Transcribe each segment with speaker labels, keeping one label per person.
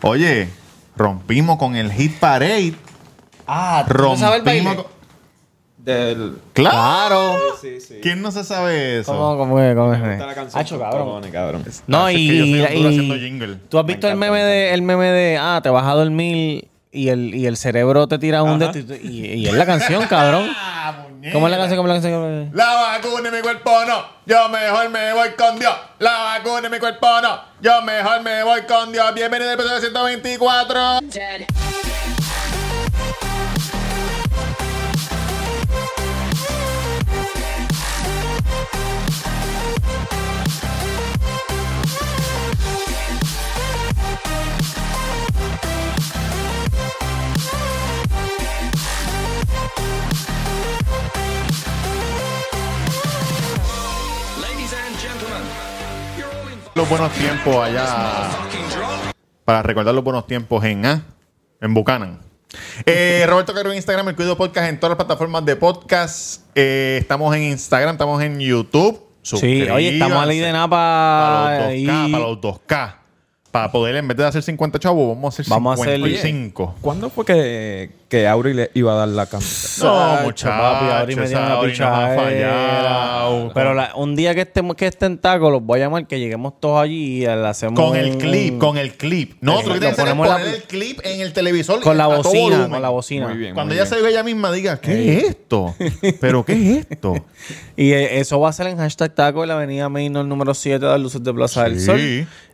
Speaker 1: Oye, rompimos con el Hit Parade.
Speaker 2: Ah, ¿tú no sabes
Speaker 1: Rompimos.
Speaker 2: el baile?
Speaker 1: con-
Speaker 3: Del.
Speaker 1: Claro.
Speaker 3: Sí, sí.
Speaker 1: ¿Quién no se sabe eso?
Speaker 2: ¿Cómo, cómo es? ¿Cómo
Speaker 3: Me gusta la
Speaker 2: es?
Speaker 3: canción.
Speaker 2: Hacho, cabrón.
Speaker 3: Perdone, cabrón.
Speaker 2: No,
Speaker 1: Es que
Speaker 2: y,
Speaker 1: yo soy un duro
Speaker 2: y-
Speaker 1: haciendo jingle.
Speaker 2: tú has visto el
Speaker 3: encanta,
Speaker 2: meme,
Speaker 3: me
Speaker 2: de, el meme de, ah, te vas a dormir y el, y el cerebro te tira un...
Speaker 3: Ajá.
Speaker 2: de- Y, y es la canción, cabrón.
Speaker 1: Ah, muñeca.
Speaker 2: ¿Cómo es la canción? ¿Cómo es la canción?
Speaker 1: La vacuna en mi cuerpo no, yo mejor me voy con Dios. La vacuna en mi cuerpo no, yo mejor me voy con Dios. Bienvenido al episodio 124.
Speaker 4: Dead.
Speaker 1: Los buenos tiempos allá. Para recordar los buenos tiempos en A, en Buchanan. Eh, Roberto Caro en Instagram, el Cuido Podcast en todas las plataformas de podcast. Eh, estamos en Instagram, estamos en YouTube.
Speaker 2: Sí, oye, estamos a ley de eh, nada
Speaker 1: Para los
Speaker 2: para...
Speaker 1: 2K,
Speaker 2: y-
Speaker 1: para los 2K. Para poder, en vez de hacer 50 chavos, vamos a hacer
Speaker 2: Vamos a hacer-
Speaker 1: 55.
Speaker 3: ¿Cuándo fue que, que Auri le iba a dar la camisa?
Speaker 1: No,
Speaker 2: Chacho, papi,
Speaker 1: muchachos,
Speaker 2: ahora y me dieron la
Speaker 1: esa orina no ha fallado.
Speaker 2: pichadera. Mm. Pero la- un día que estemos que estén tacos, los voy a llamar que lleguemos todos allí y le hacemos.
Speaker 1: Con el
Speaker 2: un-
Speaker 1: clip, con el clip. No,
Speaker 2: Exacto,
Speaker 1: lo que tienes que hacer es
Speaker 2: Eh, ponemos la-
Speaker 1: poner el clip en el televisor.
Speaker 2: con la
Speaker 1: a todo
Speaker 2: bocina.
Speaker 1: volumen.
Speaker 2: Con la bocina.
Speaker 3: Muy bien.
Speaker 1: Cuando ella se ve ella misma, diga, ¿qué es esto? ¿Pero qué es esto?
Speaker 2: Y eh, eso va a ser en hashtag taco en la avenida Maynor número 7 de las luces de Plaza del
Speaker 1: Sí.
Speaker 2: Sol.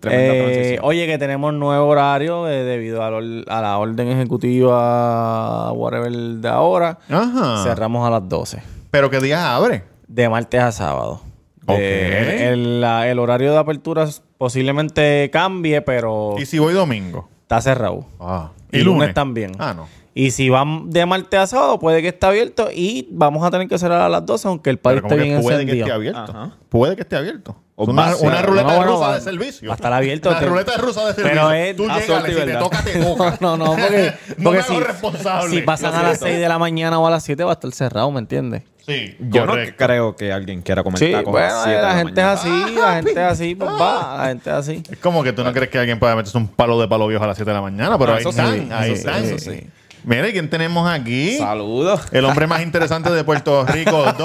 Speaker 3: Tremenda
Speaker 2: Eh,
Speaker 3: transición.
Speaker 2: oye, que tenemos nuevo horario eh, debido a, la or- a la orden ejecutiva, whatever, de ahora.
Speaker 1: Ajá.
Speaker 2: Cerramos a las 12.
Speaker 1: ¿Pero qué día abre?
Speaker 2: De martes a sábado.
Speaker 1: Ok.
Speaker 2: Eh, el, la- el horario de apertura posiblemente cambie, pero
Speaker 1: ¿Y si voy domingo?
Speaker 2: está cerrado.
Speaker 1: Ah.
Speaker 2: Y lunes también.
Speaker 1: Ah, no.
Speaker 2: Y si van de martes a sábado, puede que esté abierto y vamos a tener que cerrar a las 12, aunque el party
Speaker 1: Pero
Speaker 2: esté
Speaker 1: como que
Speaker 2: bien
Speaker 1: puede que esté
Speaker 2: encendido.
Speaker 1: abierto.
Speaker 3: Ajá.
Speaker 1: Puede que esté abierto.
Speaker 3: O
Speaker 1: Es una,
Speaker 3: va a ser-
Speaker 1: una ruleta
Speaker 2: No, bueno,
Speaker 1: rusa
Speaker 2: va-
Speaker 1: de servicio.
Speaker 2: va a estar abierto.
Speaker 1: La
Speaker 2: Te-
Speaker 1: ruleta rusa de servicio.
Speaker 2: Pero es-
Speaker 1: Tú
Speaker 3: a
Speaker 1: llegas,
Speaker 3: suerte
Speaker 1: si
Speaker 3: y
Speaker 1: te
Speaker 3: verdad.
Speaker 1: toca, te toca.
Speaker 2: No, no, porque,
Speaker 1: No me
Speaker 2: porque
Speaker 1: hago
Speaker 2: si,
Speaker 1: responsable.
Speaker 2: si pasan
Speaker 3: Lo
Speaker 2: a las
Speaker 3: siento.
Speaker 2: 6 de la mañana o a las 7 va a estar cerrado, ¿me entiendes?
Speaker 1: Sí,
Speaker 3: Yo no
Speaker 1: correcto.
Speaker 3: creo que alguien quiera comer
Speaker 2: Sí,
Speaker 3: tacos a las
Speaker 2: bueno,
Speaker 3: siete de
Speaker 2: la gente es
Speaker 3: mañana.
Speaker 2: así,
Speaker 1: Ah,
Speaker 2: la gente es así, pues va, la gente es así.
Speaker 1: Es como que tú no crees que alguien pueda meterse un palo de palo viejo a las 7 de la mañana, pero
Speaker 3: Ah,
Speaker 1: ahí
Speaker 3: eso sí,
Speaker 1: están, ahí
Speaker 3: eso sí,
Speaker 1: están.
Speaker 3: eso sí.
Speaker 1: Mira, ¿y quién tenemos aquí?
Speaker 3: Saludos.
Speaker 1: El hombre más interesante de Puerto Rico,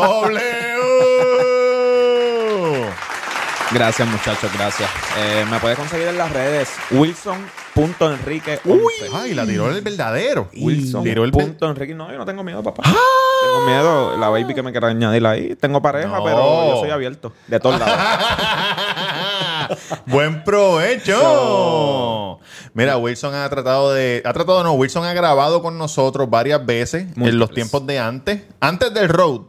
Speaker 1: W.
Speaker 3: Gracias, muchachos, gracias. Eh, me puedes conseguir en las redes wilson.enrique.
Speaker 1: Uy, ay, la tiró el verdadero.
Speaker 3: Wilson.
Speaker 1: Tiró el Ah. ver-
Speaker 3: punto Enrique. No, yo no tengo miedo, papá. Tengo miedo. La baby que me quiera añadir ahí. Tengo pareja,
Speaker 1: No.
Speaker 3: pero yo soy abierto. De todos lados.
Speaker 1: Buen provecho. Mira, Wilson ha tratado de. Ha tratado, no, Wilson ha grabado con nosotros varias veces en los
Speaker 3: Múltiples.
Speaker 1: tiempos de antes. Antes del road.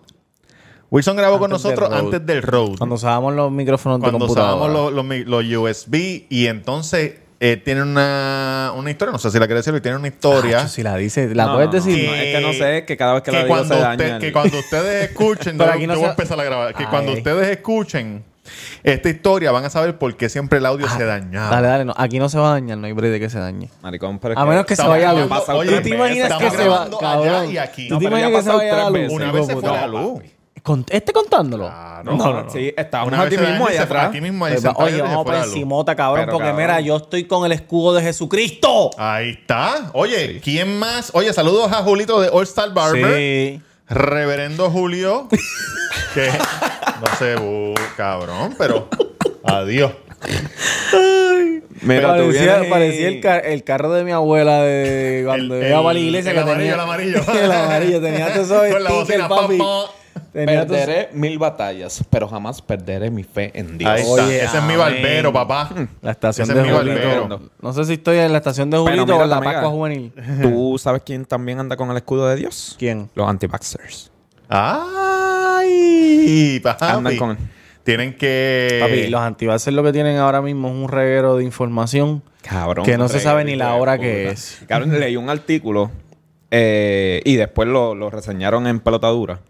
Speaker 1: Wilson grabó con
Speaker 2: Antes del
Speaker 1: nosotros
Speaker 2: road.
Speaker 1: antes del road.
Speaker 2: Cuando usábamos los micrófonos de
Speaker 1: cuando
Speaker 2: computadora.
Speaker 1: usábamos los, los mi- los USB y entonces eh, tiene una, una historia, no sé si la quieres decir, tiene una historia.
Speaker 2: Hacho, si la dices, la
Speaker 3: No,
Speaker 2: puedes
Speaker 3: no, no.
Speaker 2: decir.
Speaker 3: Sí, es que no sé, es que cada vez que la digo
Speaker 1: cuando
Speaker 3: se daña
Speaker 1: usted-
Speaker 3: el-
Speaker 1: Que cuando ustedes escuchen,
Speaker 2: Pero
Speaker 1: yo-
Speaker 2: aquí no
Speaker 1: yo voy a
Speaker 2: se-
Speaker 1: empezar a grabar, que
Speaker 2: Ay.
Speaker 1: cuando ustedes escuchen esta historia van a saber por qué siempre el audio se dañaba.
Speaker 2: Ah, Dale, dale, no, aquí no se va a dañar, no hay break de que se dañe.
Speaker 3: Maricón, pero es
Speaker 2: A menos que se
Speaker 1: Estamos
Speaker 2: vaya la
Speaker 1: grabando-
Speaker 2: luz.
Speaker 3: pasado
Speaker 1: oye,
Speaker 2: ¿Tú te imaginas
Speaker 1: estamos
Speaker 2: que se va,
Speaker 1: grabando
Speaker 2: cabrón?
Speaker 1: allá y aquí.
Speaker 2: ¿Tú
Speaker 3: No,
Speaker 2: te
Speaker 3: pero ya
Speaker 2: imaginas
Speaker 3: ha
Speaker 2: que se
Speaker 3: pasado
Speaker 2: vaya la
Speaker 3: tres
Speaker 2: luz?
Speaker 3: veces.
Speaker 1: Una
Speaker 2: hijo
Speaker 1: vez
Speaker 2: de
Speaker 1: se fue
Speaker 2: puta?
Speaker 1: la
Speaker 3: No,
Speaker 1: luz.
Speaker 2: ¿Con- ¿Este contándolo?
Speaker 1: Claro.
Speaker 3: No, no, no. Sí, estábamos
Speaker 1: Una vez
Speaker 3: aquí
Speaker 1: se dañó
Speaker 3: mismo
Speaker 1: y se
Speaker 3: allá
Speaker 1: fue
Speaker 3: atrás.
Speaker 1: Aquí mismo, ahí
Speaker 2: Pues va,
Speaker 1: sentado, y
Speaker 2: Oye,
Speaker 1: se
Speaker 2: vamos
Speaker 1: fue
Speaker 2: para
Speaker 1: la luz.
Speaker 2: encimota, cabrón,
Speaker 3: Pero,
Speaker 2: porque
Speaker 3: cabrón.
Speaker 2: mira, yo estoy con el escudo de Jesucristo.
Speaker 1: Ahí está. Oye, ¿quién más? Oye, saludos a Julito de All Star Barber.
Speaker 2: Sí.
Speaker 1: Reverendo Julio, que no sé, bu- cabrón, pero adiós.
Speaker 3: Mira, tú
Speaker 2: parecía
Speaker 3: vienes y-
Speaker 2: parecía el, ca- el carro de mi abuela de cuando
Speaker 1: El-
Speaker 2: iba para la
Speaker 1: el-
Speaker 2: iglesia.
Speaker 1: el
Speaker 2: que
Speaker 1: amarillo,
Speaker 2: tenía,
Speaker 1: el amarillo.
Speaker 2: el amarillo, tenía todo eso de
Speaker 1: Con la
Speaker 2: sticker,
Speaker 1: bocina,
Speaker 2: papi.
Speaker 1: pa,
Speaker 2: Tenía todo eso-
Speaker 3: Perderé mil batallas, pero jamás perderé mi fe en Dios.
Speaker 1: Ahí está.
Speaker 2: Oye,
Speaker 1: Ese es mi
Speaker 2: amén.
Speaker 1: barbero, papá.
Speaker 2: La estación
Speaker 1: Ese
Speaker 2: de
Speaker 1: es mi
Speaker 2: Julito.
Speaker 1: barbero.
Speaker 2: No sé si estoy en la estación de Julito
Speaker 3: mira,
Speaker 2: o en la
Speaker 3: amiga.
Speaker 2: Pascua Juvenil.
Speaker 3: ¿Tú sabes quién también anda con el escudo de Dios?
Speaker 2: ¿Quién?
Speaker 3: Los anti-vaxxers.
Speaker 1: Ay, papi.
Speaker 2: Ah,
Speaker 3: Andan con-
Speaker 1: Tienen que.
Speaker 2: Papi, los antibases lo que tienen ahora mismo es un reguero de información.
Speaker 3: Cabrón.
Speaker 2: Que no se
Speaker 3: rey,
Speaker 2: sabe ni la
Speaker 3: hijo de
Speaker 2: hora que
Speaker 3: puta.
Speaker 2: es.
Speaker 3: Cabrón, leí un artículo eh, y después lo, lo reseñaron en pelotadura.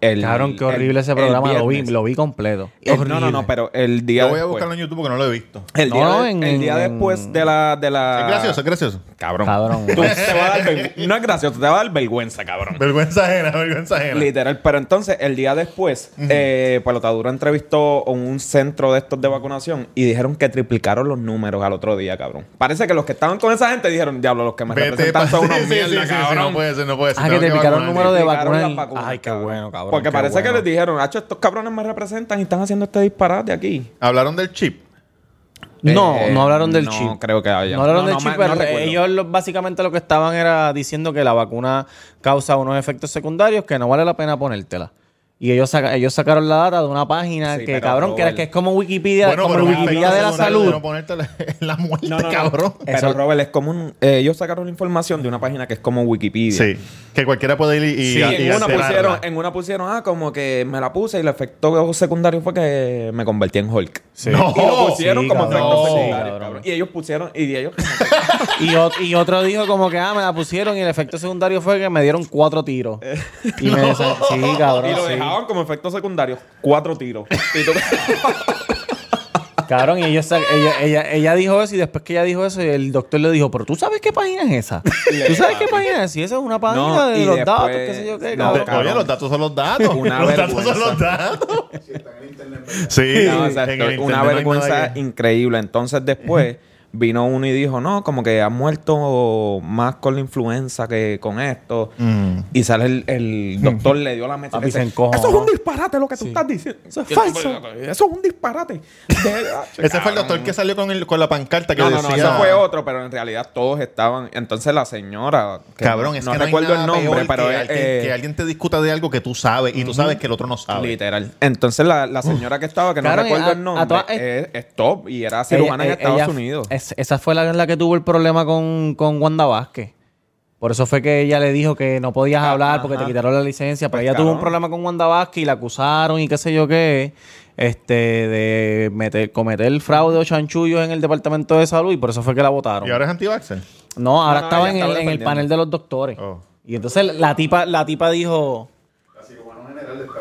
Speaker 3: el-
Speaker 2: Cabrón, qué
Speaker 3: el-
Speaker 2: horrible ese
Speaker 3: el
Speaker 2: programa. Lo vi,
Speaker 3: viernes.
Speaker 2: lo vi completo.
Speaker 3: El- no, no,
Speaker 2: Horrible.
Speaker 3: no, pero el día.
Speaker 1: Yo voy a
Speaker 3: después.
Speaker 1: buscarlo en YouTube porque no lo he visto.
Speaker 3: El día,
Speaker 2: No,
Speaker 3: de-
Speaker 2: en-
Speaker 3: el día
Speaker 2: en-
Speaker 3: después de la. De la...
Speaker 1: Es gracioso, es gracioso.
Speaker 3: Cabrón.
Speaker 2: Cabrón.
Speaker 3: Tú te va a dar vergü- no es gracioso, te va a dar vergüenza, cabrón.
Speaker 1: Vergüenza ajena, vergüenza ajena.
Speaker 3: Literal. Pero entonces, el día después, eh, Pelotadura entrevistó a un centro de estos de vacunación y dijeron que triplicaron los números al otro día, cabrón. Parece que los que estaban con esa gente dijeron, diablo, los que me representan
Speaker 1: pa-
Speaker 3: son
Speaker 1: Sí,
Speaker 3: unos
Speaker 1: sí,
Speaker 3: mierda,
Speaker 1: sí, sí,
Speaker 3: cabrón.
Speaker 1: no puede ser, no puede ser.
Speaker 2: Ah, que
Speaker 1: Tengo
Speaker 2: te picaron
Speaker 1: vacunarme.
Speaker 2: el número de
Speaker 3: Triplicaron las
Speaker 2: vacunas.
Speaker 3: vacunas,
Speaker 2: Ay, qué
Speaker 3: cabrón.
Speaker 2: bueno, cabrón.
Speaker 3: Porque
Speaker 2: qué
Speaker 3: parece que
Speaker 2: bueno.
Speaker 3: les dijeron, hacho, estos cabrones me representan y están haciendo este disparate aquí.
Speaker 1: Hablaron del chip.
Speaker 2: No,
Speaker 3: Eh,
Speaker 2: no hablaron del
Speaker 3: no
Speaker 2: chip.
Speaker 3: creo que haya.
Speaker 2: No hablaron
Speaker 3: No,
Speaker 2: del
Speaker 3: no,
Speaker 2: chip,
Speaker 3: ma-
Speaker 2: pero
Speaker 3: no recuerdo.
Speaker 2: ellos lo- básicamente lo que estaban era diciendo que la vacuna causa unos efectos secundarios que no vale la pena ponértela. Y ellos, saca- ellos sacaron la data de una página
Speaker 3: Sí,
Speaker 2: que,
Speaker 3: pero,
Speaker 2: cabrón, que, era-
Speaker 3: Robert.
Speaker 2: que es como Wikipedia, como el
Speaker 1: pero
Speaker 2: Wikipedia
Speaker 1: no,
Speaker 2: de la
Speaker 1: no, no,
Speaker 2: salud.
Speaker 1: No ponerte la, la muerte,
Speaker 3: No, no, no.
Speaker 1: cabrón.
Speaker 3: Pero
Speaker 2: Eso-
Speaker 3: Robert, es como un, eh, ellos sacaron la información de una página que es como Wikipedia.
Speaker 1: Sí. Que cualquiera puede ir y. y-
Speaker 3: Sí,
Speaker 1: y
Speaker 3: en, una
Speaker 1: alterarla.
Speaker 3: pusieron, en una pusieron, ah, como que me la puse y el efecto secundario fue que me convertí en Hulk.
Speaker 1: No.
Speaker 3: Y lo pusieron
Speaker 2: Sí,
Speaker 3: como
Speaker 2: cabrón.
Speaker 3: efecto
Speaker 1: Sí,
Speaker 3: secundario.
Speaker 2: cabrón.
Speaker 3: cabrón. Y ellos pusieron, y ellos
Speaker 2: Y, ot- y otro dijo como que, ah, me la pusieron y el efecto secundario fue que me dieron cuatro tiros. Y me desa- Sí, cabrón.
Speaker 3: Eh. y lo
Speaker 2: sí.
Speaker 3: dejaban como efecto secundario. Cuatro tiros. Y tú-
Speaker 2: Cabrón, y ellos sa- ella, ella, ella dijo eso y después que ella dijo eso, el doctor le dijo, pero tú sabes qué página es esa. ¿Tú sabes qué página es? Y esa es una página
Speaker 3: "Ah, No,
Speaker 2: de
Speaker 3: y
Speaker 2: los
Speaker 3: después-
Speaker 2: datos, qué sé yo qué,
Speaker 3: no,
Speaker 2: cabrón.
Speaker 1: Oye,
Speaker 3: Cabrón.
Speaker 1: los datos son los datos.
Speaker 3: Una
Speaker 1: los datos son
Speaker 3: vergüenza.
Speaker 1: los datos. Sí,
Speaker 3: No, o sea,
Speaker 1: en el
Speaker 3: una
Speaker 1: internet no hay
Speaker 3: vergüenza
Speaker 1: nada que-
Speaker 3: increíble. Entonces después vino uno y dijo, no, como que ha muerto más con la influenza que con esto.
Speaker 1: Mm.
Speaker 3: Y sale el, el doctor, le dio la mesa.
Speaker 2: Papi,
Speaker 3: y dice,
Speaker 2: se encojonó.
Speaker 3: Eso es un disparate lo que tú estás diciendo. Eso es
Speaker 2: Yo-
Speaker 3: falso. Eso es un disparate. De-
Speaker 1: Ese fue el doctor que salió con, el, con la pancarta que
Speaker 3: No, no,
Speaker 1: decía.
Speaker 3: no, eso fue otro, pero en realidad todos estaban. Entonces la señora. que
Speaker 1: Cabrón,
Speaker 3: no,
Speaker 1: es
Speaker 3: no
Speaker 1: que no hay
Speaker 3: recuerdo
Speaker 1: nada
Speaker 3: el nombre,
Speaker 1: peor
Speaker 3: pero
Speaker 1: que,
Speaker 3: es,
Speaker 1: alguien,
Speaker 3: eh,
Speaker 1: que alguien te discuta de algo que tú sabes y tú sabes que el otro no sabe.
Speaker 3: Literal. Entonces la, la señora que estaba, que no
Speaker 2: Cabrón,
Speaker 3: recuerdo
Speaker 2: a-
Speaker 3: el
Speaker 2: a
Speaker 3: nombre,
Speaker 2: todas-
Speaker 3: es, es top y era cirujana
Speaker 2: Ella- eh,
Speaker 3: en Estados
Speaker 2: ella-
Speaker 3: Unidos.
Speaker 2: es- esa fue la, la que tuvo el problema con, con Wanda Vázquez. Por eso fue que ella le dijo que no podías hablar porque
Speaker 3: ajá.
Speaker 2: te quitaron la licencia. Pero
Speaker 3: Pues,
Speaker 2: ella tuvo un
Speaker 3: cabrón.
Speaker 2: problema con Wanda Vázquez y la acusaron y qué sé yo qué. Este, de meter, cometer fraude o chanchullos en el departamento de salud y por eso fue que la votaron.
Speaker 1: ¿Y ahora es anti-vaxxer?
Speaker 2: No, ahora
Speaker 3: No, no,
Speaker 2: estaba,
Speaker 3: ella
Speaker 2: en, el,
Speaker 3: estaba
Speaker 2: en el
Speaker 3: defendiendo.
Speaker 2: panel de los doctores.
Speaker 1: Oh.
Speaker 2: Y entonces la tipa, la tipa dijo.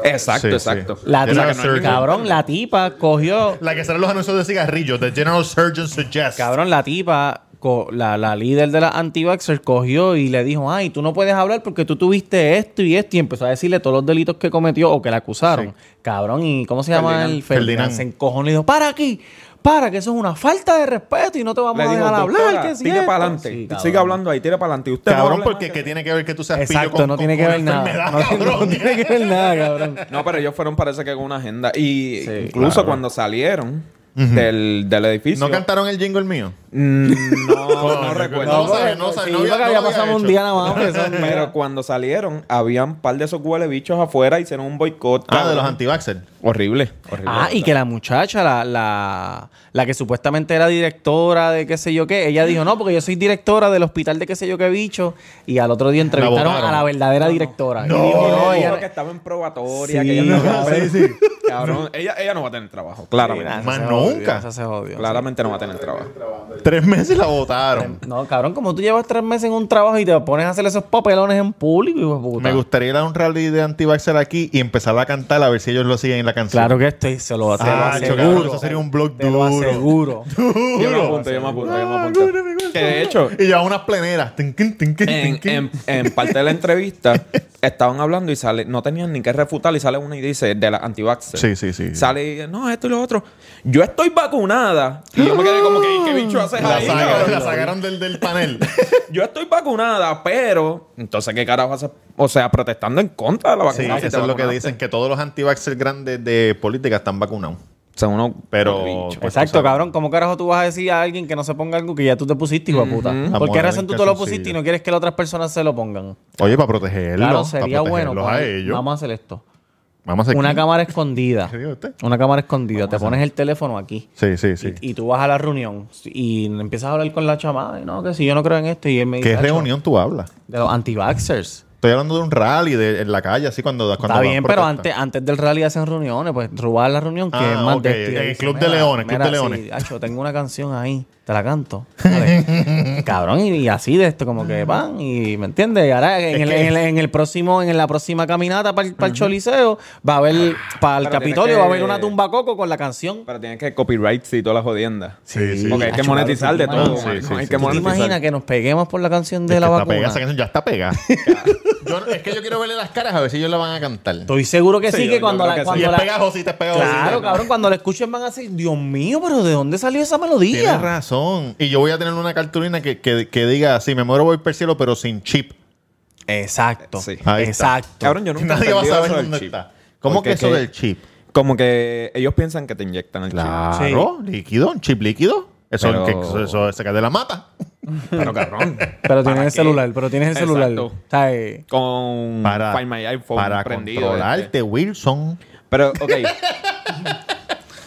Speaker 3: Exacto,
Speaker 1: Sí,
Speaker 3: exacto.
Speaker 1: sí.
Speaker 2: La
Speaker 1: O sea,
Speaker 2: tipa,
Speaker 1: que no hay ningún-
Speaker 2: cabrón, la tipa cogió.
Speaker 1: La que sale los anuncios de cigarrillos, The General Surgeon Suggests.
Speaker 2: Cabrón, la tipa, co- la, la líder de la anti cogió y le dijo, ay, tú no puedes hablar porque tú tuviste esto y esto. Y empezó a decirle todos los delitos que cometió o que la acusaron. Cabrón, ¿y cómo se llama
Speaker 3: Ferdinand.
Speaker 2: el Ferdinand?
Speaker 1: Ferdinand.
Speaker 2: Se encojonó y le dijo, para aquí, para, que eso es una falta de respeto y no te vamos
Speaker 3: Le
Speaker 2: a
Speaker 3: digo,
Speaker 2: dejar
Speaker 3: doctora,
Speaker 2: hablar. que si
Speaker 3: tire
Speaker 2: esto".
Speaker 3: para adelante.
Speaker 2: Sí,
Speaker 3: Sigue
Speaker 2: cabrón.
Speaker 3: hablando ahí, tire para adelante. Y usted no
Speaker 1: Cabrón,
Speaker 3: hable
Speaker 1: porque
Speaker 3: más
Speaker 1: ¿qué
Speaker 3: que-
Speaker 1: tiene que ver que tú seas pillo
Speaker 2: Exacto,
Speaker 1: con-
Speaker 2: no
Speaker 1: con-
Speaker 2: tiene que
Speaker 1: con
Speaker 2: ver nada.
Speaker 1: enfermedad,
Speaker 2: No, tiene- no
Speaker 1: cabrón?
Speaker 2: tiene que ver nada, cabrón.
Speaker 3: No, pero ellos fueron, parece que con una agenda. Y
Speaker 2: Sí,
Speaker 3: incluso
Speaker 1: claro.
Speaker 3: cuando salieron del, del edificio.
Speaker 1: ¿No cantaron el jingle mío?
Speaker 3: Mm, No, no,
Speaker 1: no,
Speaker 3: recuerdo.
Speaker 1: Pues no, sabe, no sabe,
Speaker 2: Sí,
Speaker 1: no
Speaker 2: iba
Speaker 1: había-
Speaker 2: que había
Speaker 1: no había
Speaker 2: pasado un
Speaker 1: hecho.
Speaker 2: día nada más. hombre, eso no
Speaker 3: Pero
Speaker 2: era.
Speaker 3: cuando salieron, habían un par de esos huele bichos afuera, hicieron un boicot.
Speaker 1: Ah, de
Speaker 3: cabrón.
Speaker 1: los anti-vaxxer.
Speaker 3: Horrible, horrible.
Speaker 2: Ah, y que la muchacha, la, la, la que supuestamente era directora de qué sé yo qué, ella dijo, no, porque yo soy directora del hospital de qué sé yo qué bicho. Y al otro día entrevistaron
Speaker 1: botaron.
Speaker 2: a la verdadera directora.
Speaker 1: No.
Speaker 2: y dijo, no,
Speaker 3: ella
Speaker 2: ella...
Speaker 3: que estaba en probatoria.
Speaker 2: Sí,
Speaker 3: que ella estaba-
Speaker 2: cabrón.
Speaker 3: Cabrón, ella, ella no va a tener trabajo, claramente.
Speaker 2: Nah, esa
Speaker 1: Más
Speaker 2: se jodió,
Speaker 1: nunca.
Speaker 2: esa se jodió.
Speaker 3: claramente no va a tener trabajo.
Speaker 1: Tres meses la votaron.
Speaker 2: No, cabrón, como tú llevas tres meses en un trabajo y te pones a hacer esos papelones en público, hijo de puta.
Speaker 1: Me gustaría ir a un rally de anti-vaxxer aquí y empezar a cantar a ver si ellos lo siguen en la canción.
Speaker 2: Claro que estoy, se lo, se lo
Speaker 1: Ah,
Speaker 2: aseguro.
Speaker 1: cabrón, eso sería un blog
Speaker 2: Te lo
Speaker 1: duro.
Speaker 2: aseguro.
Speaker 3: Yo me apunto, yo me apunto,
Speaker 1: Ah,
Speaker 3: yo me apunto. Que de hecho,
Speaker 1: Y lleva unas pleneras. Tinkin, tinkin,
Speaker 3: en,
Speaker 1: tinkin.
Speaker 3: en- en parte de la entrevista estaban hablando y sale, no tenían ni que refutar y sale una y dice de la anti
Speaker 1: Sí, sí, sí.
Speaker 3: Sale y dice, no, esto y lo otro. Yo estoy vacunada. Y yo me quedé como que, ¿qué bicho haces
Speaker 1: La,
Speaker 3: ahí?
Speaker 1: sacaron,
Speaker 3: cabrón?
Speaker 1: la sacaron del, del panel.
Speaker 3: Yo estoy vacunada, pero... Entonces, ¿qué carajo haces? O sea, protestando en contra de la
Speaker 1: Sí,
Speaker 3: vacuna.
Speaker 1: que
Speaker 3: si te
Speaker 1: eso es lo que
Speaker 3: vacunaste.
Speaker 1: dicen, que todos los anti-vaxxer grandes de política están vacunados.
Speaker 3: Son unos-
Speaker 1: Pero-
Speaker 3: unos bichos.
Speaker 1: Pues tú
Speaker 2: Exacto,
Speaker 1: sabes.
Speaker 2: cabrón. ¿Cómo carajo tú vas a decir a alguien que no se ponga algo que ya tú te pusiste, hijo de puta? ¿Por
Speaker 1: Amor,
Speaker 2: qué razón
Speaker 1: en
Speaker 2: tú te lo
Speaker 1: calzoncillo.
Speaker 2: pusiste y no quieres que las otras personas se lo pongan?
Speaker 1: Oye, para protegerlos.
Speaker 2: Claro,
Speaker 1: para
Speaker 2: sería bueno.
Speaker 1: protegerlos
Speaker 2: para-
Speaker 1: a ellos.
Speaker 2: Vamos a hacer esto.
Speaker 1: Vamos a hacer
Speaker 2: Una
Speaker 1: aquí.
Speaker 2: cámara escondida.
Speaker 1: ¿Qué dijo usted?
Speaker 2: Una cámara escondida. Te pones el teléfono aquí.
Speaker 1: Sí, sí, sí.
Speaker 2: Y, y tú vas a la reunión y empiezas a hablar con la chamada. y, no, que si yo no creo en esto. Y él me dice,
Speaker 1: ¿Qué
Speaker 2: "Acho,
Speaker 1: reunión tú hablas?
Speaker 2: De los anti-vaxxers.
Speaker 1: Estoy hablando de un rally de, en la calle, así cuando. cuando
Speaker 2: Está
Speaker 1: van
Speaker 2: bien, pero
Speaker 1: protestas.
Speaker 2: antes, antes del rally hacen reuniones, pues robar la reunión, que
Speaker 1: Ah,
Speaker 2: es más
Speaker 1: ok,
Speaker 2: esto. Y
Speaker 1: el
Speaker 2: dice,
Speaker 1: Club de
Speaker 2: "Mira,
Speaker 1: Leones, Club
Speaker 2: mira,
Speaker 1: de Leones".
Speaker 2: sí, acho, tengo una canción ahí. te la canto. Dale. Cabrón, y, y así de esto, como que van, y ¿me entiendes? Y ahora en,
Speaker 1: Es
Speaker 2: el,
Speaker 1: que-
Speaker 2: en el- en el próximo, en la próxima caminata para el, Choliseo, va a haber, para el
Speaker 3: Ah, Pero tienes
Speaker 2: Capitolio, va a haber
Speaker 3: que-
Speaker 2: una tumba coco con la canción.
Speaker 3: Pero tienes que copyrights y todas las jodiendas.
Speaker 1: Sí, sí.
Speaker 3: Porque hay que
Speaker 2: Acho,
Speaker 3: monetizar
Speaker 2: claro,
Speaker 3: de
Speaker 2: sí,
Speaker 3: todo.
Speaker 1: sí,
Speaker 3: mano.
Speaker 1: sí,
Speaker 3: hay
Speaker 1: sí,
Speaker 3: que
Speaker 1: sí.
Speaker 2: ¿Tú te
Speaker 3: monetizar.
Speaker 2: imaginas que nos peguemos por la canción de
Speaker 1: Es
Speaker 2: la
Speaker 1: que está pegada,
Speaker 2: vacuna?
Speaker 1: esa canción ya está pegada. Yo no- es que yo quiero verle las caras a ver si ellos la van a cantar.
Speaker 2: Estoy seguro que
Speaker 3: Sí,
Speaker 2: sí,
Speaker 3: yo-
Speaker 2: que
Speaker 3: yo
Speaker 2: cuando la...
Speaker 3: creo que sí.
Speaker 1: Y
Speaker 2: cuando
Speaker 1: es
Speaker 2: la-
Speaker 1: pegajosita, es pegajosita.
Speaker 2: Claro, cabrón, cuando la escuchen van a decir, Dios mío, pero ¿de dónde salió esa
Speaker 1: Tienes
Speaker 2: melodía?
Speaker 1: razón. Y yo voy a tener una cartulina que, que, que diga, si me muero voy por el cielo, pero sin chip.
Speaker 2: Exacto.
Speaker 3: Sí.
Speaker 1: Ahí está.
Speaker 2: Exacto.
Speaker 3: Cabrón, yo nunca
Speaker 1: Nadie va a
Speaker 3: entendí
Speaker 1: saber
Speaker 3: eso del
Speaker 1: dónde
Speaker 3: chip.
Speaker 1: está. ¿Cómo
Speaker 3: Porque
Speaker 1: que eso
Speaker 3: que-
Speaker 1: del chip?
Speaker 3: Como que ellos piensan que te inyectan el
Speaker 1: Claro, líquido, un chip líquido. Eso,
Speaker 3: Pero-
Speaker 1: que, eso, eso se cae de la mata.
Speaker 3: chip. Pero cabrón.
Speaker 2: Pero
Speaker 3: ¿para
Speaker 2: tienes el
Speaker 3: qué?
Speaker 2: celular, pero tienes el celular. eh,
Speaker 3: Exacto.
Speaker 2: ¿Sabes?
Speaker 3: Con
Speaker 1: Para,
Speaker 3: Mm, Find My iPhone
Speaker 1: para
Speaker 3: prendido,
Speaker 1: controlarte,
Speaker 3: este.
Speaker 1: Wilson.
Speaker 3: Pero, ok.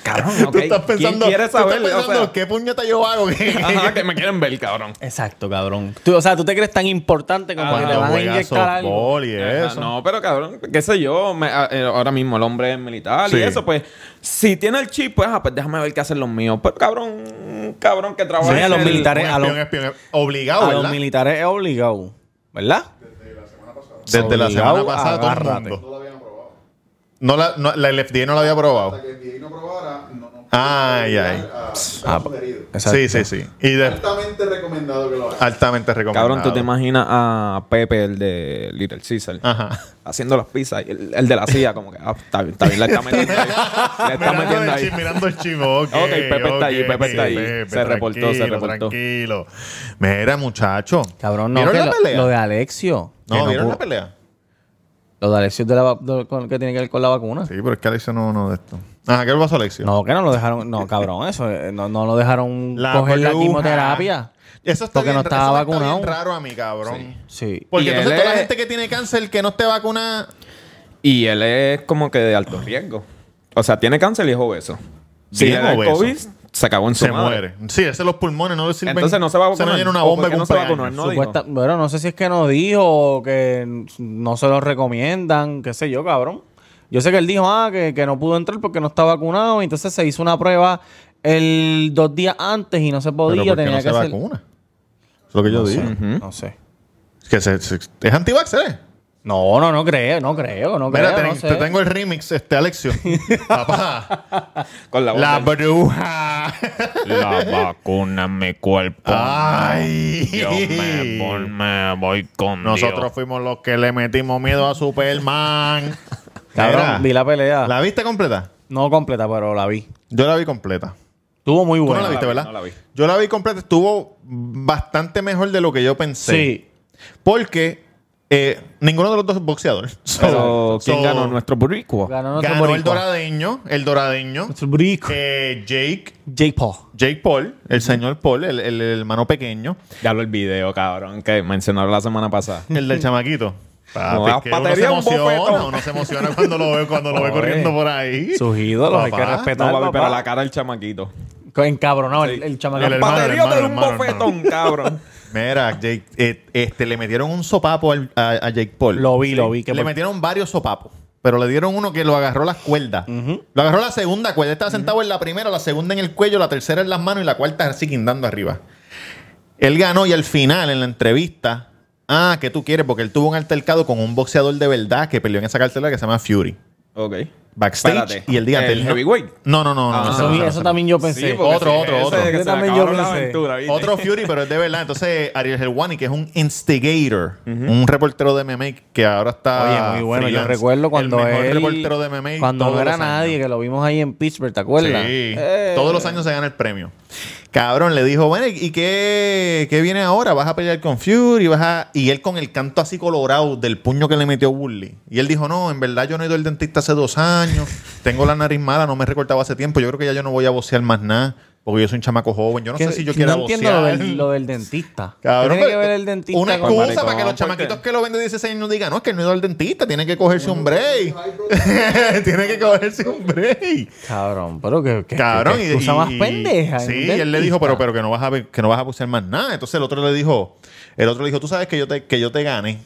Speaker 3: cabrón, ok.
Speaker 1: Tú estás pensando,
Speaker 3: ¿Quién quiere
Speaker 1: tú estás
Speaker 3: saber? O
Speaker 1: pensando
Speaker 3: sea,
Speaker 1: qué puñeta yo hago.
Speaker 3: Ajá, que me quieren ver, cabrón.
Speaker 2: Exacto, cabrón. Tú- o sea, tú te crees tan importante como
Speaker 3: Ah,
Speaker 2: que te
Speaker 1: Cuando
Speaker 2: van a
Speaker 1: juegas
Speaker 2: inyectar algo.
Speaker 1: softball y
Speaker 3: Ajá,
Speaker 1: eso.
Speaker 3: No, pero cabrón, qué sé yo, me- a- eh, ahora mismo el hombre es militar
Speaker 1: Sí.
Speaker 3: y eso, pues, si tiene el chip, pues, ah, pues déjame ver qué hacen los míos. Pero cabrón, un cabrón que trabaja.
Speaker 2: Sí, a
Speaker 3: en
Speaker 2: los
Speaker 3: el-
Speaker 1: Un
Speaker 2: militares.
Speaker 1: espión,
Speaker 2: a los-
Speaker 1: espión, obligado,
Speaker 2: A
Speaker 1: Ah, ¿verdad? Ah,
Speaker 2: los militares es obligado, ¿verdad?
Speaker 1: Desde la semana
Speaker 2: obligado,
Speaker 1: pasada todo el
Speaker 2: agárrate.
Speaker 1: mundo.
Speaker 4: No lo habían probado.
Speaker 1: No la, no, la LFDA no la había
Speaker 4: Hasta
Speaker 1: probado.
Speaker 4: que el DI no probara, no nos
Speaker 1: Ay, ay.
Speaker 4: Ah,
Speaker 1: pues,
Speaker 2: Ah, exacto.
Speaker 1: Sí, sí, sí. Y de-
Speaker 4: Altamente recomendado que lo hagan.
Speaker 1: altamente recomendado.
Speaker 3: Cabrón, tú te imaginas a Pepe, el de Little Caesar,
Speaker 1: Ajá.
Speaker 3: haciendo las pizzas, y el, el de la CIA, como que, ah, está bien, está bien, la está metiendo ahí. Le está
Speaker 1: Mirando
Speaker 3: metiendo
Speaker 1: el,
Speaker 3: ahí.
Speaker 1: chip, mirando el chivo, ok.
Speaker 3: Ok, Pepe está
Speaker 1: ok,
Speaker 3: allí, Pepe está allí. Se reportó, se
Speaker 1: tranquilo,
Speaker 3: reportó.
Speaker 1: Tranquilo. Mira, muchacho.
Speaker 2: Cabrón, no.
Speaker 1: ¿Vieron
Speaker 2: que
Speaker 1: la
Speaker 2: lo,
Speaker 1: pelea?
Speaker 2: lo de Alexio. que
Speaker 1: No, ¿vieron
Speaker 2: pudo-
Speaker 1: la pelea?
Speaker 2: Lo de Alexio es de la, va- de- con- que tiene que ver con la vacuna.
Speaker 1: Sí, pero es que Alexio no no de esto. Ajá, ¿qué le pasó a Alexio?
Speaker 2: No, que no lo dejaron. No, cabrón, eso. eh, No, no lo dejaron coger la
Speaker 1: bruja.
Speaker 2: quimioterapia.
Speaker 1: ah, Eso está
Speaker 2: Porque
Speaker 1: bien,
Speaker 2: no
Speaker 1: ra-
Speaker 2: estaba
Speaker 1: eso me está
Speaker 2: vacunado.
Speaker 1: bien raro a mí, cabrón.
Speaker 2: Sí.
Speaker 1: Porque
Speaker 3: Y
Speaker 1: entonces
Speaker 3: él
Speaker 1: toda la
Speaker 3: es-
Speaker 1: gente que tiene cáncer que no esté vacunada.
Speaker 3: Y él es como que de alto riesgo. O sea, tiene cáncer y es obeso. Si
Speaker 1: Bien
Speaker 3: le da el
Speaker 1: obeso.
Speaker 3: COVID, se cagó en su
Speaker 1: Se
Speaker 3: madre.
Speaker 1: muere. Sí, ese los pulmones no le sirven.
Speaker 3: Entonces no se va a
Speaker 1: Se
Speaker 3: vacunar.
Speaker 1: nos llena una
Speaker 3: ¿O
Speaker 1: bomba
Speaker 3: por qué
Speaker 1: de
Speaker 3: no se va a
Speaker 1: cumpleaños.
Speaker 3: vacunar? No
Speaker 2: Supuesta- bueno, no sé si es que no dijo o que no se lo recomiendan, qué sé yo, cabrón. Yo sé que él dijo, ah, que, que no pudo entrar porque no está vacunado. Y entonces se hizo una prueba el dos días antes y no se
Speaker 1: Pero
Speaker 2: podía.
Speaker 1: ¿por qué
Speaker 2: tenía
Speaker 1: no
Speaker 2: que
Speaker 1: se
Speaker 2: hacer...
Speaker 1: vacuna? Es lo que yo
Speaker 2: No
Speaker 1: digo.
Speaker 2: sé,
Speaker 3: Ujú.
Speaker 2: no sé.
Speaker 1: Que se, se- es antivaxer, ¿eh?
Speaker 2: No, no, no creo, no creo, no creo.
Speaker 1: Mira, te,
Speaker 2: no
Speaker 1: te
Speaker 2: sé.
Speaker 1: tengo el remix, este Alexio. Papá,
Speaker 3: Con la,
Speaker 1: la
Speaker 3: bomba.
Speaker 1: bruja.
Speaker 5: La vacuna en mi cuerpo.
Speaker 1: Ah, Ay.
Speaker 5: Yo me, vol- me voy con
Speaker 1: Nosotros
Speaker 5: Dios.
Speaker 1: fuimos los que le metimos miedo a Superman.
Speaker 2: Cabrón,
Speaker 1: Mira,
Speaker 2: vi la pelea.
Speaker 1: ¿La viste completa?
Speaker 2: No completa, pero la vi.
Speaker 1: Yo la vi completa.
Speaker 2: Estuvo muy
Speaker 1: Tú
Speaker 2: buena.
Speaker 1: no la viste,
Speaker 3: vi,
Speaker 1: ¿verdad?
Speaker 3: no la vi.
Speaker 1: Yo la vi completa. Estuvo bastante mejor de lo que yo pensé.
Speaker 2: Sí.
Speaker 1: Porque eh, ninguno de los dos es boxeador.
Speaker 3: Pero,
Speaker 1: So-
Speaker 3: ¿quién
Speaker 1: so-
Speaker 3: ganó? Nuestro boricua.
Speaker 2: Ganó nuestro
Speaker 1: Ganó el
Speaker 2: boricua.
Speaker 1: doradeño. El doradeño.
Speaker 2: Nuestro boricua.
Speaker 1: eh, Jake.
Speaker 2: Jake Paul.
Speaker 1: Jake Paul, el señor Paul, el, el- el hermano pequeño,
Speaker 3: Ya lo el video, cabrón, que mencionaron la semana pasada.
Speaker 1: el del chamaquito. Papi,
Speaker 3: No, la
Speaker 1: que uno se
Speaker 3: patería, un
Speaker 1: emociona,
Speaker 3: bofetón.
Speaker 1: uno se emociona cuando lo ve, cuando lo ve
Speaker 2: Oye,
Speaker 1: corriendo por ahí.
Speaker 2: Sus ídolos, hay que
Speaker 3: Ah,
Speaker 1: Papá,
Speaker 2: respetar.
Speaker 3: No, papi,
Speaker 2: papá.
Speaker 3: pero la cara del chamaquito.
Speaker 2: Encabronado el, el chamaco.
Speaker 1: El- hermano,
Speaker 3: Batería
Speaker 1: hermano,
Speaker 3: de un
Speaker 1: hermano,
Speaker 3: bofetón, cabrón.
Speaker 1: Mira, Jake, eh, este, le metieron un sopapo al- a, a Jake Paul.
Speaker 2: Lo vi, lo vi. Que
Speaker 1: le
Speaker 2: por-
Speaker 1: metieron varios sopapos. Pero le dieron uno que lo agarró las cuerdas. Lo agarró la segunda cuerda. Estaba sentado en la primera, la segunda en el cuello, la tercera en las manos y la cuarta así guindando arriba. Él ganó y al final, en la entrevista, ah, que tú quieres? Porque él tuvo un altercado con un boxeador de verdad que peleó en esa cartelera que se llama Fury.
Speaker 3: Ok.
Speaker 1: Backstage
Speaker 3: Espérate.
Speaker 1: y el día
Speaker 3: ¿El
Speaker 1: antes.
Speaker 3: heavyweight?
Speaker 1: No, no, no. no,
Speaker 3: Ah.
Speaker 1: no,
Speaker 2: Eso,
Speaker 1: no, no,
Speaker 2: eso
Speaker 1: no.
Speaker 2: también yo pensé.
Speaker 1: porque- Otro,
Speaker 3: sí,
Speaker 1: otro,
Speaker 3: ese
Speaker 1: otro.
Speaker 3: es el que
Speaker 2: Yo
Speaker 3: se
Speaker 2: también
Speaker 3: acabaron
Speaker 2: yo
Speaker 3: la
Speaker 2: pensé.
Speaker 3: aventura, ¿viste?
Speaker 1: Otro Fury, pero es de verdad. Entonces, Ariel Helwani, que es un instigator, un reportero de MMA que ahora está.
Speaker 2: Oye, muy bueno. Yo
Speaker 1: Ah, freelance.
Speaker 2: recuerdo cuando
Speaker 1: El mejor
Speaker 2: él-
Speaker 1: reportero de MMA.
Speaker 2: Cuando
Speaker 1: todos
Speaker 2: no era
Speaker 1: los años.
Speaker 2: nadie, que lo vimos ahí en Pittsburgh, ¿te acuerdas?
Speaker 1: Sí.
Speaker 2: Eh,
Speaker 1: Todos los años se gana el premio. Cabrón, le dijo, bueno, ¿y qué, qué viene ahora? ¿Vas a pelear con Fury? ¿Vas a... Y él con el canto así colorado del puño que le metió Burley. Y él dijo, no, en verdad yo no he ido al dentista hace dos años. Tengo la nariz mala, no me he recortado hace tiempo. Yo creo que ya yo no voy a vocear más nada. Porque yo soy un chamaco joven. Yo no
Speaker 2: que-
Speaker 1: sé si yo quiero
Speaker 2: No entiendo lo
Speaker 1: vocear.
Speaker 2: del, lo del dentista. ¿Qué
Speaker 1: Cabrón,
Speaker 2: tiene que
Speaker 1: pero
Speaker 2: ver el dentista
Speaker 1: una
Speaker 2: con-
Speaker 1: excusa
Speaker 3: maricón?
Speaker 1: para que los
Speaker 3: ¿Por qué?
Speaker 1: chamaquitos que lo venden de 16 años digan, no, es que él no ha ido al dentista, tiene que cogerse un break. tiene que cogerse un break.
Speaker 2: Cabrón, pero que, que
Speaker 1: Cabrón,
Speaker 2: que excusa más pendeja.
Speaker 1: Sí,
Speaker 2: un
Speaker 1: y él le dijo,
Speaker 2: dentista.
Speaker 1: pero, pero que no vas a ver- que no vas a bucear más nada. Entonces el otro le dijo, el otro le dijo, tú sabes que yo te, que yo te gane.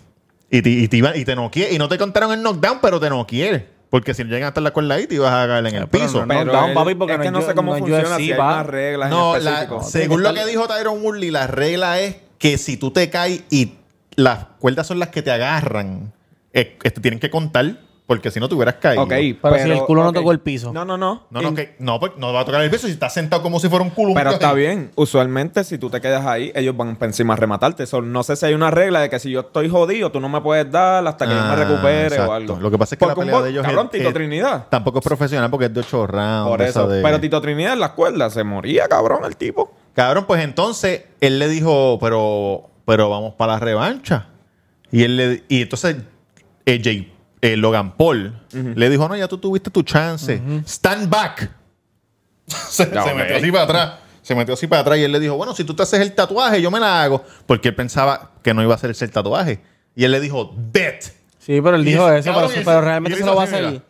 Speaker 1: Y te, y te iba- y te noqueé. Y no te contaron el knockdown, pero te noqueé. Porque si llegan hasta la cuerda ahí, te ibas a caer en el
Speaker 2: Ah, pero
Speaker 1: piso.
Speaker 2: no, down,
Speaker 3: él-
Speaker 2: papi, porque
Speaker 3: es
Speaker 2: no
Speaker 3: que no
Speaker 2: yo-
Speaker 3: sé cómo
Speaker 2: no, yo
Speaker 3: funciona,
Speaker 2: sí,
Speaker 3: si hay
Speaker 2: pa.
Speaker 3: unas reglas
Speaker 1: No,
Speaker 3: en
Speaker 1: la-
Speaker 3: específico.
Speaker 1: según lo que dijo Tyron Woodley, la regla es que si tú te caes y las cuerdas son las que te agarran, eh, este, tienen que contar, porque si no te hubieras caído.
Speaker 3: Ok,
Speaker 1: No,
Speaker 2: Pero si el culo no
Speaker 3: ok.
Speaker 2: tocó el piso.
Speaker 3: No, no, no.
Speaker 1: no,
Speaker 3: In-
Speaker 1: que, no, pues, no va a tocar el piso si estás sentado como si fuera un culo.
Speaker 3: Pero está bien. Usualmente, si tú te quedas ahí, ellos van para encima a rematarte. So, no sé si hay una regla de que si yo estoy jodido, tú no me puedes dar hasta que yo
Speaker 1: Ah,
Speaker 3: me recupere
Speaker 1: exacto.
Speaker 3: o algo.
Speaker 1: Lo que pasa es que la
Speaker 3: Porque un
Speaker 1: pelea
Speaker 3: bo-
Speaker 1: de ellos
Speaker 3: Cabrón,
Speaker 1: es-
Speaker 3: Tito
Speaker 1: es-
Speaker 3: Trinidad.
Speaker 1: Tampoco es profesional porque es de ocho rounds.
Speaker 3: Por
Speaker 1: esa
Speaker 3: eso.
Speaker 1: de-
Speaker 3: Pero Tito Trinidad en las cuerdas se moría, cabrón, el tipo.
Speaker 1: Cabrón, pues entonces él le dijo, pero, pero vamos para la revancha. Y él le, y entonces eh, Jay- eh, Logan Paul le dijo, no, ya tú tuviste tu chance. Stand back. se,
Speaker 3: Ya,
Speaker 1: se
Speaker 3: ok.
Speaker 1: metió así para atrás. Se metió así para atrás y él le dijo, bueno, si tú te haces el tatuaje, yo me la hago. Porque él pensaba que no iba a hacerse el tatuaje. Y él le dijo, bet.
Speaker 2: Sí, pero él
Speaker 1: Y
Speaker 2: dijo
Speaker 1: ese-
Speaker 2: eso,
Speaker 1: cabrón,
Speaker 2: pero,
Speaker 1: y
Speaker 2: pero
Speaker 1: ese- y él
Speaker 2: realmente se
Speaker 1: hizo
Speaker 2: lo va a
Speaker 1: así,
Speaker 2: hacer.
Speaker 1: mira.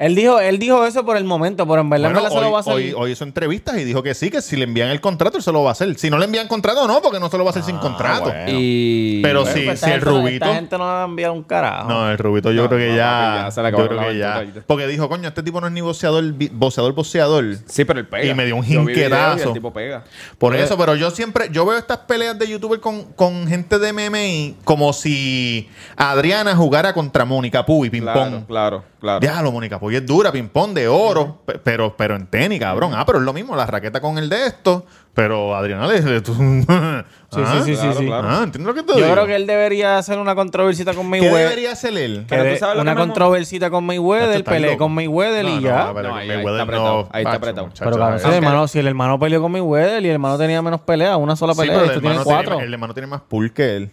Speaker 2: Él dijo, él dijo eso por el momento, pero en verdad, en
Speaker 1: Bueno,
Speaker 2: verdad se lo va a
Speaker 1: hoy,
Speaker 2: hacer.
Speaker 1: hoy- hoy hizo entrevistas y dijo que sí, que si le envían el contrato, él se lo va a hacer. Si no le envían contrato, no, porque no se lo va a hacer
Speaker 3: Ah,
Speaker 1: sin contrato.
Speaker 5: bueno.
Speaker 3: Y.
Speaker 1: Pero sí,
Speaker 2: Pues esta
Speaker 1: si el
Speaker 2: gente no-
Speaker 1: rubito.
Speaker 2: Esta gente no va a enviar un carajo.
Speaker 1: No, el Rubito yo
Speaker 3: No,
Speaker 1: creo que
Speaker 3: no,
Speaker 1: ya.
Speaker 3: papi, ya se le acabó
Speaker 1: yo creo
Speaker 3: la
Speaker 1: que ya.
Speaker 3: aventura.
Speaker 1: Porque dijo, coño, este tipo no es ni boxeador, bi- boxeador, boxeador.
Speaker 3: Sí, pero él pega.
Speaker 1: Y me dio un
Speaker 3: Yo vi videos y
Speaker 1: jinquerazo.
Speaker 3: El tipo pega.
Speaker 1: Por eso, pero yo siempre, yo veo estas peleas de youtuber con, con gente de MMA como si Adriana jugara contra Mónica Puy, ping
Speaker 3: Claro,
Speaker 1: pong.
Speaker 3: claro, claro.
Speaker 1: Déjalo, Mónica Puy es dura, ping pong de oro, pe- pero, pero en tenis, cabrón. Ah, pero es lo mismo, la raqueta con el de esto, pero Adriana le... le- tú- ah,
Speaker 2: Sí, sí, sí,
Speaker 3: claro,
Speaker 2: sí, sí.
Speaker 3: claro.
Speaker 1: Ah, ¿entiendes lo que te
Speaker 2: Yo
Speaker 1: digo?
Speaker 2: creo que él debería hacer una controversita con
Speaker 1: ¿Qué
Speaker 2: Mayweather.
Speaker 1: debería hacer él?
Speaker 3: Pero tú
Speaker 2: Que de-
Speaker 3: sabes lo que
Speaker 2: una
Speaker 3: me mo-
Speaker 2: controversita con
Speaker 1: Esto
Speaker 2: Mayweather,
Speaker 1: está
Speaker 2: pelee
Speaker 1: loco.
Speaker 2: con Mayweather
Speaker 1: No,
Speaker 2: y
Speaker 1: no,
Speaker 2: ya.
Speaker 1: no, pero
Speaker 3: No,
Speaker 1: que
Speaker 3: ahí- ahí
Speaker 1: Mayweather
Speaker 3: está apretado,
Speaker 1: no-
Speaker 3: ahí está
Speaker 1: Pacho,
Speaker 3: apretado.
Speaker 1: muchacho,
Speaker 2: Pero cabrón,
Speaker 1: ahí-
Speaker 2: si el, hermano, si el hermano peleó con Mayweather y el hermano tenía menos peleas, una sola
Speaker 1: Sí,
Speaker 2: pelea,
Speaker 1: pero
Speaker 2: y tú tienes
Speaker 1: tiene-
Speaker 2: cuatro.
Speaker 1: el hermano tiene más pool que él.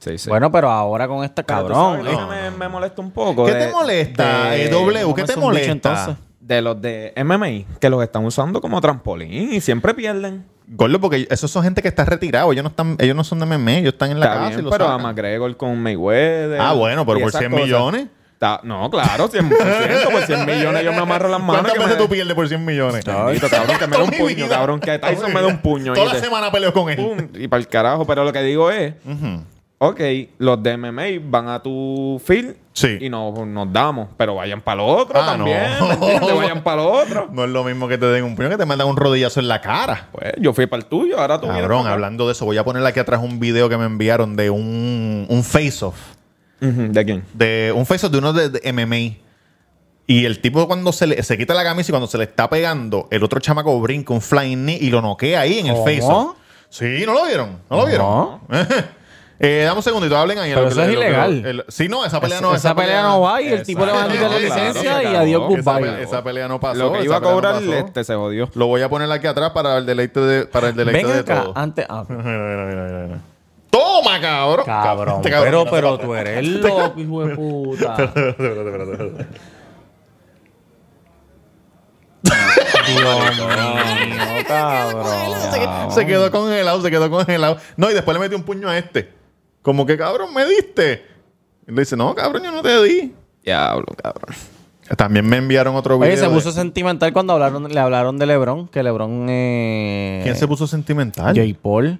Speaker 3: Sí, sí.
Speaker 2: Bueno, pero ahora con este
Speaker 3: Pero tú
Speaker 2: cabrón. eh.
Speaker 3: sabes lo que
Speaker 1: no.
Speaker 3: me, me molesta un poco.
Speaker 1: ¿Qué
Speaker 3: de-
Speaker 1: te molesta,
Speaker 3: Pues de-
Speaker 1: eh, W? ¿Qué
Speaker 2: Vamos
Speaker 1: te
Speaker 2: a hacer un bicho,
Speaker 1: molesta?
Speaker 2: entonces.
Speaker 3: De los de MMI, que los están usando como trampolín y siempre pierden.
Speaker 1: Gordo, porque esos son gente que está retirado. Ellos no están, ellos no son de meme, ellos están en la
Speaker 3: Está
Speaker 1: casa
Speaker 3: bien,
Speaker 1: y lo
Speaker 3: pero a
Speaker 1: sacan.
Speaker 3: McGregor con Mayweather.
Speaker 1: Ah, bueno, pero
Speaker 3: y
Speaker 1: por
Speaker 3: esas
Speaker 1: 100
Speaker 3: cosas.
Speaker 1: millones.
Speaker 3: Está- no, claro, 100%. por 100 millones yo me amarro las manos.
Speaker 1: ¿Cuántas
Speaker 3: que
Speaker 1: veces
Speaker 3: me-
Speaker 1: tú pierdes por 100 millones?
Speaker 3: Bendito, cabrón, que me da un
Speaker 1: Toda mi
Speaker 3: puño,
Speaker 1: vida.
Speaker 3: cabrón, que
Speaker 1: Toda
Speaker 3: Tyson
Speaker 1: mi
Speaker 3: me da
Speaker 1: vida.
Speaker 3: un puño.
Speaker 1: Toda la
Speaker 3: ¿oíste?
Speaker 1: semana peleo con él.
Speaker 3: Pum, y para el carajo, pero lo que digo es,
Speaker 1: Ujú.
Speaker 3: ok, los de MMA van a tu field
Speaker 1: Sí.
Speaker 3: y no, pues, nos damos, pero vayan para el otro
Speaker 1: Ah,
Speaker 3: también,
Speaker 1: no.
Speaker 3: ¿me entiendes? Vayan para el otro.
Speaker 1: No es lo mismo que te den un puño que te mandan un rodillazo en la cara.
Speaker 3: Pues yo fui para el tuyo, ahora tú vienes
Speaker 1: Cabrón,
Speaker 3: para acá.
Speaker 1: hablando de eso, voy a poner aquí atrás un video que me enviaron de un, un face-off.
Speaker 3: Ujú, ¿De quién?
Speaker 1: de un face de uno de, de MMA. Y el tipo cuando se, le, se quita la camisa y cuando se le está pegando, el otro chamaco brinca un flying knee y lo noquea ahí en el
Speaker 2: ¿Cómo?
Speaker 1: face. Sí, ¿no lo vieron? ¿No lo vieron?
Speaker 2: No.
Speaker 1: Eh, dame un segundito, hablen ahí.
Speaker 2: Pero
Speaker 1: Lo que-
Speaker 2: eso es
Speaker 1: lo que-
Speaker 2: ilegal.
Speaker 1: el- sí, no, esa pelea
Speaker 2: Es-
Speaker 1: no.
Speaker 2: esa pelea no va y el tipo le va a quitar la
Speaker 1: Exacto,
Speaker 2: licencia
Speaker 1: claro.
Speaker 2: y adiós,
Speaker 1: Esa,
Speaker 2: goodbye.
Speaker 1: pelea, esa pelea no pasó.
Speaker 3: Lo que
Speaker 1: esa
Speaker 3: iba a
Speaker 1: pelea no
Speaker 3: cobrar
Speaker 1: pasó.
Speaker 3: este se jodió.
Speaker 1: Lo voy a poner aquí atrás para el deleite de, para el deleite
Speaker 2: Ven
Speaker 1: de
Speaker 2: acá,
Speaker 1: todos.
Speaker 2: antes. ah,
Speaker 1: Mira, mira, mira, mira, mira. ¡Toma, cabrón!
Speaker 2: cabrón,
Speaker 1: Este cabrón
Speaker 2: pero,
Speaker 1: no se
Speaker 2: pero
Speaker 1: va-
Speaker 2: tú eres loco, hijo de puta. Dios mío, cabrón.
Speaker 1: Se quedó congelado, se quedó congelado. No, y después le metió un puño a este. Como que, cabrón, me diste. Y le dice, no, cabrón, yo no te di.
Speaker 3: Diablo, cabrón.
Speaker 1: También me enviaron otro video.
Speaker 2: Oye, se
Speaker 1: de-
Speaker 2: puso sentimental cuando hablaron, le hablaron de LeBron, que LeBron eh,
Speaker 1: ¿Quién se puso sentimental?
Speaker 2: J. Paul.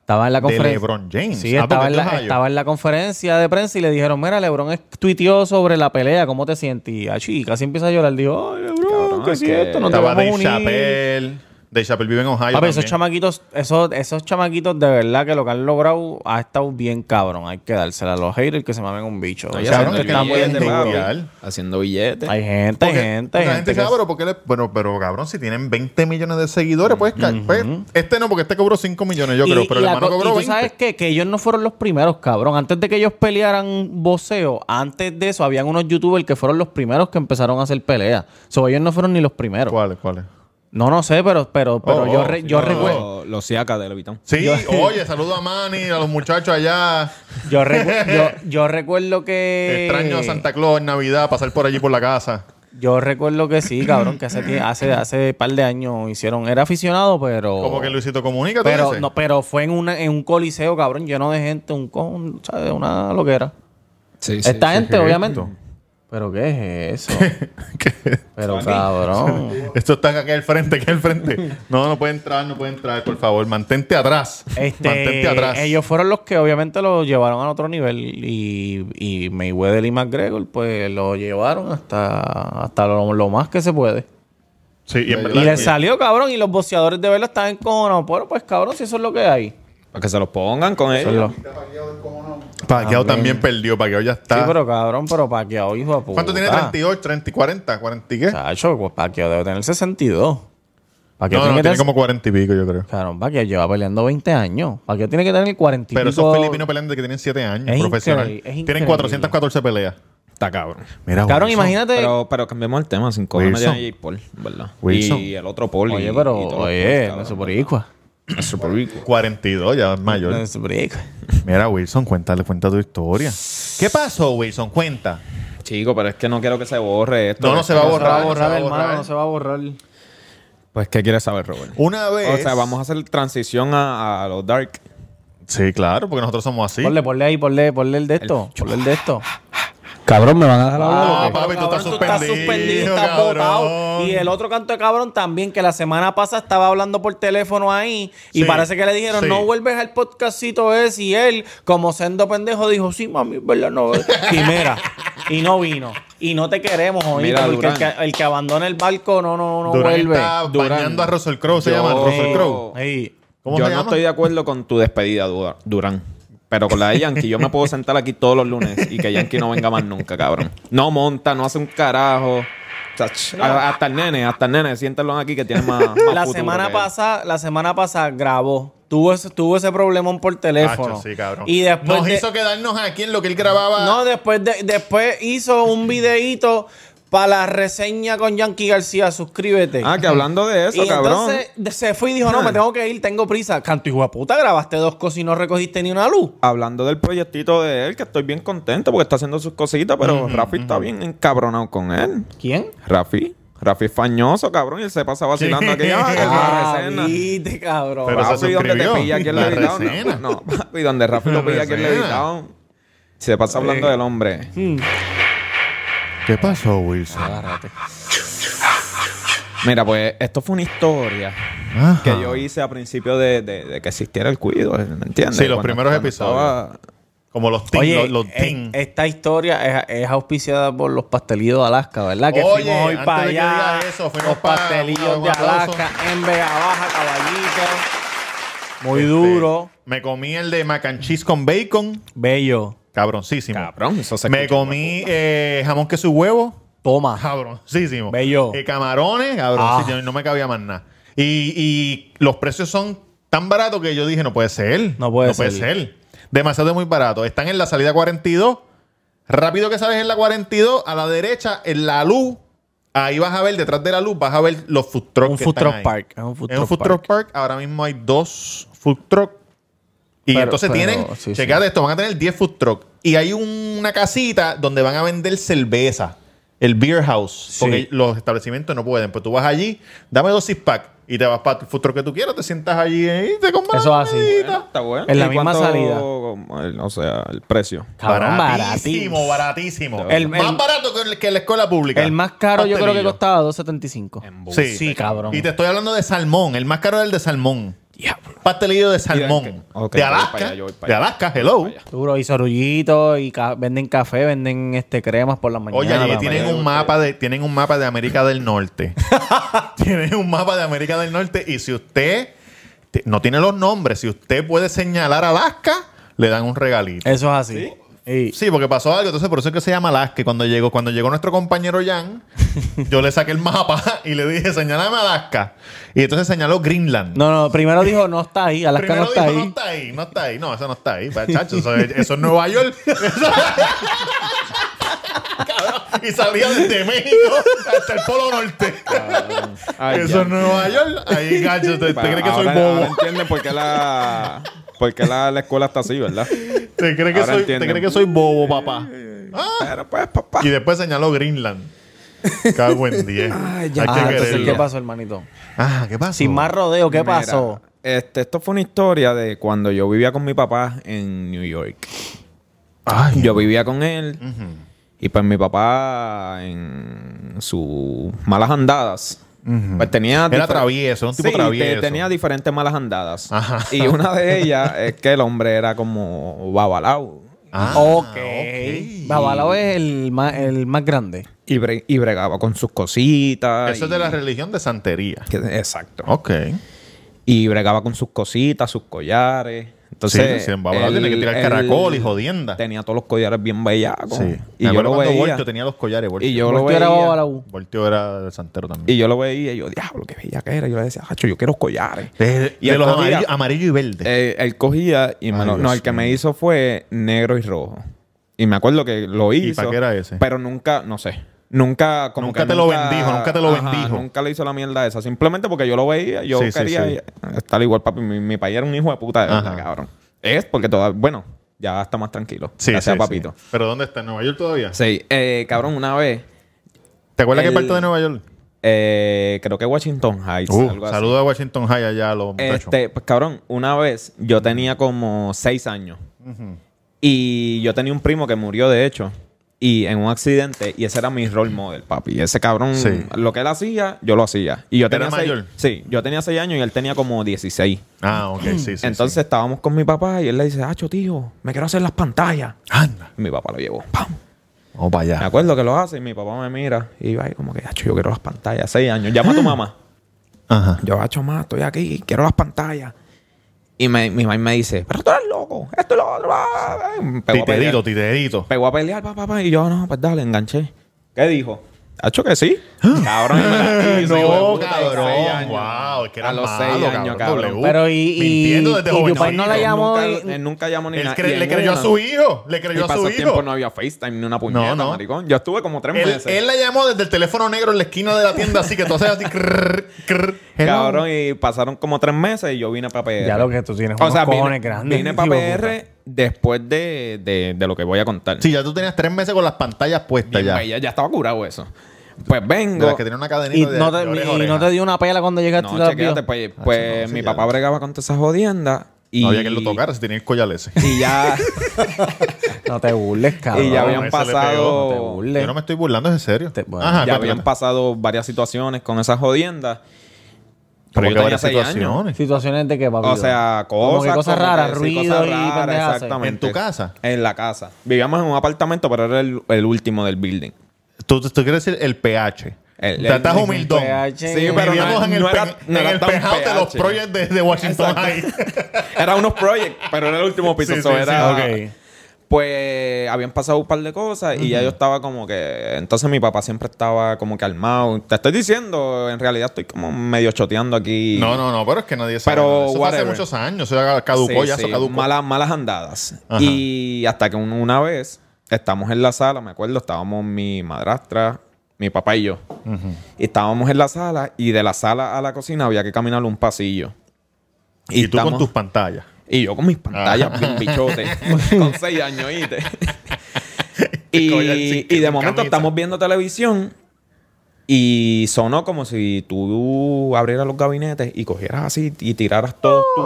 Speaker 2: Estaba en la conferencia.
Speaker 1: LeBron James.
Speaker 2: Sí,
Speaker 1: Ah,
Speaker 2: estaba,
Speaker 1: porque es
Speaker 2: en
Speaker 1: de
Speaker 2: la,
Speaker 1: Ohio.
Speaker 2: estaba en la conferencia de prensa y le dijeron, mira, LeBron es- tuiteó sobre la pelea, ¿cómo te sientes? Y ah, chi, casi empieza a llorar. Dijo, ay, LeBron,
Speaker 3: Cabrón,
Speaker 2: ¿qué
Speaker 3: es
Speaker 2: es
Speaker 3: que
Speaker 2: esto? No te
Speaker 1: Estaba
Speaker 2: vamos a
Speaker 1: Dave
Speaker 2: unir.
Speaker 1: Chappelle. Dave Chappelle vive en Ohio.
Speaker 2: Papi, esos
Speaker 1: también.
Speaker 2: chamaquitos, esos, esos chamaquitos de verdad que lo que han logrado ha estado bien cabrón. Hay que dársela a los haters que se mamen un bicho.
Speaker 3: Oye,
Speaker 2: Esa
Speaker 1: cabrón,
Speaker 2: gente
Speaker 1: es que
Speaker 2: está
Speaker 1: no pueden
Speaker 2: bien dura.
Speaker 1: hatear.
Speaker 3: Haciendo billetes.
Speaker 2: Hay gente,
Speaker 1: Porque
Speaker 2: gente,
Speaker 1: la
Speaker 2: gente.
Speaker 1: gente
Speaker 2: que
Speaker 1: dice,
Speaker 2: es-
Speaker 1: ah, pero, ¿por qué le- bueno, pero cabrón, si tienen 20 millones de seguidores, pues, ca- pues, este no, porque este cobró 5 millones, yo creo, pero el
Speaker 2: la
Speaker 1: hermano
Speaker 2: co-
Speaker 1: cobró
Speaker 2: y tú
Speaker 1: 20.
Speaker 2: sabes qué? Que ellos no fueron los primeros, cabrón. Antes de que ellos pelearan voceo, antes de eso, habían unos youtubers que fueron los primeros que empezaron a hacer peleas. So, ellos no fueron ni los primeros.
Speaker 1: ¿Cuáles, cuáles?
Speaker 2: No, no sé, pero, pero, pero
Speaker 1: Oh,
Speaker 2: yo,
Speaker 1: oh,
Speaker 2: re-
Speaker 1: sí,
Speaker 2: yo,
Speaker 1: no, no,
Speaker 2: recuerdo-
Speaker 3: Los lo siaca de Levitón.
Speaker 1: Sí, oye, saludo a Manny, a los muchachos allá.
Speaker 2: yo, recu- yo- yo recuerdo que...
Speaker 1: Extraño a Santa Claus en Navidad, pasar por allí por la casa.
Speaker 2: Yo recuerdo que sí, cabrón, que hace, tie- hace, hace par de años hicieron... Era aficionado, pero...
Speaker 1: Como que Luisito comunica, ¿tú
Speaker 2: Oh. Pero,
Speaker 1: dices?
Speaker 2: no, pero fue en, una, en un coliseo, cabrón, lleno de gente, un con, ¿sabes? Una loquera.
Speaker 3: Sí,
Speaker 2: Esta gente, obviamente. ¿Pero qué es eso? Pero cabrón.
Speaker 1: Esto está aquí al frente, aquí al frente. No, no puede entrar, no puede entrar, por favor. Mantente atrás. Mantente atrás.
Speaker 2: Este, ellos fueron los que obviamente lo llevaron al otro nivel y, y Mayweather y McGregor pues lo llevaron hasta, hasta lo, lo más que se puede.
Speaker 1: Sí, y en verdad
Speaker 2: Y le
Speaker 1: que-
Speaker 2: salió cabrón y los boxeadores de verlo estaban encojonados. Bueno, pues cabrón, si eso es lo que hay.
Speaker 3: Para que se los pongan con
Speaker 2: Eso es
Speaker 3: ellos.
Speaker 2: lo-
Speaker 1: Pacquiao también perdió, Pacquiao ya está.
Speaker 2: Sí, pero cabrón, pero Paquiao, hijo de puta.
Speaker 1: ¿Cuánto tiene? 38, 30, 40, 40 y qué?
Speaker 2: Chacho, pues Paquiao debe tener 62. Paquiao
Speaker 1: no, no, tiene
Speaker 2: que tener-
Speaker 1: como 40 y pico, yo creo.
Speaker 2: Cabrón, Paquiao lleva peleando 20 años. Paquiao tiene que tener el 40 y
Speaker 1: Pero
Speaker 2: pico-
Speaker 1: esos filipinos pelean de que tienen 7 años,
Speaker 2: Es
Speaker 1: profesional.
Speaker 2: increíble, es
Speaker 1: tienen
Speaker 2: increíble.
Speaker 1: 414 peleas.
Speaker 3: Está cabrón.
Speaker 1: Mira,
Speaker 2: Cabrón,
Speaker 1: Wilson.
Speaker 2: imagínate...
Speaker 3: Pero, pero cambiamos el tema, sin cojones
Speaker 1: Wilson.
Speaker 3: ya Jake Paul, ¿verdad?
Speaker 1: Wilson.
Speaker 3: Y el otro Paul. y-
Speaker 2: Oye,
Speaker 3: y
Speaker 2: pero,
Speaker 3: todos los
Speaker 2: oye,
Speaker 3: Pauls,
Speaker 2: no es
Speaker 3: cabrón.
Speaker 2: boricua.
Speaker 1: 42, ya es
Speaker 2: No
Speaker 1: mayor.
Speaker 2: es boricua.
Speaker 1: Mira, Wilson, cuéntale, cuenta tu historia. ¿Qué pasó, Wilson? Cuenta.
Speaker 3: Chico, pero es que no quiero que se borre esto.
Speaker 1: No, no se va a borrar. no se va a borrar.
Speaker 2: va a borrar.
Speaker 3: Pues, ¿qué quieres saber, Robert?
Speaker 1: Una vez.
Speaker 3: O sea, vamos a hacer transición a, a los dark.
Speaker 1: Sí, claro, porque nosotros somos así.
Speaker 2: Ponle, ponle ahí, ponle, ponle el de esto. Ponle el de esto.
Speaker 6: Cabrón, me van a dejar hablar.
Speaker 1: No, Ah, papi, tú estás suspendido, cabrón.
Speaker 2: Y el otro canto de cabrón también, que la semana pasada estaba hablando por teléfono ahí. Y
Speaker 1: Sí,
Speaker 2: parece que le dijeron,
Speaker 1: sí.
Speaker 2: no vuelves al podcastito ese. Y él, como sendo pendejo, dijo, sí, mami, es verdad, no. es". Y mira, y no vino. Y no te queremos, oír,
Speaker 3: Mira,
Speaker 2: porque el que,
Speaker 3: Durán.
Speaker 2: el que abandona el barco no, no, no
Speaker 1: Durán
Speaker 2: vuelve.
Speaker 1: está bañando a Russell Crowe, se
Speaker 3: Yo-
Speaker 1: llama Russell
Speaker 2: Ey,
Speaker 1: Crowe.
Speaker 2: ey.
Speaker 1: ¿Cómo
Speaker 3: yo
Speaker 1: se
Speaker 3: no
Speaker 1: llama?
Speaker 3: estoy de acuerdo con tu despedida, Du- Durán. Pero con la de Yankee, yo me puedo sentar aquí todos los lunes y que Yankee no venga más nunca, cabrón. No monta, no hace un carajo. Chach, a- hasta el nene, hasta el nene, siéntalo aquí que tiene más. más
Speaker 2: la
Speaker 3: futuro que
Speaker 2: semana
Speaker 3: él.
Speaker 2: pasada, la semana pasada grabó. Tuvo ese, tuvo ese problemón por teléfono.
Speaker 1: Hacho, sí, cabrón.
Speaker 2: Y después
Speaker 1: Nos
Speaker 2: de-
Speaker 1: hizo quedarnos aquí en lo que él grababa.
Speaker 2: no, después de- después hizo un videíto para la reseña con Yankee García, suscríbete.
Speaker 3: Ah, que hablando de eso,
Speaker 2: y
Speaker 3: cabrón.
Speaker 2: entonces de- se fue y dijo, no,
Speaker 3: Ah.
Speaker 2: me tengo que ir, tengo prisa. Canto hijo de puta, grabaste dos cosas y no recogiste ni una luz.
Speaker 3: Hablando del proyectito de él, que estoy bien contento porque está haciendo sus cositas, pero Rafi está bien encabronado con él.
Speaker 2: ¿Quién?
Speaker 3: Rafi. Rafi es fañoso, cabrón, y él se pasa vacilando aquí. Ah, que
Speaker 2: Ah,
Speaker 3: la resena.
Speaker 2: viste, cabrón.
Speaker 1: Pero- se
Speaker 3: Papi, donde te
Speaker 1: suscribió.
Speaker 3: pilla aquí el
Speaker 1: La
Speaker 3: levitado.
Speaker 1: resena.
Speaker 3: No, no, papi, donde Rafi lo
Speaker 1: La
Speaker 3: pilla aquí el
Speaker 1: resena.
Speaker 3: levitado. Se pasa hablando del hombre.
Speaker 1: ¿Qué pasó, Wilson?
Speaker 3: Mira, pues esto fue una historia
Speaker 1: Ajá.
Speaker 3: que yo hice a principio de, de- de que existiera el cuido, ¿me entiendes?
Speaker 1: Sí, los primeros episodios.
Speaker 3: estaba-
Speaker 1: Como los tin,
Speaker 2: Oye,
Speaker 1: los, los
Speaker 2: eh,
Speaker 1: tin.
Speaker 2: esta historia es, es auspiciada por los pastelitos de Alaska, ¿verdad? Que
Speaker 1: Oye,
Speaker 2: fuimos hoy
Speaker 1: antes
Speaker 2: para
Speaker 1: de que
Speaker 2: allá.
Speaker 1: digas eso, fuimos
Speaker 2: los
Speaker 1: pa-
Speaker 2: pastelillos
Speaker 1: un
Speaker 2: de
Speaker 1: aplauso.
Speaker 2: Alaska en Vega Baja, caballito. Muy
Speaker 1: Este,
Speaker 2: duro,
Speaker 1: Me comí el de mac and cheese con bacon.
Speaker 2: bello.
Speaker 1: Cabroncísimo.
Speaker 3: Cabrón, eso se
Speaker 1: me
Speaker 3: escucha.
Speaker 1: comí eh, jamón queso y huevo.
Speaker 2: Toma.
Speaker 1: Cabroncísimo.
Speaker 2: Bello. Ah.
Speaker 1: Eh, camarones, cabroncísimo. No me cabía más nada. Y, y los precios son tan baratos que yo dije, no puede ser.
Speaker 2: No puede ser.
Speaker 1: Demasiado muy barato. Están en la salida 42. Rápido que sales en la 42, a la derecha, en la luz. Ahí vas a ver, detrás de la luz, vas a ver los food trucks.
Speaker 2: Un
Speaker 1: que
Speaker 2: food
Speaker 1: están
Speaker 2: truck
Speaker 1: ahí.
Speaker 2: park, es un food
Speaker 1: Es un
Speaker 2: truck
Speaker 1: food truck park. Ahora mismo hay dos food truck. Y
Speaker 2: Pero-
Speaker 1: entonces
Speaker 2: pero-
Speaker 1: tienen,
Speaker 2: sí, sí.
Speaker 1: checate esto, van a tener 10 food truck. Y hay una casita donde van a vender cerveza. El beer house. Porque los establecimientos no pueden. Pues tú vas allí, dame dos six pack y te vas para el food truck que tú quieras, te sientas allí eh, y te compras
Speaker 2: Eso
Speaker 1: la
Speaker 2: así.
Speaker 1: comidita.
Speaker 3: Bueno, está bueno.
Speaker 2: En la
Speaker 3: ¿Y
Speaker 2: misma
Speaker 3: cuánto-
Speaker 2: salida.
Speaker 3: O sea, el precio.
Speaker 2: Cabrón,
Speaker 1: baratísimo,
Speaker 2: baratísimo.
Speaker 1: baratísimo.
Speaker 2: El-
Speaker 1: más
Speaker 2: el-
Speaker 1: barato que, el- que la escuela pública.
Speaker 2: El más caro yo creo que
Speaker 1: Pastelillo.
Speaker 2: costaba 2.75.
Speaker 1: Sí.
Speaker 2: Sí, cabrón.
Speaker 1: Y te estoy hablando de salmón. El más caro es el de salmón. Pastelillo de salmón.
Speaker 3: que- ok,
Speaker 1: de
Speaker 3: yo voy
Speaker 1: Alaska.
Speaker 3: para allá, yo voy para
Speaker 1: de
Speaker 3: allá.
Speaker 1: Alaska, hello.
Speaker 2: Duro, y sorullitos, y ca- venden café, venden este cremas por la mañana.
Speaker 1: Oye, allí
Speaker 2: la
Speaker 1: tienen
Speaker 2: mañana.
Speaker 1: un mapa de, tienen un mapa de América del Norte. tienen un mapa de América del Norte. Y si usted te- no tiene los nombres, si usted puede señalar Alaska, le dan un regalito.
Speaker 2: Eso es así. Y-
Speaker 1: Sí, porque pasó algo, entonces por eso es que se llama Alaska. Y Cuando llegó, cuando llegó nuestro compañero Jan, yo le saqué el mapa y le dije, señalame Alaska. Y entonces señaló Greenland.
Speaker 2: No, no, primero dijo, no está ahí, Alaska
Speaker 1: Primero
Speaker 2: no está
Speaker 1: dijo,
Speaker 2: ahí.
Speaker 1: no está ahí, no está ahí. No, eso no está ahí. Pa, chacho, eso, es- eso es Nueva York. Cabrón, y salía desde México hasta el Polo Norte.
Speaker 3: Ay,
Speaker 1: eso
Speaker 3: ya.
Speaker 1: es Nueva York. Ahí, gacho, ¿te, te crees que soy
Speaker 3: Ahora- ahora
Speaker 1: bobo?
Speaker 3: entienden por qué la, por qué la, la escuela está así, ¿verdad?
Speaker 1: ¿Te crees que
Speaker 3: ahora
Speaker 1: soy,
Speaker 3: entiendo.
Speaker 1: ¿Te crees que soy bobo, papá? Ah,
Speaker 3: Pero pues, papá.
Speaker 1: y después señaló Greenland. Cago en 10. Hay que
Speaker 2: Ah, entonces,
Speaker 1: quererlo.
Speaker 2: ¿qué pasó, hermanito?
Speaker 1: Ah, ¿qué pasó?
Speaker 2: Sin más rodeo, ¿qué
Speaker 3: Mira,
Speaker 2: pasó?
Speaker 3: Este, esto fue una historia de cuando yo vivía con mi papá en New York.
Speaker 1: Ay,
Speaker 3: Yo vivía con él Y pues mi papá, en sus malas andadas, pues tenía...
Speaker 1: Era
Speaker 3: difer-
Speaker 1: travieso, un tipo
Speaker 3: Sí, te-
Speaker 1: travieso.
Speaker 3: tenía diferentes malas andadas.
Speaker 1: Ajá.
Speaker 3: Y una de ellas es que el hombre era como babalao.
Speaker 1: Ah,
Speaker 3: Oh,
Speaker 2: ok.
Speaker 1: ok.
Speaker 2: Babalao es el más, el más grande.
Speaker 3: Y, bre- y bregaba con sus cositas.
Speaker 1: Eso es
Speaker 3: y-
Speaker 1: de la religión de santería.
Speaker 3: que- Exacto.
Speaker 1: Ok.
Speaker 3: Y bregaba con sus cositas, sus collares. Entonces,
Speaker 1: Sí, sí, en Babalao
Speaker 3: él-
Speaker 1: tiene que tirar
Speaker 3: él
Speaker 1: caracol y jodienda.
Speaker 3: Tenía todos los collares bien bellacos.
Speaker 1: Sí.
Speaker 3: Y yo lo
Speaker 1: cuando
Speaker 3: veía.
Speaker 1: Voltio tenía los collares. Voltio.
Speaker 3: Y yo lo
Speaker 2: Porque era
Speaker 3: veía.
Speaker 2: Babalao.
Speaker 1: Voltio era del santero también.
Speaker 3: Y yo lo veía y yo, diablo, qué bella que era. Yo le decía, hacho, yo quiero collares.
Speaker 1: de
Speaker 3: y
Speaker 1: de
Speaker 3: él
Speaker 1: los
Speaker 3: cogía-
Speaker 1: amarillo, amarillo y verde.
Speaker 3: Eh, él cogía y me
Speaker 1: Este. Ay,
Speaker 3: lo- No,
Speaker 1: Dios
Speaker 3: el que me
Speaker 1: mío.
Speaker 3: hizo fue negro y rojo. Y me acuerdo que lo hizo.
Speaker 1: ¿Y para qué era ese?
Speaker 3: Pero nunca, no sé. Nunca, como
Speaker 1: Nunca
Speaker 3: que
Speaker 1: te lo bendijo, nunca te lo bendijo.
Speaker 3: Nunca le hizo la mierda esa. Simplemente porque yo lo veía, yo
Speaker 1: Sí, sí,
Speaker 3: quería eh,
Speaker 1: sí.
Speaker 3: estar igual, papi. Mi, mi país era un hijo de puta de verdad,
Speaker 1: Ajá.
Speaker 3: cabrón. Es porque todavía, bueno, ya está más tranquilo.
Speaker 1: sí,
Speaker 3: gracias,
Speaker 1: sí,
Speaker 3: papito.
Speaker 1: sí. ¿Pero dónde está? ¿En Nueva York todavía?
Speaker 3: Sí, eh, cabrón, una vez,
Speaker 1: ¿Te acuerdas
Speaker 3: El-
Speaker 1: qué parte de Nueva York?
Speaker 3: eh, creo que Washington Heights. algo
Speaker 1: Uh,
Speaker 3: así.
Speaker 1: saludo a Washington High allá a los muchachos.
Speaker 3: Este, pues cabrón, una vez yo tenía como seis años. Y yo tenía un primo que murió, de hecho. Y en un accidente, y ese era mi role model, papi. Y Ese cabrón,
Speaker 1: Sí.
Speaker 3: lo que él hacía, yo lo hacía. Y yo
Speaker 1: ¿Era
Speaker 3: tenía seis-
Speaker 1: mayor?
Speaker 3: sí, yo tenía seis años y él tenía como 16.
Speaker 1: Ah, ok, sí, sí. sí.
Speaker 3: Entonces estábamos con mi papá y él le dice, Acho, tío, me quiero hacer las pantallas.
Speaker 1: Anda.
Speaker 3: Y mi papá lo llevó. ¡Pam!
Speaker 1: Vamos para
Speaker 3: Me
Speaker 1: allá.
Speaker 3: acuerdo que lo hace y mi papá me mira. Y yo ahí como que, Acho, yo quiero las pantallas. Seis años. Llama a tu mamá.
Speaker 1: Ajá.
Speaker 3: Yo, hacho, más, estoy aquí, quiero las pantallas. Y me- mi mamá me dice, pero tú eres loco, esto es lo otro. ah, ah". Me Pegó a
Speaker 1: Titerito,
Speaker 3: pelear,
Speaker 1: titerito.
Speaker 3: pegó a pelear, papá, papá. Y yo, no, pues dale, enganché. ¿Qué dijo? Hacho que sí. Cabrón. me la hizo, hijo de
Speaker 1: No,
Speaker 3: puta, a los
Speaker 1: cabrón.
Speaker 3: seis años.
Speaker 1: Wow, es que era
Speaker 3: A los
Speaker 1: malo,
Speaker 3: seis años, cabrón.
Speaker 1: W.
Speaker 2: Pero y- y-
Speaker 1: Mintiendo desde
Speaker 2: y Yupai
Speaker 1: jovencito.
Speaker 2: no la llamó.
Speaker 3: Nunca-
Speaker 2: y-
Speaker 3: él nunca llamó ni
Speaker 1: Él
Speaker 3: nada.
Speaker 1: cre-
Speaker 3: Y en
Speaker 1: le creyó
Speaker 3: una-
Speaker 1: a su hijo. Le
Speaker 3: Y
Speaker 1: creyó a
Speaker 3: para
Speaker 1: su
Speaker 3: esos tiempos
Speaker 1: hijo.
Speaker 3: no había FaceTime ni una puñeta,
Speaker 1: no.
Speaker 3: maricón. Yo estuve como tres
Speaker 1: Él,
Speaker 3: meses.
Speaker 1: él la llamó desde el teléfono negro en la esquina de la tienda, así que tú haces así. crrr, crrr. Hello.
Speaker 3: Cabrón, y pasaron como tres meses y yo vine para PR.
Speaker 2: Ya lo que tú tienes,
Speaker 3: O sea,
Speaker 2: unos
Speaker 3: vine,
Speaker 2: cojones grandes,
Speaker 3: vine
Speaker 2: hijo de
Speaker 3: para
Speaker 2: puta.
Speaker 3: PR después de, de, de lo que voy a contar.
Speaker 1: Sí, ya tú tenías tres meses con las pantallas puestas
Speaker 3: Bien,
Speaker 1: ya.
Speaker 3: pues, ya, ya estaba curado eso.
Speaker 1: De
Speaker 3: Pues
Speaker 1: las
Speaker 3: vengo.
Speaker 1: que tenía una
Speaker 2: Y
Speaker 1: cadenita de,
Speaker 2: no,
Speaker 1: de
Speaker 2: te,
Speaker 1: oreja a
Speaker 2: y
Speaker 1: oreja.
Speaker 2: no te dio una pela cuando llegaste y
Speaker 3: No,
Speaker 2: la
Speaker 3: chequéate,
Speaker 2: vio.
Speaker 3: pues, pues
Speaker 1: no, sí,
Speaker 3: mi
Speaker 1: ya.
Speaker 3: papá bregaba con todas esas jodiendas. Y,
Speaker 1: No había que lo tocar, se tenía el collar ese.
Speaker 3: Y ya,
Speaker 2: No te burles, cabrón.
Speaker 3: y ya
Speaker 1: ese
Speaker 3: habían
Speaker 1: le pegó,
Speaker 3: pasado.
Speaker 2: no te burles.
Speaker 1: Yo no me estoy burlando, es en serio.
Speaker 2: Te- bueno,
Speaker 1: Ajá,
Speaker 3: ya
Speaker 1: cuéntame,
Speaker 3: habían
Speaker 1: cuéntame.
Speaker 3: pasado varias situaciones con esas jodiendas. Pero
Speaker 1: Como
Speaker 3: yo
Speaker 1: que
Speaker 3: tenía
Speaker 1: varias
Speaker 3: seis años.
Speaker 1: situaciones.
Speaker 2: Situaciones de que, papi.
Speaker 3: O sea, cosas.
Speaker 2: Como que cosas
Speaker 3: como
Speaker 2: raras,
Speaker 3: que sí,
Speaker 2: ruido
Speaker 3: cosas
Speaker 2: y
Speaker 3: raras,
Speaker 2: pendejas.
Speaker 3: exactamente.
Speaker 1: ¿En tu casa?
Speaker 3: En la casa. Vivíamos en un apartamento, pero era el, el último del building.
Speaker 1: Tú, tú quieres decir el pH.
Speaker 3: El-
Speaker 1: Te estás
Speaker 3: el-
Speaker 1: humildón.
Speaker 2: PH.
Speaker 3: Sí, pero
Speaker 1: Vivíamos
Speaker 3: no-
Speaker 1: en el,
Speaker 3: no era-
Speaker 1: pe-
Speaker 3: no
Speaker 1: en
Speaker 3: era
Speaker 1: el
Speaker 3: tan
Speaker 1: penthouse de los
Speaker 3: PH.
Speaker 1: proyectos de, de Washington High.
Speaker 3: Era unos projects, pero era el último piso.
Speaker 1: Sí,
Speaker 3: so
Speaker 1: sí, sí,
Speaker 3: era,
Speaker 2: ok.
Speaker 3: Pues habían pasado un par de cosas y ya yo estaba como que. Entonces mi papá siempre estaba como que armado. Te estoy diciendo, en realidad estoy como medio choteando aquí.
Speaker 1: No, no, no, pero es que nadie sabe.
Speaker 3: Pero,
Speaker 1: nada. eso fue hace
Speaker 3: whatever.
Speaker 1: muchos años. Eso ya caducó,
Speaker 3: Sí,
Speaker 1: ya
Speaker 3: sí,
Speaker 1: eso caducó.
Speaker 3: Malas, malas andadas.
Speaker 1: Ajá.
Speaker 3: Y hasta que un- una vez estamos en la sala, me acuerdo, estábamos mi madrastra, mi papá y yo. Y estábamos en la sala y de la sala a la cocina había que caminar un pasillo.
Speaker 1: y tú
Speaker 3: estamos-
Speaker 1: con tus pantallas.
Speaker 3: y yo
Speaker 1: Ah.
Speaker 3: con mis pantallas, bien bichote, con seis años, ¿oíste? y,
Speaker 1: Collar sin-
Speaker 3: y de
Speaker 1: sin
Speaker 3: momento
Speaker 1: camisa.
Speaker 3: estamos viendo televisión y sonó como si tú abrieras los gabinetes y cogieras así y tiraras todos tus...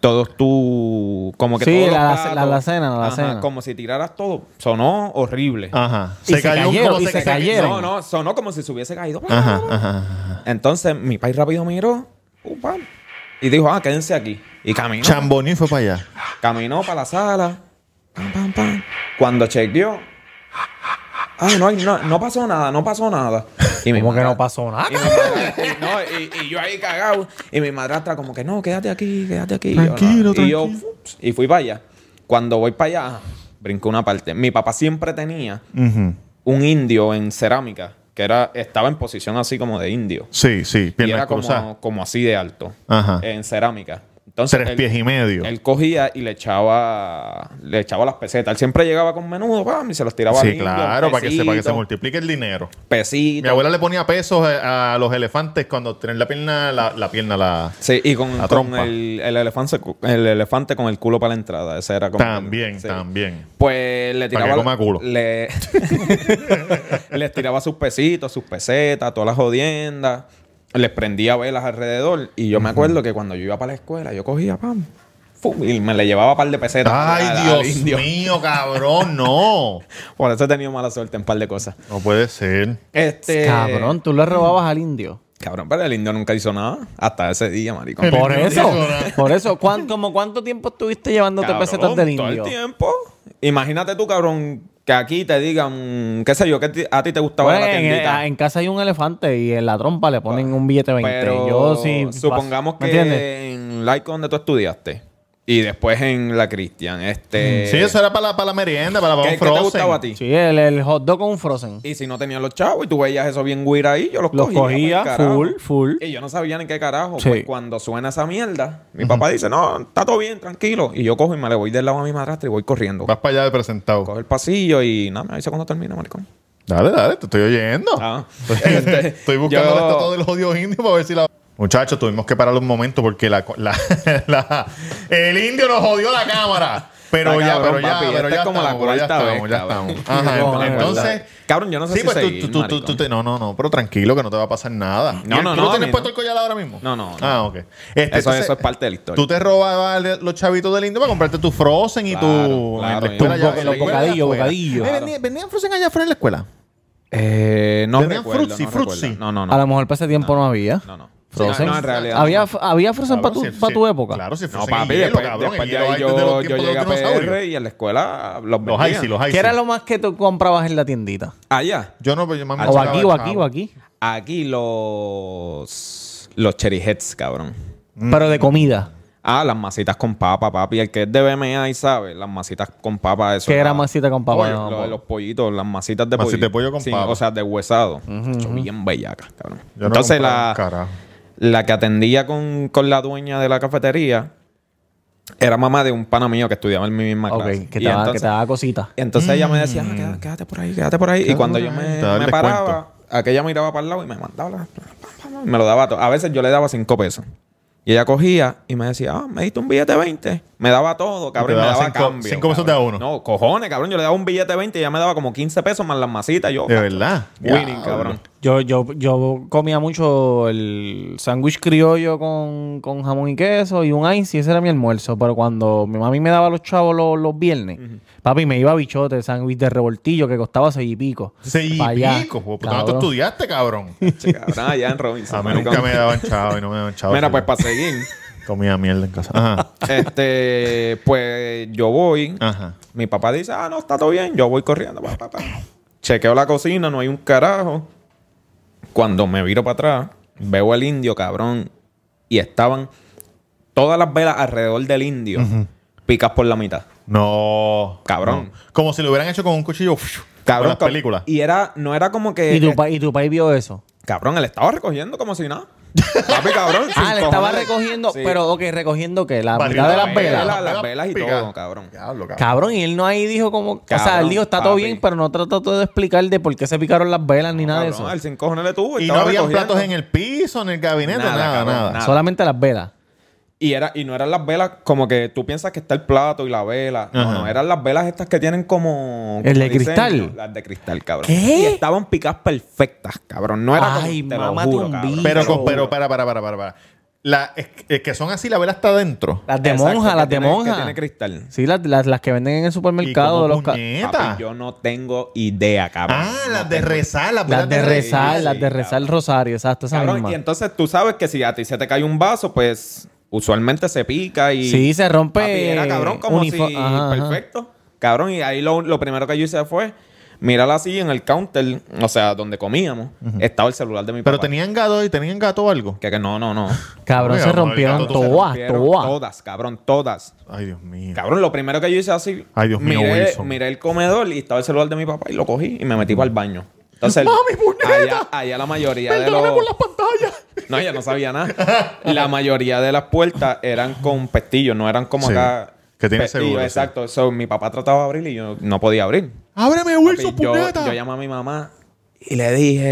Speaker 3: Todos tus... Como que
Speaker 2: Sí,
Speaker 3: todos los
Speaker 2: la- la-
Speaker 3: platos.
Speaker 2: la- la cena, la
Speaker 3: Ajá,
Speaker 2: cena.
Speaker 3: Como si tiraras todo. Sonó horrible.
Speaker 1: Ajá.
Speaker 2: Y se cayeron,
Speaker 1: como
Speaker 2: y se cayeron.
Speaker 3: No, no, sonó como si se hubiese caído.
Speaker 1: Ajá, ajá.
Speaker 3: Entonces mi país rápido miró uh, pam, y dijo, ah, quédense aquí. Y caminó.
Speaker 1: Chamboní fue para allá.
Speaker 3: Caminó para la sala. Pam, pam, pam. Cuando chequeó. Ah, no, hay- no, no pasó nada, no pasó nada. Y mi
Speaker 2: Como que
Speaker 3: madra-
Speaker 2: no pasó nada.
Speaker 3: y mi madra- y no, y, y yo ahí cagado. Y mi madrastra como que no, quédate aquí, quédate aquí. Y yo,
Speaker 1: Tranquilo,
Speaker 3: "No". y yo,
Speaker 1: tranquilo.
Speaker 3: "Ups", y fui para allá. Cuando voy para allá, brincó una parte. Mi papá siempre tenía
Speaker 1: Ujú.
Speaker 3: un indio en cerámica, que era, estaba en posición así como de indio.
Speaker 1: Sí, sí.
Speaker 3: Y
Speaker 1: Piernas
Speaker 3: era
Speaker 1: cruzadas.
Speaker 3: como, como así de alto.
Speaker 1: Ajá.
Speaker 3: En cerámica. Entonces,
Speaker 1: Tres
Speaker 3: él-
Speaker 1: pies y medio.
Speaker 3: él cogía y le echaba le echaba las pesetas. Él siempre llegaba con menudo, pam, y se los tiraba al
Speaker 1: Sí,
Speaker 3: indio,
Speaker 1: claro, para que, se, para que se
Speaker 3: pesito,
Speaker 1: multiplique el dinero. Mi
Speaker 3: Pesito.
Speaker 1: abuela le ponía pesos eh, a, a los elefantes cuando tenían la pierna, la, la pierna, la...
Speaker 3: Sí, y con,
Speaker 1: La
Speaker 3: con
Speaker 1: trompa.
Speaker 3: el, el elefante, el elefante con el culo para la entrada. Ese era como.
Speaker 1: También,
Speaker 3: sí.
Speaker 1: también.
Speaker 3: Pues le
Speaker 1: Para
Speaker 3: tiraba.
Speaker 1: que coma culo.
Speaker 3: Le, les tiraba sus pesitos, sus pesetas, todas las jodiendas. Les prendía velas alrededor. Y yo me acuerdo que cuando yo iba para la escuela, yo cogía, pam, ¡fum! pum, y me le llevaba un par de pesetas. al- al
Speaker 1: Ay, Dios
Speaker 3: indio.
Speaker 1: mío, cabrón, no.
Speaker 3: Por eso he tenido mala suerte en un par de cosas.
Speaker 1: No puede ser.
Speaker 3: Este,
Speaker 2: Cabrón, tú le robabas al indio.
Speaker 3: Cabrón, pero el indio nunca hizo nada hasta ese día, maricón.
Speaker 1: El
Speaker 2: Por
Speaker 1: indio
Speaker 2: eso,
Speaker 1: no hizo nada.
Speaker 2: por eso. ¿Cuán- como ¿Cuánto tiempo estuviste llevándote
Speaker 3: Cabrón,
Speaker 2: pesetas Pues, del
Speaker 3: Todo el
Speaker 2: indio?
Speaker 3: tiempo. Imagínate tú, cabrón, que aquí te digan, qué sé yo, que ti- a ti te gustaba
Speaker 2: Bueno,
Speaker 3: la
Speaker 2: Pues, en, eh,
Speaker 3: tiendita.
Speaker 2: en casa hay un elefante y en la trompa le ponen un billete 20.
Speaker 3: pero
Speaker 2: Yo sí.
Speaker 3: supongamos
Speaker 2: ¿me entiendes?
Speaker 3: que en la donde tú estudiaste y después en la Christian,
Speaker 2: Mm.
Speaker 3: este...
Speaker 1: Sí, eso era para la, para la merienda, para la
Speaker 3: ¿qué, qué te
Speaker 1: Frozen.
Speaker 3: gustaba a ti?
Speaker 2: Sí, el, el hot dog con un frozen.
Speaker 3: Y si no tenían los chavos y tú veías eso bien weird ahí, yo los,
Speaker 2: Los
Speaker 3: cogía.
Speaker 2: cogía,
Speaker 3: pa'l carajo.
Speaker 2: full, full.
Speaker 3: Y yo no sabía ni qué carajo.
Speaker 2: Sí.
Speaker 3: Pues cuando suena esa mierda, mi papá dice, no, está todo bien, tranquilo. Y yo cojo y me le voy del lado a mi madrastra y voy corriendo.
Speaker 1: Vas para allá de presentado.
Speaker 3: Coge el pasillo y nada, me avisa cuando termina, maricón.
Speaker 1: Dale, dale, te estoy oyendo.
Speaker 3: Ah.
Speaker 1: Este, Estoy buscando
Speaker 3: Yo-
Speaker 1: la estatua de los odios indios para ver si la. Muchachos, tuvimos que parar un momento porque la, la- la- el indio nos jodió la cámara. Pero
Speaker 3: Está
Speaker 1: ya,
Speaker 3: Ah, cabrón,
Speaker 1: pero ya,
Speaker 3: papi,
Speaker 1: pero
Speaker 3: esta
Speaker 1: ya
Speaker 3: es como la
Speaker 1: estamos, pero ya
Speaker 3: cuarta
Speaker 1: estamos,
Speaker 3: vez,
Speaker 1: ya
Speaker 3: cabrón.
Speaker 1: estamos. Ajá,
Speaker 2: No, no,
Speaker 1: entonces,
Speaker 3: Cabrón, yo no sé
Speaker 1: sí,
Speaker 3: si
Speaker 1: pues tú-
Speaker 3: seguir,
Speaker 1: tú, tú- tú-
Speaker 3: maricón.
Speaker 1: te- no, no, no, pero tranquilo que no te va a pasar nada.
Speaker 3: No,
Speaker 1: ¿Y
Speaker 3: no,
Speaker 1: ¿Tú
Speaker 3: no,
Speaker 1: no tienes
Speaker 3: a mí
Speaker 1: puesto
Speaker 3: no.
Speaker 1: el collar ahora mismo?
Speaker 3: No, no, no.
Speaker 1: Ah, ok. Este,
Speaker 3: Eso- eso es parte de la historia.
Speaker 1: Tú te robabas le- los chavitos del indio para comprarte tu Frozen y tu...
Speaker 3: Claro,
Speaker 1: en
Speaker 3: claro,
Speaker 1: la escuela
Speaker 3: y
Speaker 1: ya-
Speaker 3: los
Speaker 1: en la escuela
Speaker 2: bocadillos,
Speaker 1: ya afuera.
Speaker 2: bocadillos.
Speaker 1: Eh, ¿vendían- ¿Vendían Frozen allá afuera en la escuela?
Speaker 3: Eh, no
Speaker 1: Tenían
Speaker 3: recuerdo,
Speaker 1: frutzi,
Speaker 3: no
Speaker 1: frutzi.
Speaker 3: recuerdo. No, no,
Speaker 2: A lo
Speaker 3: no.
Speaker 2: mejor para ese tiempo no, había.
Speaker 3: No, no. Sí, no,
Speaker 2: Frozen.
Speaker 3: no, en realidad.
Speaker 2: había,
Speaker 3: no.
Speaker 2: había Frozen para tu,
Speaker 1: Claro, si-
Speaker 2: pa'
Speaker 1: si-
Speaker 2: tu época.
Speaker 1: Claro, si
Speaker 3: No,
Speaker 1: Frozen
Speaker 3: papi,
Speaker 1: y hielo,
Speaker 3: después,
Speaker 1: cabrón.
Speaker 3: después
Speaker 1: el
Speaker 3: de
Speaker 1: hielo
Speaker 3: ahí
Speaker 1: hay desde
Speaker 3: yo,
Speaker 1: los
Speaker 3: yo
Speaker 1: tiempos de
Speaker 3: llegué a
Speaker 1: los dinosaurios.
Speaker 3: PR y en la escuela los
Speaker 1: Los
Speaker 3: vendían. Ah,
Speaker 1: Icy, los Icy.
Speaker 2: ¿Qué era lo más que tú comprabas en la tiendita?
Speaker 3: Allá.
Speaker 1: Yo no, pero yo mami,
Speaker 3: Ah,
Speaker 2: o
Speaker 1: sacaba
Speaker 2: aquí,
Speaker 1: el
Speaker 2: o aquí,
Speaker 1: chavo.
Speaker 2: o aquí.
Speaker 3: Aquí los. Los cherry heads, cabrón. Mm.
Speaker 2: Pero de comida.
Speaker 3: Ah, las masitas con papa, papi. El que es de BMA y sabe, las masitas con papa, eso.
Speaker 2: que era masita con papá.
Speaker 3: Pollo,
Speaker 2: No,
Speaker 3: lo
Speaker 2: no,
Speaker 3: de los pollitos, las masitas de
Speaker 1: Masitas
Speaker 3: pollito.
Speaker 1: de pollo con papa.
Speaker 3: O sea, de huesado. Son Bien bellacas, cabrón.
Speaker 1: Yo no
Speaker 3: Entonces,
Speaker 1: compraba
Speaker 3: la,
Speaker 1: un carajo.
Speaker 3: la que atendía con, con la dueña de la cafetería era mamá de un pana mío que estudiaba en mi misma
Speaker 2: Ok,
Speaker 3: clase.
Speaker 2: que
Speaker 3: Y
Speaker 2: te, daba, que
Speaker 3: entonces-
Speaker 2: te daba cositas.
Speaker 3: y entonces ella me decía, "Ah, quédate, quédate por ahí, quédate por ahí. y cuando yo
Speaker 1: Mm. por
Speaker 3: me,
Speaker 1: ahí, te da el
Speaker 3: me
Speaker 1: descuento.
Speaker 3: paraba, aquella miraba para el lado y me mandaba la- y me lo daba todo. A veces yo le daba cinco pesos. Y ella cogía y me decía, ah, me diste un billete de 20. Me daba todo, cabrón.
Speaker 1: te
Speaker 3: y me
Speaker 1: daba
Speaker 3: daba
Speaker 1: cinco-
Speaker 3: cambio.
Speaker 1: cinco pesos
Speaker 3: cabrón.
Speaker 1: de a uno.
Speaker 3: No, cojones, cabrón. Yo le daba un billete de 20 y ella me daba como 15 pesos más las masitas. Yo, "Ah,
Speaker 1: De verdad.
Speaker 3: winning, cabrón.
Speaker 2: Yo, yo, yo comía mucho el sándwich criollo con, con jamón y queso y un ice, y ese era mi almuerzo. Pero cuando mi mami me daba los chavos los, los viernes, papi me iba a bichote, sándwich de revoltillo que costaba seis y pico.
Speaker 1: Seis
Speaker 2: Pa' allá,
Speaker 1: y pico. pues, Por lo tanto,
Speaker 2: cabrón.
Speaker 1: tú estudiaste, cabrón.
Speaker 3: Che, cabrón, allá en Robinson.
Speaker 1: A mí
Speaker 3: maricón.
Speaker 1: nunca me daban chavo y no me daban chavo.
Speaker 3: Mira,
Speaker 1: Sí,
Speaker 3: pues para seguir,
Speaker 1: Comía mierda en casa. Ajá.
Speaker 3: este, pues yo voy.
Speaker 1: Ajá.
Speaker 3: Mi papá dice, ah, no, está todo bien. Yo voy corriendo. pa, pa, pa. Chequeo la cocina, no hay un carajo. Cuando me viro para atrás, veo al indio, cabrón. Y estaban todas las velas alrededor del indio, picas por la mitad.
Speaker 1: No.
Speaker 3: Cabrón.
Speaker 1: No. Como si lo hubieran hecho con un cuchillo. uf,
Speaker 3: Cabrón,
Speaker 1: Con las
Speaker 3: ca-
Speaker 1: películas.
Speaker 3: Y era, no era como que.
Speaker 2: ¿Y tu, pa- y tu país vio eso.
Speaker 3: Cabrón, él estaba recogiendo como si nada. Papi, cabrón.
Speaker 2: Ah,
Speaker 3: sin
Speaker 2: le estaba
Speaker 3: cojones.
Speaker 2: recogiendo,
Speaker 3: Sí.
Speaker 2: pero ok, recogiendo que la
Speaker 1: Barriga
Speaker 2: mitad de
Speaker 1: de
Speaker 2: las velas.
Speaker 3: Las velas,
Speaker 1: Las velas
Speaker 3: y
Speaker 1: picadas.
Speaker 3: todo, cabrón.
Speaker 1: Diablo, cabrón.
Speaker 2: Cabrón, y él no ahí dijo como. o sea, él
Speaker 3: Cabrón,
Speaker 2: dijo está todo
Speaker 3: papi.
Speaker 2: bien, pero no trató de explicar de por qué se picaron las velas ni nada
Speaker 3: Cabrón,
Speaker 2: de
Speaker 3: él
Speaker 2: eso.
Speaker 3: sin cojones le tuvo.
Speaker 1: Y no
Speaker 3: estaba
Speaker 1: había
Speaker 3: recogiendo.
Speaker 1: platos en el piso, en el gabinete,
Speaker 3: Nada,
Speaker 1: nada, nada.
Speaker 3: cabrón, nada.
Speaker 2: Solamente las velas.
Speaker 3: Y, era, y no eran las velas como que tú piensas que está el plato y la vela. No,
Speaker 1: Ajá.
Speaker 3: no, eran las velas estas que tienen como...
Speaker 2: ¿El
Speaker 3: como
Speaker 2: de cristal?
Speaker 3: Las de cristal, cabrón.
Speaker 2: ¿Qué?
Speaker 3: Y estaban picadas perfectas, cabrón. No era
Speaker 2: Ay,
Speaker 3: como... Te lo
Speaker 2: mámate
Speaker 3: juro,
Speaker 2: un
Speaker 3: cabrón.
Speaker 2: bicho.
Speaker 1: Pero,
Speaker 2: Pero-
Speaker 1: con- pero, para, para, para, para. para. La, es, es que son así, la vela está adentro.
Speaker 2: Las de
Speaker 3: Exacto,
Speaker 2: monja,
Speaker 3: que
Speaker 2: las de
Speaker 3: tiene-
Speaker 2: monja.
Speaker 3: Que tiene cristal.
Speaker 2: Sí, las, las, las que venden en el supermercado. de
Speaker 1: Y como
Speaker 2: los ca-
Speaker 1: puñeta.
Speaker 3: Papi, yo no tengo idea, cabrón.
Speaker 1: Ah,
Speaker 3: No
Speaker 1: las de
Speaker 3: tengo-
Speaker 1: rezar, las
Speaker 2: Las
Speaker 1: velas
Speaker 2: de rezar,
Speaker 3: sí,
Speaker 2: las de
Speaker 3: sí,
Speaker 2: rezar el rosario, exacto, esa
Speaker 3: Cabrón,
Speaker 2: misma.
Speaker 3: y entonces tú sabes que si a ti se te cae un vaso, pues usualmente se pica y...
Speaker 2: Sí, se rompe.
Speaker 3: Papi,
Speaker 1: eh,
Speaker 3: era cabrón como
Speaker 2: unifo-
Speaker 3: si...
Speaker 2: Ajá, ajá.
Speaker 3: perfecto. Cabrón, y ahí lo, lo primero que yo hice fue... Mirar así en el counter, o sea, donde comíamos, estaba el celular de mi
Speaker 1: Pero
Speaker 3: papá.
Speaker 1: tenían gato y tenían gato o algo.
Speaker 3: Que, que no, no, no.
Speaker 2: Cabrón,
Speaker 1: Oiga,
Speaker 2: se
Speaker 1: oiga,
Speaker 2: rompieron
Speaker 1: todo se
Speaker 2: todas,
Speaker 3: Rompieron
Speaker 2: todas.
Speaker 3: Todas, cabrón, todas.
Speaker 1: Ay, Dios mío.
Speaker 3: Cabrón, lo primero que yo hice así.
Speaker 1: Ay, Dios mío,
Speaker 3: miré,
Speaker 1: Wilson.
Speaker 3: miré el comedor y estaba el celular de mi papá y lo cogí y me metí para el baño. Entonces,
Speaker 1: ¡Mami, puñeta!
Speaker 3: allá, allá la mayoría de los.
Speaker 1: Perdóname por las pantallas.
Speaker 3: No, ella no sabía nada. La mayoría de las puertas eran con pestillos, no eran como
Speaker 1: Sí,
Speaker 3: acá.
Speaker 1: que tiene
Speaker 3: pestillos,
Speaker 1: seguro, sí.
Speaker 3: Exacto. Eso, mi papá trataba de abrir y yo no podía abrir.
Speaker 1: Ábreme,
Speaker 3: Papi,
Speaker 1: Wilson,
Speaker 3: yo,
Speaker 1: puñeta.
Speaker 3: yo llamé a mi mamá y le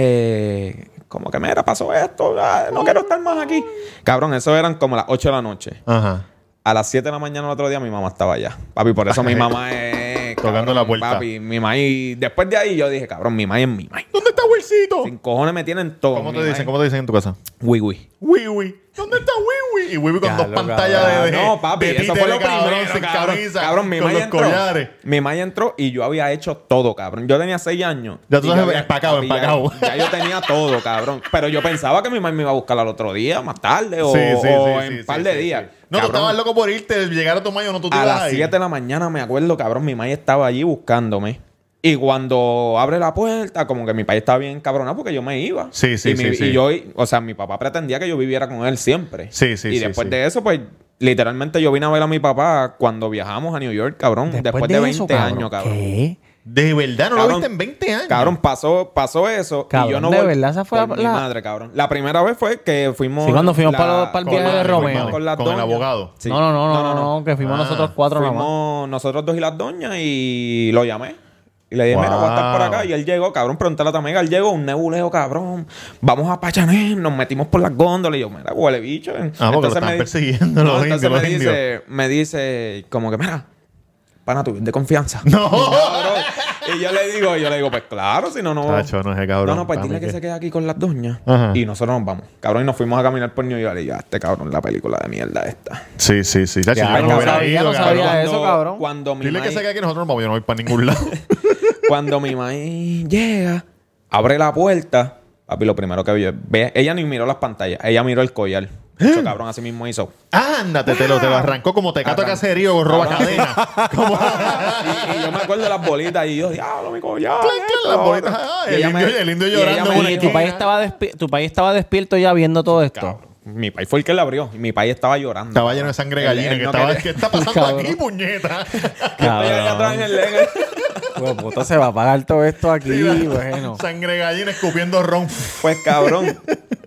Speaker 3: dije, como que mira, pasó esto, ah, no quiero estar más aquí. Cabrón, eso eran como las 8 de la noche.
Speaker 1: Ajá.
Speaker 3: A las 7 de la mañana el otro día mi mamá estaba allá. Papi, por eso mi mamá es...
Speaker 1: Tocando la puerta.
Speaker 3: Papi, mi mamá y después de ahí yo dije, cabrón, mi mamá es mi mamá.
Speaker 1: ¿Dónde está Wilsito?
Speaker 3: Sin cojones me tienen todo.
Speaker 1: Oh. ¿Cómo
Speaker 3: mi
Speaker 1: te
Speaker 3: mamá
Speaker 1: dicen?
Speaker 3: es-
Speaker 1: ¿Cómo te dicen en tu casa?
Speaker 3: Wiwi.
Speaker 1: Wiwi. ¿Dónde está Wiwi. Y Wiwi con
Speaker 2: Ya,
Speaker 1: dos
Speaker 2: lo
Speaker 1: pantallas
Speaker 2: cabrón.
Speaker 1: de, de.
Speaker 3: Ah, No, papi,
Speaker 1: de
Speaker 3: eso
Speaker 1: títere,
Speaker 3: fue lo
Speaker 1: cabrón,
Speaker 3: primero,
Speaker 1: sin
Speaker 3: cabrón.
Speaker 1: camisa,
Speaker 3: Cabrón, mi
Speaker 1: con
Speaker 3: maya
Speaker 1: los
Speaker 3: entró.
Speaker 1: collares.
Speaker 3: Mi maya entró y yo había hecho todo, cabrón. Yo tenía seis años.
Speaker 1: Ya tú
Speaker 3: Y yo
Speaker 1: sabes,
Speaker 3: había-
Speaker 1: empacado,
Speaker 3: papi, ya-
Speaker 1: empacado.
Speaker 3: Ya, yo tenía todo, cabrón. Pero yo pensaba que mi mamá me iba a buscar al otro día, más tarde, o,
Speaker 1: Sí, sí,
Speaker 3: o
Speaker 1: sí,
Speaker 3: en
Speaker 1: sí,
Speaker 3: un par
Speaker 1: sí,
Speaker 3: de
Speaker 1: sí,
Speaker 3: días.
Speaker 1: sí. No, tú
Speaker 3: Cabrón,
Speaker 1: estabas loco por irte, llegar a tu mayo, no tú te
Speaker 3: a
Speaker 1: ibas
Speaker 3: las
Speaker 1: ahí.
Speaker 3: 7 de la mañana me acuerdo, cabrón, mi maya estaba allí buscándome. Y cuando abre la puerta, como que mi papá estaba bien cabronado porque yo me iba.
Speaker 1: Sí, sí,
Speaker 3: y mi-
Speaker 1: sí, sí.
Speaker 3: Y yo, o sea, mi papá pretendía que yo viviera con él siempre.
Speaker 1: Sí, sí,
Speaker 3: Y
Speaker 1: sí,
Speaker 3: después
Speaker 1: sí.
Speaker 3: de eso, pues, literalmente yo vine a ver a mi papá cuando viajamos a New York, cabrón. Después, de, 20
Speaker 2: eso,
Speaker 3: años, cabrón.
Speaker 2: ¿Qué?
Speaker 1: De verdad, no lo
Speaker 3: Cabrón,
Speaker 1: viste en 20 años.
Speaker 3: Cabrón, pasó, pasó eso.
Speaker 2: Cabrón,
Speaker 3: y yo no
Speaker 2: de
Speaker 3: vol-
Speaker 2: verdad, esa fue
Speaker 3: Por
Speaker 2: la-
Speaker 3: mi
Speaker 2: la-
Speaker 3: madre, cabrón. La primera vez fue que fuimos.
Speaker 2: Sí, cuando fuimos para- para el
Speaker 1: Con
Speaker 2: viaje de
Speaker 1: madre,
Speaker 2: Romeo.
Speaker 1: madre,
Speaker 3: las
Speaker 1: Con el
Speaker 3: doñas.
Speaker 1: abogado.
Speaker 3: Sí.
Speaker 2: No, no, no, no, no, no, que fuimos
Speaker 1: Ah,
Speaker 2: nosotros cuatro nomás.
Speaker 3: Fuimos nosotros dos y las doñas y lo llamé. Y le dije, mira, voy a estar por
Speaker 1: Wow.
Speaker 3: acá. Y él llegó, cabrón, preguntarle a tu amiga. Él llegó, un nebuleo, cabrón. Vamos a Pachané. Nos metimos por las góndolas. Y yo, mira, huele bicho.
Speaker 1: Ah, porque lo están
Speaker 3: di-
Speaker 1: persiguiendo los indios,
Speaker 3: entonces
Speaker 1: los
Speaker 3: me
Speaker 1: indios.
Speaker 3: dice, me dice, como que, mira, pana tú, de confianza.
Speaker 1: No.
Speaker 3: Cabrón. Y yo le digo, yo le digo, pues claro, si no, no.
Speaker 1: Tacho, no ese cabrón.
Speaker 3: No, no, pues
Speaker 1: Para
Speaker 3: dile
Speaker 1: mí
Speaker 3: que
Speaker 1: que-
Speaker 3: se quede aquí con las doñas.
Speaker 1: Ajá.
Speaker 3: Y nosotros nos vamos. Cabrón, y nos fuimos a caminar por New York. Y ya, este cabrón, la película de mierda esta.
Speaker 1: Sí, sí, sí. Tacho,
Speaker 2: Ya,
Speaker 1: yo no
Speaker 2: no
Speaker 1: hubiera
Speaker 2: sabía,
Speaker 1: ido,
Speaker 2: no
Speaker 1: cabrón.
Speaker 2: sabía. eso, cabrón.
Speaker 3: Cuando mi
Speaker 1: Dile que
Speaker 3: mai-
Speaker 1: se quede aquí nosotros no vamos, yo no voy para ningún lado.
Speaker 3: cuando mi mai llega, abre la puerta. Papi, lo primero que vio es- ve- ella ni miró las pantallas, ella miró el collar. Eso, cabrón, así mismo hizo.
Speaker 1: Ándate, te lo, te lo arrancó como tecato a
Speaker 3: Arrancó.
Speaker 1: caserío o roba
Speaker 3: Cabrón.
Speaker 1: cadena. Como...
Speaker 3: Y, y yo me acuerdo de las bolitas y yo, diablo, mi collar.
Speaker 1: Clan, clan,
Speaker 3: esto,
Speaker 1: las bolitas.
Speaker 3: otro".
Speaker 1: Ah, el
Speaker 3: Y ella me-
Speaker 1: indio- el indio
Speaker 3: y ella
Speaker 1: llorando
Speaker 3: me
Speaker 1: en una
Speaker 2: Y
Speaker 3: dijo,
Speaker 2: tu
Speaker 1: esquina.
Speaker 2: país, estaba despi- tu país estaba despierto ya viendo todo esto.
Speaker 3: Mi país fue el que la abrió. Y mi país estaba llorando.
Speaker 1: Estaba lleno de sangre
Speaker 3: Él-
Speaker 1: gallina.
Speaker 3: él
Speaker 1: Que
Speaker 3: no
Speaker 1: estaba,
Speaker 3: quería-
Speaker 1: ¿Qué está pasando
Speaker 2: Cabrón.
Speaker 1: aquí, puñeta?
Speaker 3: Estoy allá atrás en el leg.
Speaker 2: Pues puta, se va a pagar todo esto aquí, bueno.
Speaker 1: Sangre gallina escupiendo ron.
Speaker 3: Pues cabrón.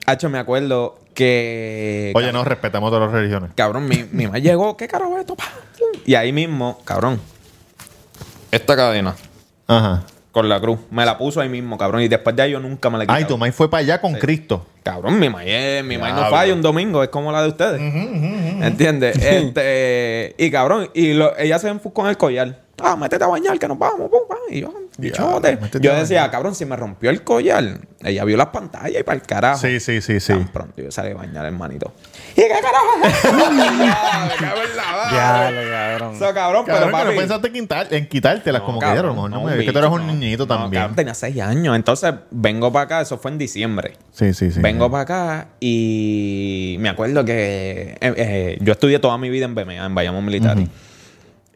Speaker 3: Hacho, me acuerdo que.
Speaker 1: Oye, no, respetamos todas las religiones.
Speaker 3: Cabrón, mi, mi mamá llegó. ¿Qué carajo es esto? Pa, tin. Y ahí mismo, cabrón. Esta cadena
Speaker 1: Ajá.
Speaker 3: con la cruz. Me la puso ahí mismo, cabrón. Y después de ahí yo nunca me la quité.
Speaker 1: Ay, tu maíz fue para allá con Cristo.
Speaker 3: Cabrón, mi maíz, mi maíz no
Speaker 1: Diablo.
Speaker 3: falla un domingo, es como la de ustedes. ¿Entiendes? Este, y cabrón, y lo- ella se enfocó en el collar. Ah, métete a bañar, que nos vamos, pum, pam. Y yo,
Speaker 1: Diablo,
Speaker 3: bichote.
Speaker 1: métete
Speaker 3: Yo
Speaker 1: a
Speaker 3: decía, cabrón, si me rompió el collar, ella vio las pantallas y para el carajo.
Speaker 1: Sí, sí, sí, sí.
Speaker 3: Tan pronto yo salí a bañar, hermanito. ¿Y qué carajo? es esto? Ah, me cago en la madre.
Speaker 2: Ya, lo cabrón.
Speaker 3: So,
Speaker 1: Cabrón,
Speaker 3: cabrón, pero papi,
Speaker 1: que no pensaste en, quitar, en quitártelas como
Speaker 3: cabrón,
Speaker 1: que a lo mejor no, me-
Speaker 3: un
Speaker 1: es que tú eras
Speaker 3: bicho,
Speaker 1: un
Speaker 3: no.
Speaker 1: niñito
Speaker 3: No,
Speaker 1: también.
Speaker 3: cabrón, tenía seis años. Entonces, vengo para acá, eso fue en diciembre.
Speaker 1: sí, sí, sí.
Speaker 3: Vengo para acá y me acuerdo que eh, eh, yo estudié toda mi vida en BMA, en Bayamón Militar.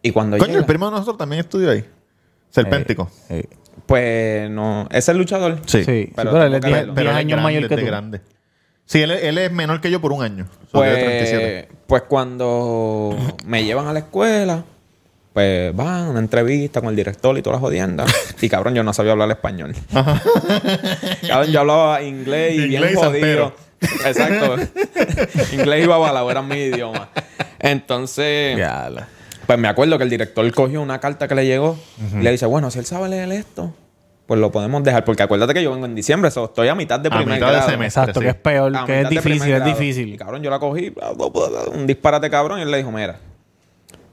Speaker 3: Y cuando
Speaker 1: Coño, el
Speaker 3: llega, Eh,
Speaker 1: primo de nosotros también estudió ahí. Serpéntico.
Speaker 3: pues no, es el luchador.
Speaker 2: Sí, sí, pero,
Speaker 3: Pero
Speaker 2: él es
Speaker 3: tengo que
Speaker 2: 10
Speaker 3: verlo.
Speaker 1: él es
Speaker 2: años
Speaker 1: grande,
Speaker 2: mayor
Speaker 1: es de
Speaker 2: que tú.
Speaker 1: grande. Sí, él, es- él es menor que yo por un año. Soy de 37.
Speaker 3: Pues, pues cuando me llevan a la escuela, pues van a una entrevista con el director y todas las jodiendas. Y cabrón, yo no sabía hablar español. cabrón, yo hablaba inglés y bien
Speaker 1: Inglés
Speaker 3: jodido. Exacto. inglés y babalao eran mi idioma. Entonces.
Speaker 2: Ya, lo-
Speaker 3: Pues me acuerdo que el director cogió una carta que le llegó y le dice, bueno, si él sabe leer esto, pues lo podemos dejar. Porque acuérdate que yo vengo en diciembre, so, estoy a mitad de
Speaker 1: A
Speaker 3: primer
Speaker 1: mitad de
Speaker 3: grado.
Speaker 1: semestre.
Speaker 2: Exacto,
Speaker 1: sí.
Speaker 2: que es peor,
Speaker 3: A
Speaker 2: que es
Speaker 3: mitad de
Speaker 2: difícil,
Speaker 3: primer
Speaker 2: es
Speaker 3: grado.
Speaker 2: difícil.
Speaker 3: Y, cabrón, yo la cogí, bla, bla, bla, bla, un disparate cabrón, y él le dijo, mira,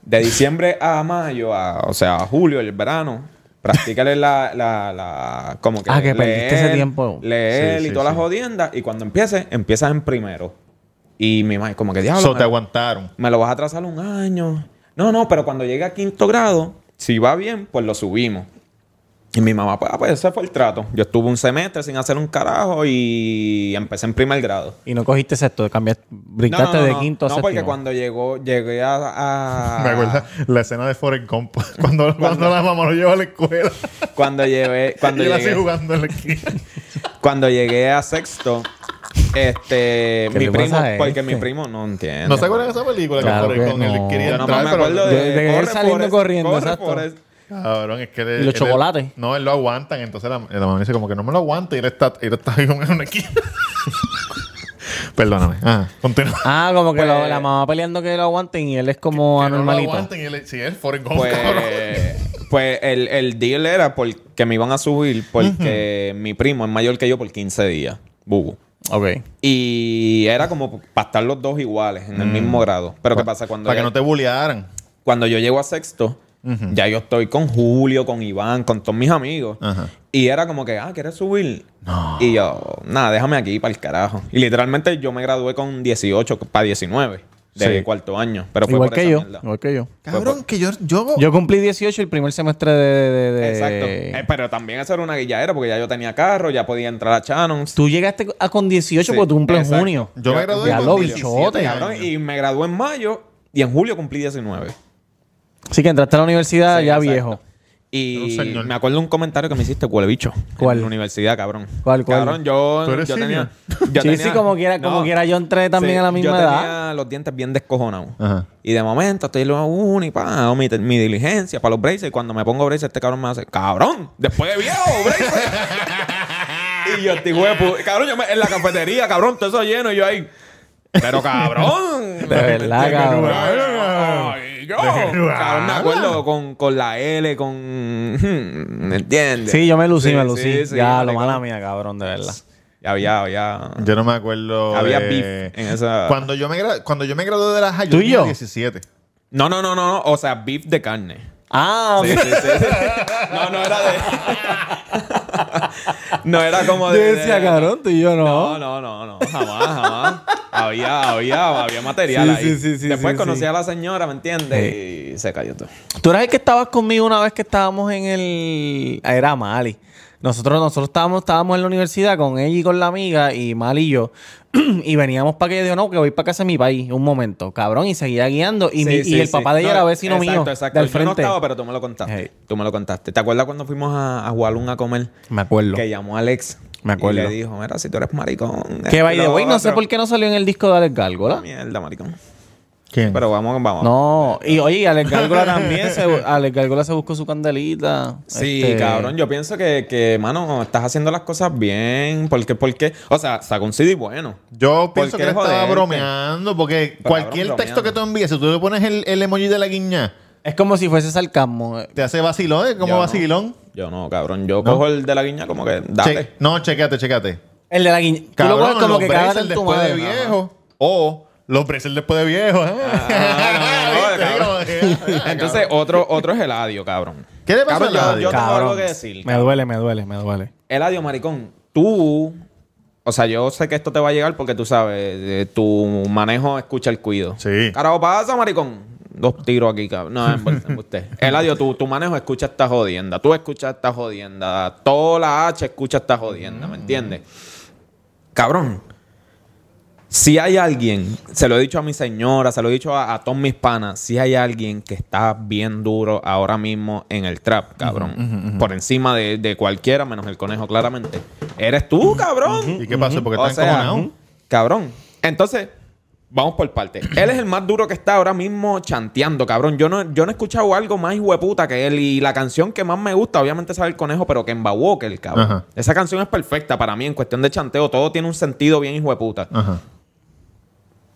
Speaker 3: de diciembre a mayo, a- o sea, a julio, el verano, practícale la, la, la- como que
Speaker 2: Ah, que perdiste ese tiempo.
Speaker 3: Leer
Speaker 1: Sí,
Speaker 3: y
Speaker 1: sí,
Speaker 3: todas
Speaker 1: sí.
Speaker 3: las jodiendas, y cuando empieces, empiezas en primero. Y mi madre, como que diablo.
Speaker 1: So,
Speaker 3: me-
Speaker 1: te aguantaron.
Speaker 3: me lo vas a atrasar un año. No, no, pero cuando llegue a quinto grado, si va bien, pues lo subimos. Y mi mamá, pues, ah, pues ese fue el trato. Yo estuve un semestre sin hacer un carajo y empecé en primer grado.
Speaker 2: Y no cogiste sexto, cambiaste,
Speaker 3: No,
Speaker 2: brincaste
Speaker 3: no, no,
Speaker 2: de
Speaker 3: no.
Speaker 2: quinto a
Speaker 3: No,
Speaker 2: sexto.
Speaker 3: porque cuando llegó, llegué a... a-
Speaker 1: Me acuerdo la escena de Forrest Gump. Cuando, cuando la mamá lo lleva a la escuela.
Speaker 3: Cuando llevé... Cuando
Speaker 1: y él así
Speaker 3: llegué,
Speaker 1: jugando en la esquina.
Speaker 3: cuando llegué a sexto, este...
Speaker 2: ¿Qué
Speaker 3: Mi
Speaker 2: le
Speaker 3: primo...
Speaker 2: pasa a
Speaker 3: Porque
Speaker 2: este?
Speaker 3: mi primo no entiende.
Speaker 1: ¿No se acuerdan de esa película?
Speaker 2: Claro
Speaker 1: que Forrest
Speaker 2: que
Speaker 1: Gump él
Speaker 2: no.
Speaker 1: quería
Speaker 3: Yo
Speaker 1: entrar,
Speaker 3: nada más me
Speaker 1: pero-
Speaker 3: acuerdo de...
Speaker 2: de- de él
Speaker 3: corre,
Speaker 2: saliendo
Speaker 3: Forrest,
Speaker 2: corriendo,
Speaker 3: corre,
Speaker 2: exacto.
Speaker 3: Forrest.
Speaker 1: Cabrón, es que... él-
Speaker 2: ¿Y los
Speaker 1: él-
Speaker 2: chocolates?
Speaker 1: No, él lo aguantan. Entonces la, la mamá dice como que no me lo aguanta. Y él está, y él está ahí en una esquina. Perdóname. Ah, continúa.
Speaker 2: Ah, como que
Speaker 3: Pues-
Speaker 2: lo- la mamá peleando que lo aguanten y él es como
Speaker 1: Que no lo
Speaker 2: anormalito.
Speaker 1: aguantan y él... Sí, él Forrest Gump, cabrón.
Speaker 3: Pues, pues el, el deal era porque me iban a subir porque mi primo es mayor que yo por 15 días, Bubu.
Speaker 2: ok.
Speaker 3: Y era como para estar los dos iguales, en el
Speaker 2: Mm.
Speaker 3: mismo grado. Pero ¿qué pasa? Cuando,
Speaker 1: Para que
Speaker 3: ya-
Speaker 1: no te bullearan.
Speaker 3: cuando yo llego a sexto, ya yo estoy con Julio, con Iván, con todos mis amigos.
Speaker 1: Ajá.
Speaker 3: Y era como que, ah, ¿quieres subir? Y yo, nada, déjame aquí para el carajo. Y literalmente yo me gradué con 18 para 19 de
Speaker 2: Sí.
Speaker 3: cuarto año. Pero fue
Speaker 2: Igual
Speaker 3: por
Speaker 2: que
Speaker 3: esa
Speaker 2: yo.
Speaker 3: mierda.
Speaker 2: Igual que yo.
Speaker 1: Cabrón, que yo, yo,
Speaker 2: Yo cumplí 18 el primer semestre de. de- de-
Speaker 3: Exacto. Eh, pero también eso era una guilladera porque ya yo tenía carro, ya podía entrar a Shannon's.
Speaker 2: Tú llegaste a- con 18
Speaker 3: Sí,
Speaker 2: porque tú cumples en
Speaker 3: exacto.
Speaker 2: junio.
Speaker 1: yo me gradué
Speaker 2: Ya
Speaker 1: con
Speaker 2: lo
Speaker 1: 17
Speaker 2: bichote,
Speaker 1: años.
Speaker 3: Cabrón, y me gradué en mayo y en julio cumplí 19.
Speaker 2: Así que entraste a la universidad
Speaker 3: Sí,
Speaker 2: ya
Speaker 3: exacto.
Speaker 2: viejo.
Speaker 3: Y
Speaker 1: Era un señor.
Speaker 3: me acuerdo de un comentario que me hiciste, cuál bicho.
Speaker 2: ¿Cuál?
Speaker 3: En la universidad, cabrón.
Speaker 2: ¿Cuál, cuál?
Speaker 3: Cabrón, yo,
Speaker 1: ¿Tú eres
Speaker 3: yo tenía.
Speaker 1: senior?
Speaker 3: yo
Speaker 2: sí,
Speaker 3: tenía-
Speaker 2: sí, como quiera, como
Speaker 3: No.
Speaker 2: quiera yo entré también
Speaker 3: Sí,
Speaker 2: a la misma
Speaker 3: yo
Speaker 2: edad.
Speaker 3: Tenía los dientes bien descojonados.
Speaker 1: Ajá.
Speaker 3: Y de momento estoy en la uni, pa, hago mi, mi diligencia para los braces. Y cuando me pongo braces, este cabrón me hace, cabrón, después de viejo, braces. y yo, este huevo, cabrón, yo me- en la cafetería, cabrón, todo eso lleno. Y yo ahí, pero cabrón.
Speaker 2: De verdad, cabrón.
Speaker 3: Ay, yo. Cabrón, me acuerdo con, con la L, con. ¿Me entiendes?
Speaker 2: Sí, yo me lucí,
Speaker 3: Sí,
Speaker 2: me lucí.
Speaker 3: sí, sí,
Speaker 2: ya, lo
Speaker 3: maricón.
Speaker 2: mala mía, cabrón, de verdad.
Speaker 3: Ya, ya, ya.
Speaker 1: Yo no me acuerdo.
Speaker 3: Había
Speaker 1: de-
Speaker 3: beef en esa-
Speaker 1: Cuando yo me, gra- cuando yo me gradué de la high,
Speaker 2: ¿Tú y
Speaker 1: tenía
Speaker 2: yo?
Speaker 1: 17.
Speaker 3: No, no, no, no, no. O sea, beef de carne.
Speaker 2: Ah,
Speaker 3: Sí, sí, sí, sí. No, no era de. no era como de.
Speaker 2: yo decía,
Speaker 3: de-
Speaker 2: cabrón, tú y yo no.
Speaker 3: No, no, no, no. Jamás, jamás. Había, había, había material
Speaker 2: Sí,
Speaker 3: ahí.
Speaker 2: sí, sí, sí,
Speaker 3: Después
Speaker 2: sí,
Speaker 3: conocí
Speaker 2: sí.
Speaker 3: a la señora, ¿me entiendes? Y se cayó todo.
Speaker 2: Tú eras el que estabas conmigo una vez que estábamos en el... ah, Era Mali. Nosotros, nosotros estábamos, estábamos en la universidad con ella y con la amiga y Mali y yo. y veníamos para que ella dijo, no, que voy para casa de mi país. Un momento, cabrón. Y seguía guiando. Y,
Speaker 3: Sí,
Speaker 2: mi-
Speaker 3: sí,
Speaker 2: y el
Speaker 3: sí.
Speaker 2: papá de ella
Speaker 3: No,
Speaker 2: era vecino mío.
Speaker 3: Exacto, exacto.
Speaker 2: Del
Speaker 3: Yo no
Speaker 2: frente.
Speaker 3: estaba, pero tú me lo contaste.
Speaker 2: Hey.
Speaker 3: Tú me lo contaste. ¿Te acuerdas cuando fuimos a, a Hualun a comer?
Speaker 2: Me acuerdo.
Speaker 3: Que llamó a Alex.
Speaker 2: Me acuerdo.
Speaker 3: Y le dijo, mira, si tú eres maricón.
Speaker 2: Que by the
Speaker 3: esto,
Speaker 2: way,
Speaker 3: lo
Speaker 2: no sé
Speaker 3: otro". Ah,
Speaker 2: por qué no salió en el disco de Alex Gárgola.
Speaker 3: Mierda, maricón.
Speaker 1: ¿Quién?
Speaker 3: Pero vamos, vamos.
Speaker 2: No, y oye, y Alex Gárgola también. Se, Alex Gárgola se buscó su candelita.
Speaker 3: Sí,
Speaker 2: Este,
Speaker 3: cabrón, yo pienso que, que, mano, estás haciendo las cosas bien. Porque, porque, o sea, sacó un CD bueno.
Speaker 1: Yo pienso que
Speaker 3: qué
Speaker 1: él estaba
Speaker 3: joderte?
Speaker 1: bromeando, porque cualquier
Speaker 3: cabrón,
Speaker 1: texto que
Speaker 3: bromeando.
Speaker 1: tú envíes, si tú le pones el, el emoji de la guiña,
Speaker 2: Es como si fuese sarcasmo.
Speaker 1: te hace vacilón, ¿eh?
Speaker 3: Yo
Speaker 1: Como
Speaker 3: no.
Speaker 1: vacilón.
Speaker 3: Yo no, cabrón, yo cojo el de la guiña como que, dale.
Speaker 1: Che- no, chequéate, chequéate.
Speaker 2: El de la guiña. Tú lo
Speaker 1: Cabrón,
Speaker 2: coges como
Speaker 1: los
Speaker 2: que
Speaker 1: braces
Speaker 2: cágate en tu
Speaker 1: después
Speaker 2: madre.
Speaker 1: de viejo. O los braces después de viejo. ¿eh?
Speaker 3: Ah, no, no,
Speaker 1: ¿Viste? eh. Como que-
Speaker 3: Entonces, otro, otro es Eladio, cabrón.
Speaker 1: ¿Qué le pasó
Speaker 3: Cabrón,
Speaker 1: a
Speaker 3: yo-
Speaker 1: Eladio?
Speaker 3: Yo, tengo
Speaker 2: Cabrón.
Speaker 3: algo que decir.
Speaker 2: Me duele, me duele, me duele.
Speaker 3: Eladio, maricón, tú. O sea, yo sé que esto te va a llegar porque tú sabes, eh, tu manejo escucha el cuido.
Speaker 1: Sí.
Speaker 3: Carajo, pasa, maricón. Dos tiros aquí, cabrón. No, es usted. Eladio, tu, tu manejo escucha esta jodienda. Tú escuchas esta jodienda. Toda la H escucha esta jodienda, ¿me entiendes? Cabrón. Si hay alguien, se lo he dicho a mi señora, se lo he dicho a, a todos mis panas, si hay alguien que está bien duro ahora mismo en el trap, cabrón, por encima de, de cualquiera, menos el conejo, claramente, eres tú, cabrón.
Speaker 1: ¿Y qué pasó? Porque
Speaker 3: O
Speaker 1: están
Speaker 3: sea,
Speaker 1: encojonados.
Speaker 3: Cabrón. Entonces, vamos por parte. Él es el más duro que está ahora mismo chanteando, cabrón. Yo no, yo no he escuchado algo más hueputa que él. Y la canción que más me gusta, obviamente, es El Conejo, pero Kemba Walker, cabrón.
Speaker 1: Ajá.
Speaker 3: Esa canción es perfecta para mí en cuestión de chanteo. Todo tiene un sentido bien hueputa.
Speaker 1: Ajá.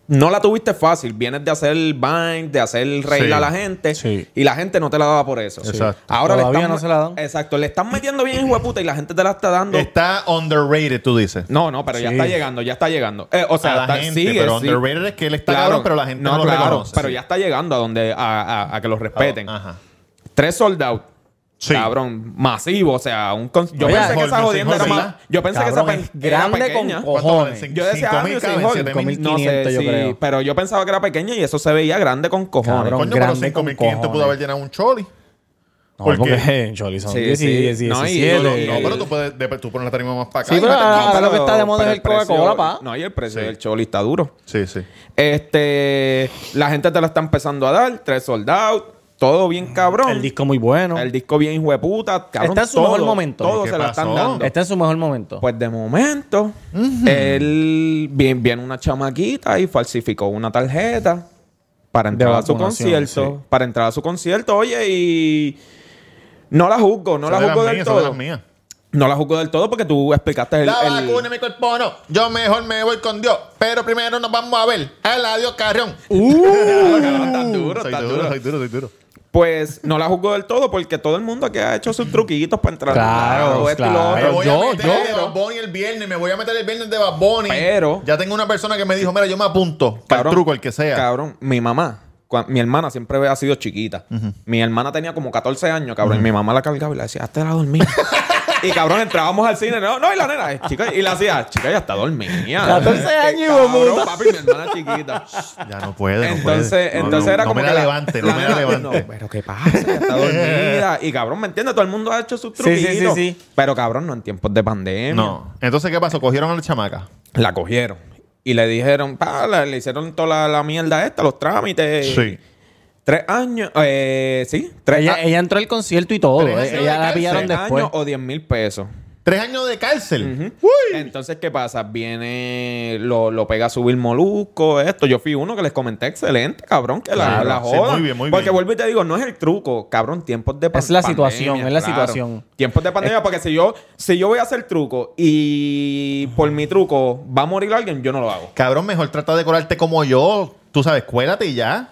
Speaker 3: No la tuviste fácil. Vienes de hacer bind, de hacer reír
Speaker 1: Sí.
Speaker 3: a la gente.
Speaker 2: Sí.
Speaker 3: Y la gente no te la daba por eso.
Speaker 1: Exacto.
Speaker 3: Ahora le
Speaker 2: Todavía
Speaker 3: están-
Speaker 2: no se la dan.
Speaker 3: Exacto. Le están metiendo bien hueputa y la gente te la está dando.
Speaker 1: Está underrated, tú dices.
Speaker 3: No, no, pero ya
Speaker 2: Sí.
Speaker 3: está llegando, ya está llegando. Eh, o sea,
Speaker 1: a la
Speaker 3: está-
Speaker 1: gente,
Speaker 3: sigue,
Speaker 1: pero
Speaker 3: sí.
Speaker 1: underrated es que él está cabrón, pero la gente no, lo reconoce.
Speaker 3: Pero
Speaker 1: Sí. Oh,
Speaker 3: ya está llegando a donde a, a- a que los respeten.
Speaker 1: Ajá.
Speaker 3: Tres sold out.
Speaker 1: Sí.
Speaker 3: Cabrón, masivo, o sea, un con- yo
Speaker 1: Oye,
Speaker 3: pensé que
Speaker 1: Jorge,
Speaker 3: esa jodienda era
Speaker 1: Jorge,
Speaker 3: más. Yo pensé que
Speaker 2: Cabrón,
Speaker 3: esa
Speaker 2: es
Speaker 3: pe- era
Speaker 2: grande
Speaker 3: pequeña.
Speaker 2: con
Speaker 1: ¿Cuánto
Speaker 2: cojones.
Speaker 1: valen?
Speaker 3: Yo decía,
Speaker 1: Cinco
Speaker 3: ah,
Speaker 1: mil
Speaker 3: yo
Speaker 1: caben,
Speaker 3: soy
Speaker 1: siete mil.
Speaker 2: 5.500 yo
Speaker 3: sí,
Speaker 2: creo.
Speaker 3: pero yo pensaba que era pequeña y eso se veía grande con cojones.
Speaker 2: Cabrón.
Speaker 1: Coño, pero
Speaker 2: grande
Speaker 1: 5500
Speaker 2: con
Speaker 1: pudo haber llenado un choli. ¿Por qué?
Speaker 2: Choli son
Speaker 3: Sí,
Speaker 2: 10 y
Speaker 3: sí.
Speaker 2: 10 y
Speaker 3: No, y-
Speaker 2: 17.
Speaker 3: no,
Speaker 1: No, pero tú, puedes, de- tú pones la tarima más para acá.
Speaker 2: Sí,
Speaker 1: y
Speaker 2: pero
Speaker 1: la
Speaker 3: ah,
Speaker 1: tarima
Speaker 2: ahora-
Speaker 1: para-
Speaker 2: lo que está de moda
Speaker 3: pero
Speaker 2: es el Coca-Cola, pa.
Speaker 3: No, y el precio
Speaker 1: Sí.
Speaker 3: del Choli está duro.
Speaker 1: Sí, sí.
Speaker 3: Este, la gente te la está empezando a dar, tres sold out, todo bien cabrón.
Speaker 2: El disco muy bueno.
Speaker 3: El disco bien hijo de puta, cabrón.
Speaker 2: Está en su
Speaker 3: todo,
Speaker 2: mejor momento.
Speaker 3: Todo
Speaker 1: ¿Qué
Speaker 3: se la están
Speaker 1: pasó?
Speaker 3: dando.
Speaker 2: Está en Este su mejor momento.
Speaker 3: Pues de momento, él viene, viene una chamaquita y falsificó una tarjeta para entrar a su
Speaker 2: vacunación,
Speaker 3: concierto.
Speaker 2: sí.
Speaker 3: Para entrar a su concierto, oye, y no la juzgo, no
Speaker 1: Son de
Speaker 3: la
Speaker 1: las
Speaker 3: juzgo del
Speaker 1: mías, son de
Speaker 3: todo.
Speaker 1: las mías.
Speaker 3: No la juzgo del todo porque tú explicaste el.
Speaker 1: La
Speaker 3: el-
Speaker 1: vacuna en mi cuerpo no. Yo mejor me voy con Dios. Pero primero nos vamos a ver. El adiós, Carrión.
Speaker 3: Claro, cabrón, está Uh. duro,
Speaker 1: soy
Speaker 3: está
Speaker 1: duro,
Speaker 3: duro.
Speaker 1: soy duro, soy duro.
Speaker 3: Pues no la juzgo del todo porque todo el mundo que ha hecho sus truquitos para entrar.
Speaker 2: Claro,
Speaker 3: esto y lo
Speaker 2: claro.
Speaker 1: Me
Speaker 3: otro.
Speaker 1: voy
Speaker 2: yo-
Speaker 1: a meter
Speaker 2: yo-
Speaker 1: de Bad Bunny el viernes. Me voy a meter el viernes de Bad Bunny.
Speaker 3: Pero-
Speaker 1: Ya tengo una persona que me dijo, mira, yo me apunto. Para el truco, el que sea.
Speaker 3: Cabrón, mi mamá, cua- mi hermana siempre ha sido chiquita. Mi hermana tenía como 14 años, cabrón. Y mi mamá la cargaba y le decía, hazte la dormir. Y cabrón, entrábamos al cine. No, no, y la nena, eh, chica, y la hacía, chica, ya está dormida. Este
Speaker 2: 14 años, hijo de
Speaker 3: Cabrón,
Speaker 2: puta.
Speaker 3: papi, mi hermana chiquita.
Speaker 1: Ya no puede, no puede.
Speaker 3: Entonces,
Speaker 1: No,
Speaker 3: entonces
Speaker 1: no,
Speaker 3: era
Speaker 1: no
Speaker 3: como
Speaker 1: me
Speaker 3: que
Speaker 1: la levante, no me la
Speaker 3: nena-
Speaker 1: levante.
Speaker 3: no, pero qué pasa, Ya está dormida. Y cabrón, ¿me entiendes? Todo el mundo ha hecho sus
Speaker 2: Sí, sí, sí,
Speaker 3: truquillos.
Speaker 2: sí.
Speaker 3: Pero cabrón, no en tiempos de pandemia.
Speaker 1: No. Entonces, ¿qué pasó? Cogieron a la chamaca.
Speaker 3: La cogieron. Y le dijeron, pa, la- le hicieron toda la, la mierda esta, los trámites.
Speaker 1: Sí.
Speaker 3: Tres años, eh, sí, tres
Speaker 2: Ella,
Speaker 3: a-
Speaker 2: ella entró al concierto y todo.
Speaker 1: Tres
Speaker 2: eh.
Speaker 1: años
Speaker 2: Ella
Speaker 1: de
Speaker 2: la
Speaker 1: cárcel,
Speaker 2: pillaron
Speaker 3: tres
Speaker 2: después.
Speaker 3: años o diez mil pesos.
Speaker 1: Tres años de cárcel.
Speaker 3: Entonces, ¿qué pasa? Viene, lo, lo pega a subir molusco, esto. Yo fui uno que les comenté, excelente, cabrón, que la,
Speaker 1: Claro,
Speaker 3: la
Speaker 1: sí,
Speaker 3: joda.
Speaker 1: muy bien, muy
Speaker 3: porque
Speaker 1: bien.
Speaker 3: vuelvo y te digo, no es el truco, cabrón, tiempos de pan-
Speaker 2: Es la
Speaker 3: pandemia,
Speaker 2: situación, es la situación.
Speaker 3: Tiempos de pandemia, porque si yo, si yo voy a hacer truco y por mi truco va a morir alguien, yo no lo hago.
Speaker 1: Cabrón, mejor trata de colarte como yo. Tú sabes, cuélate y ya.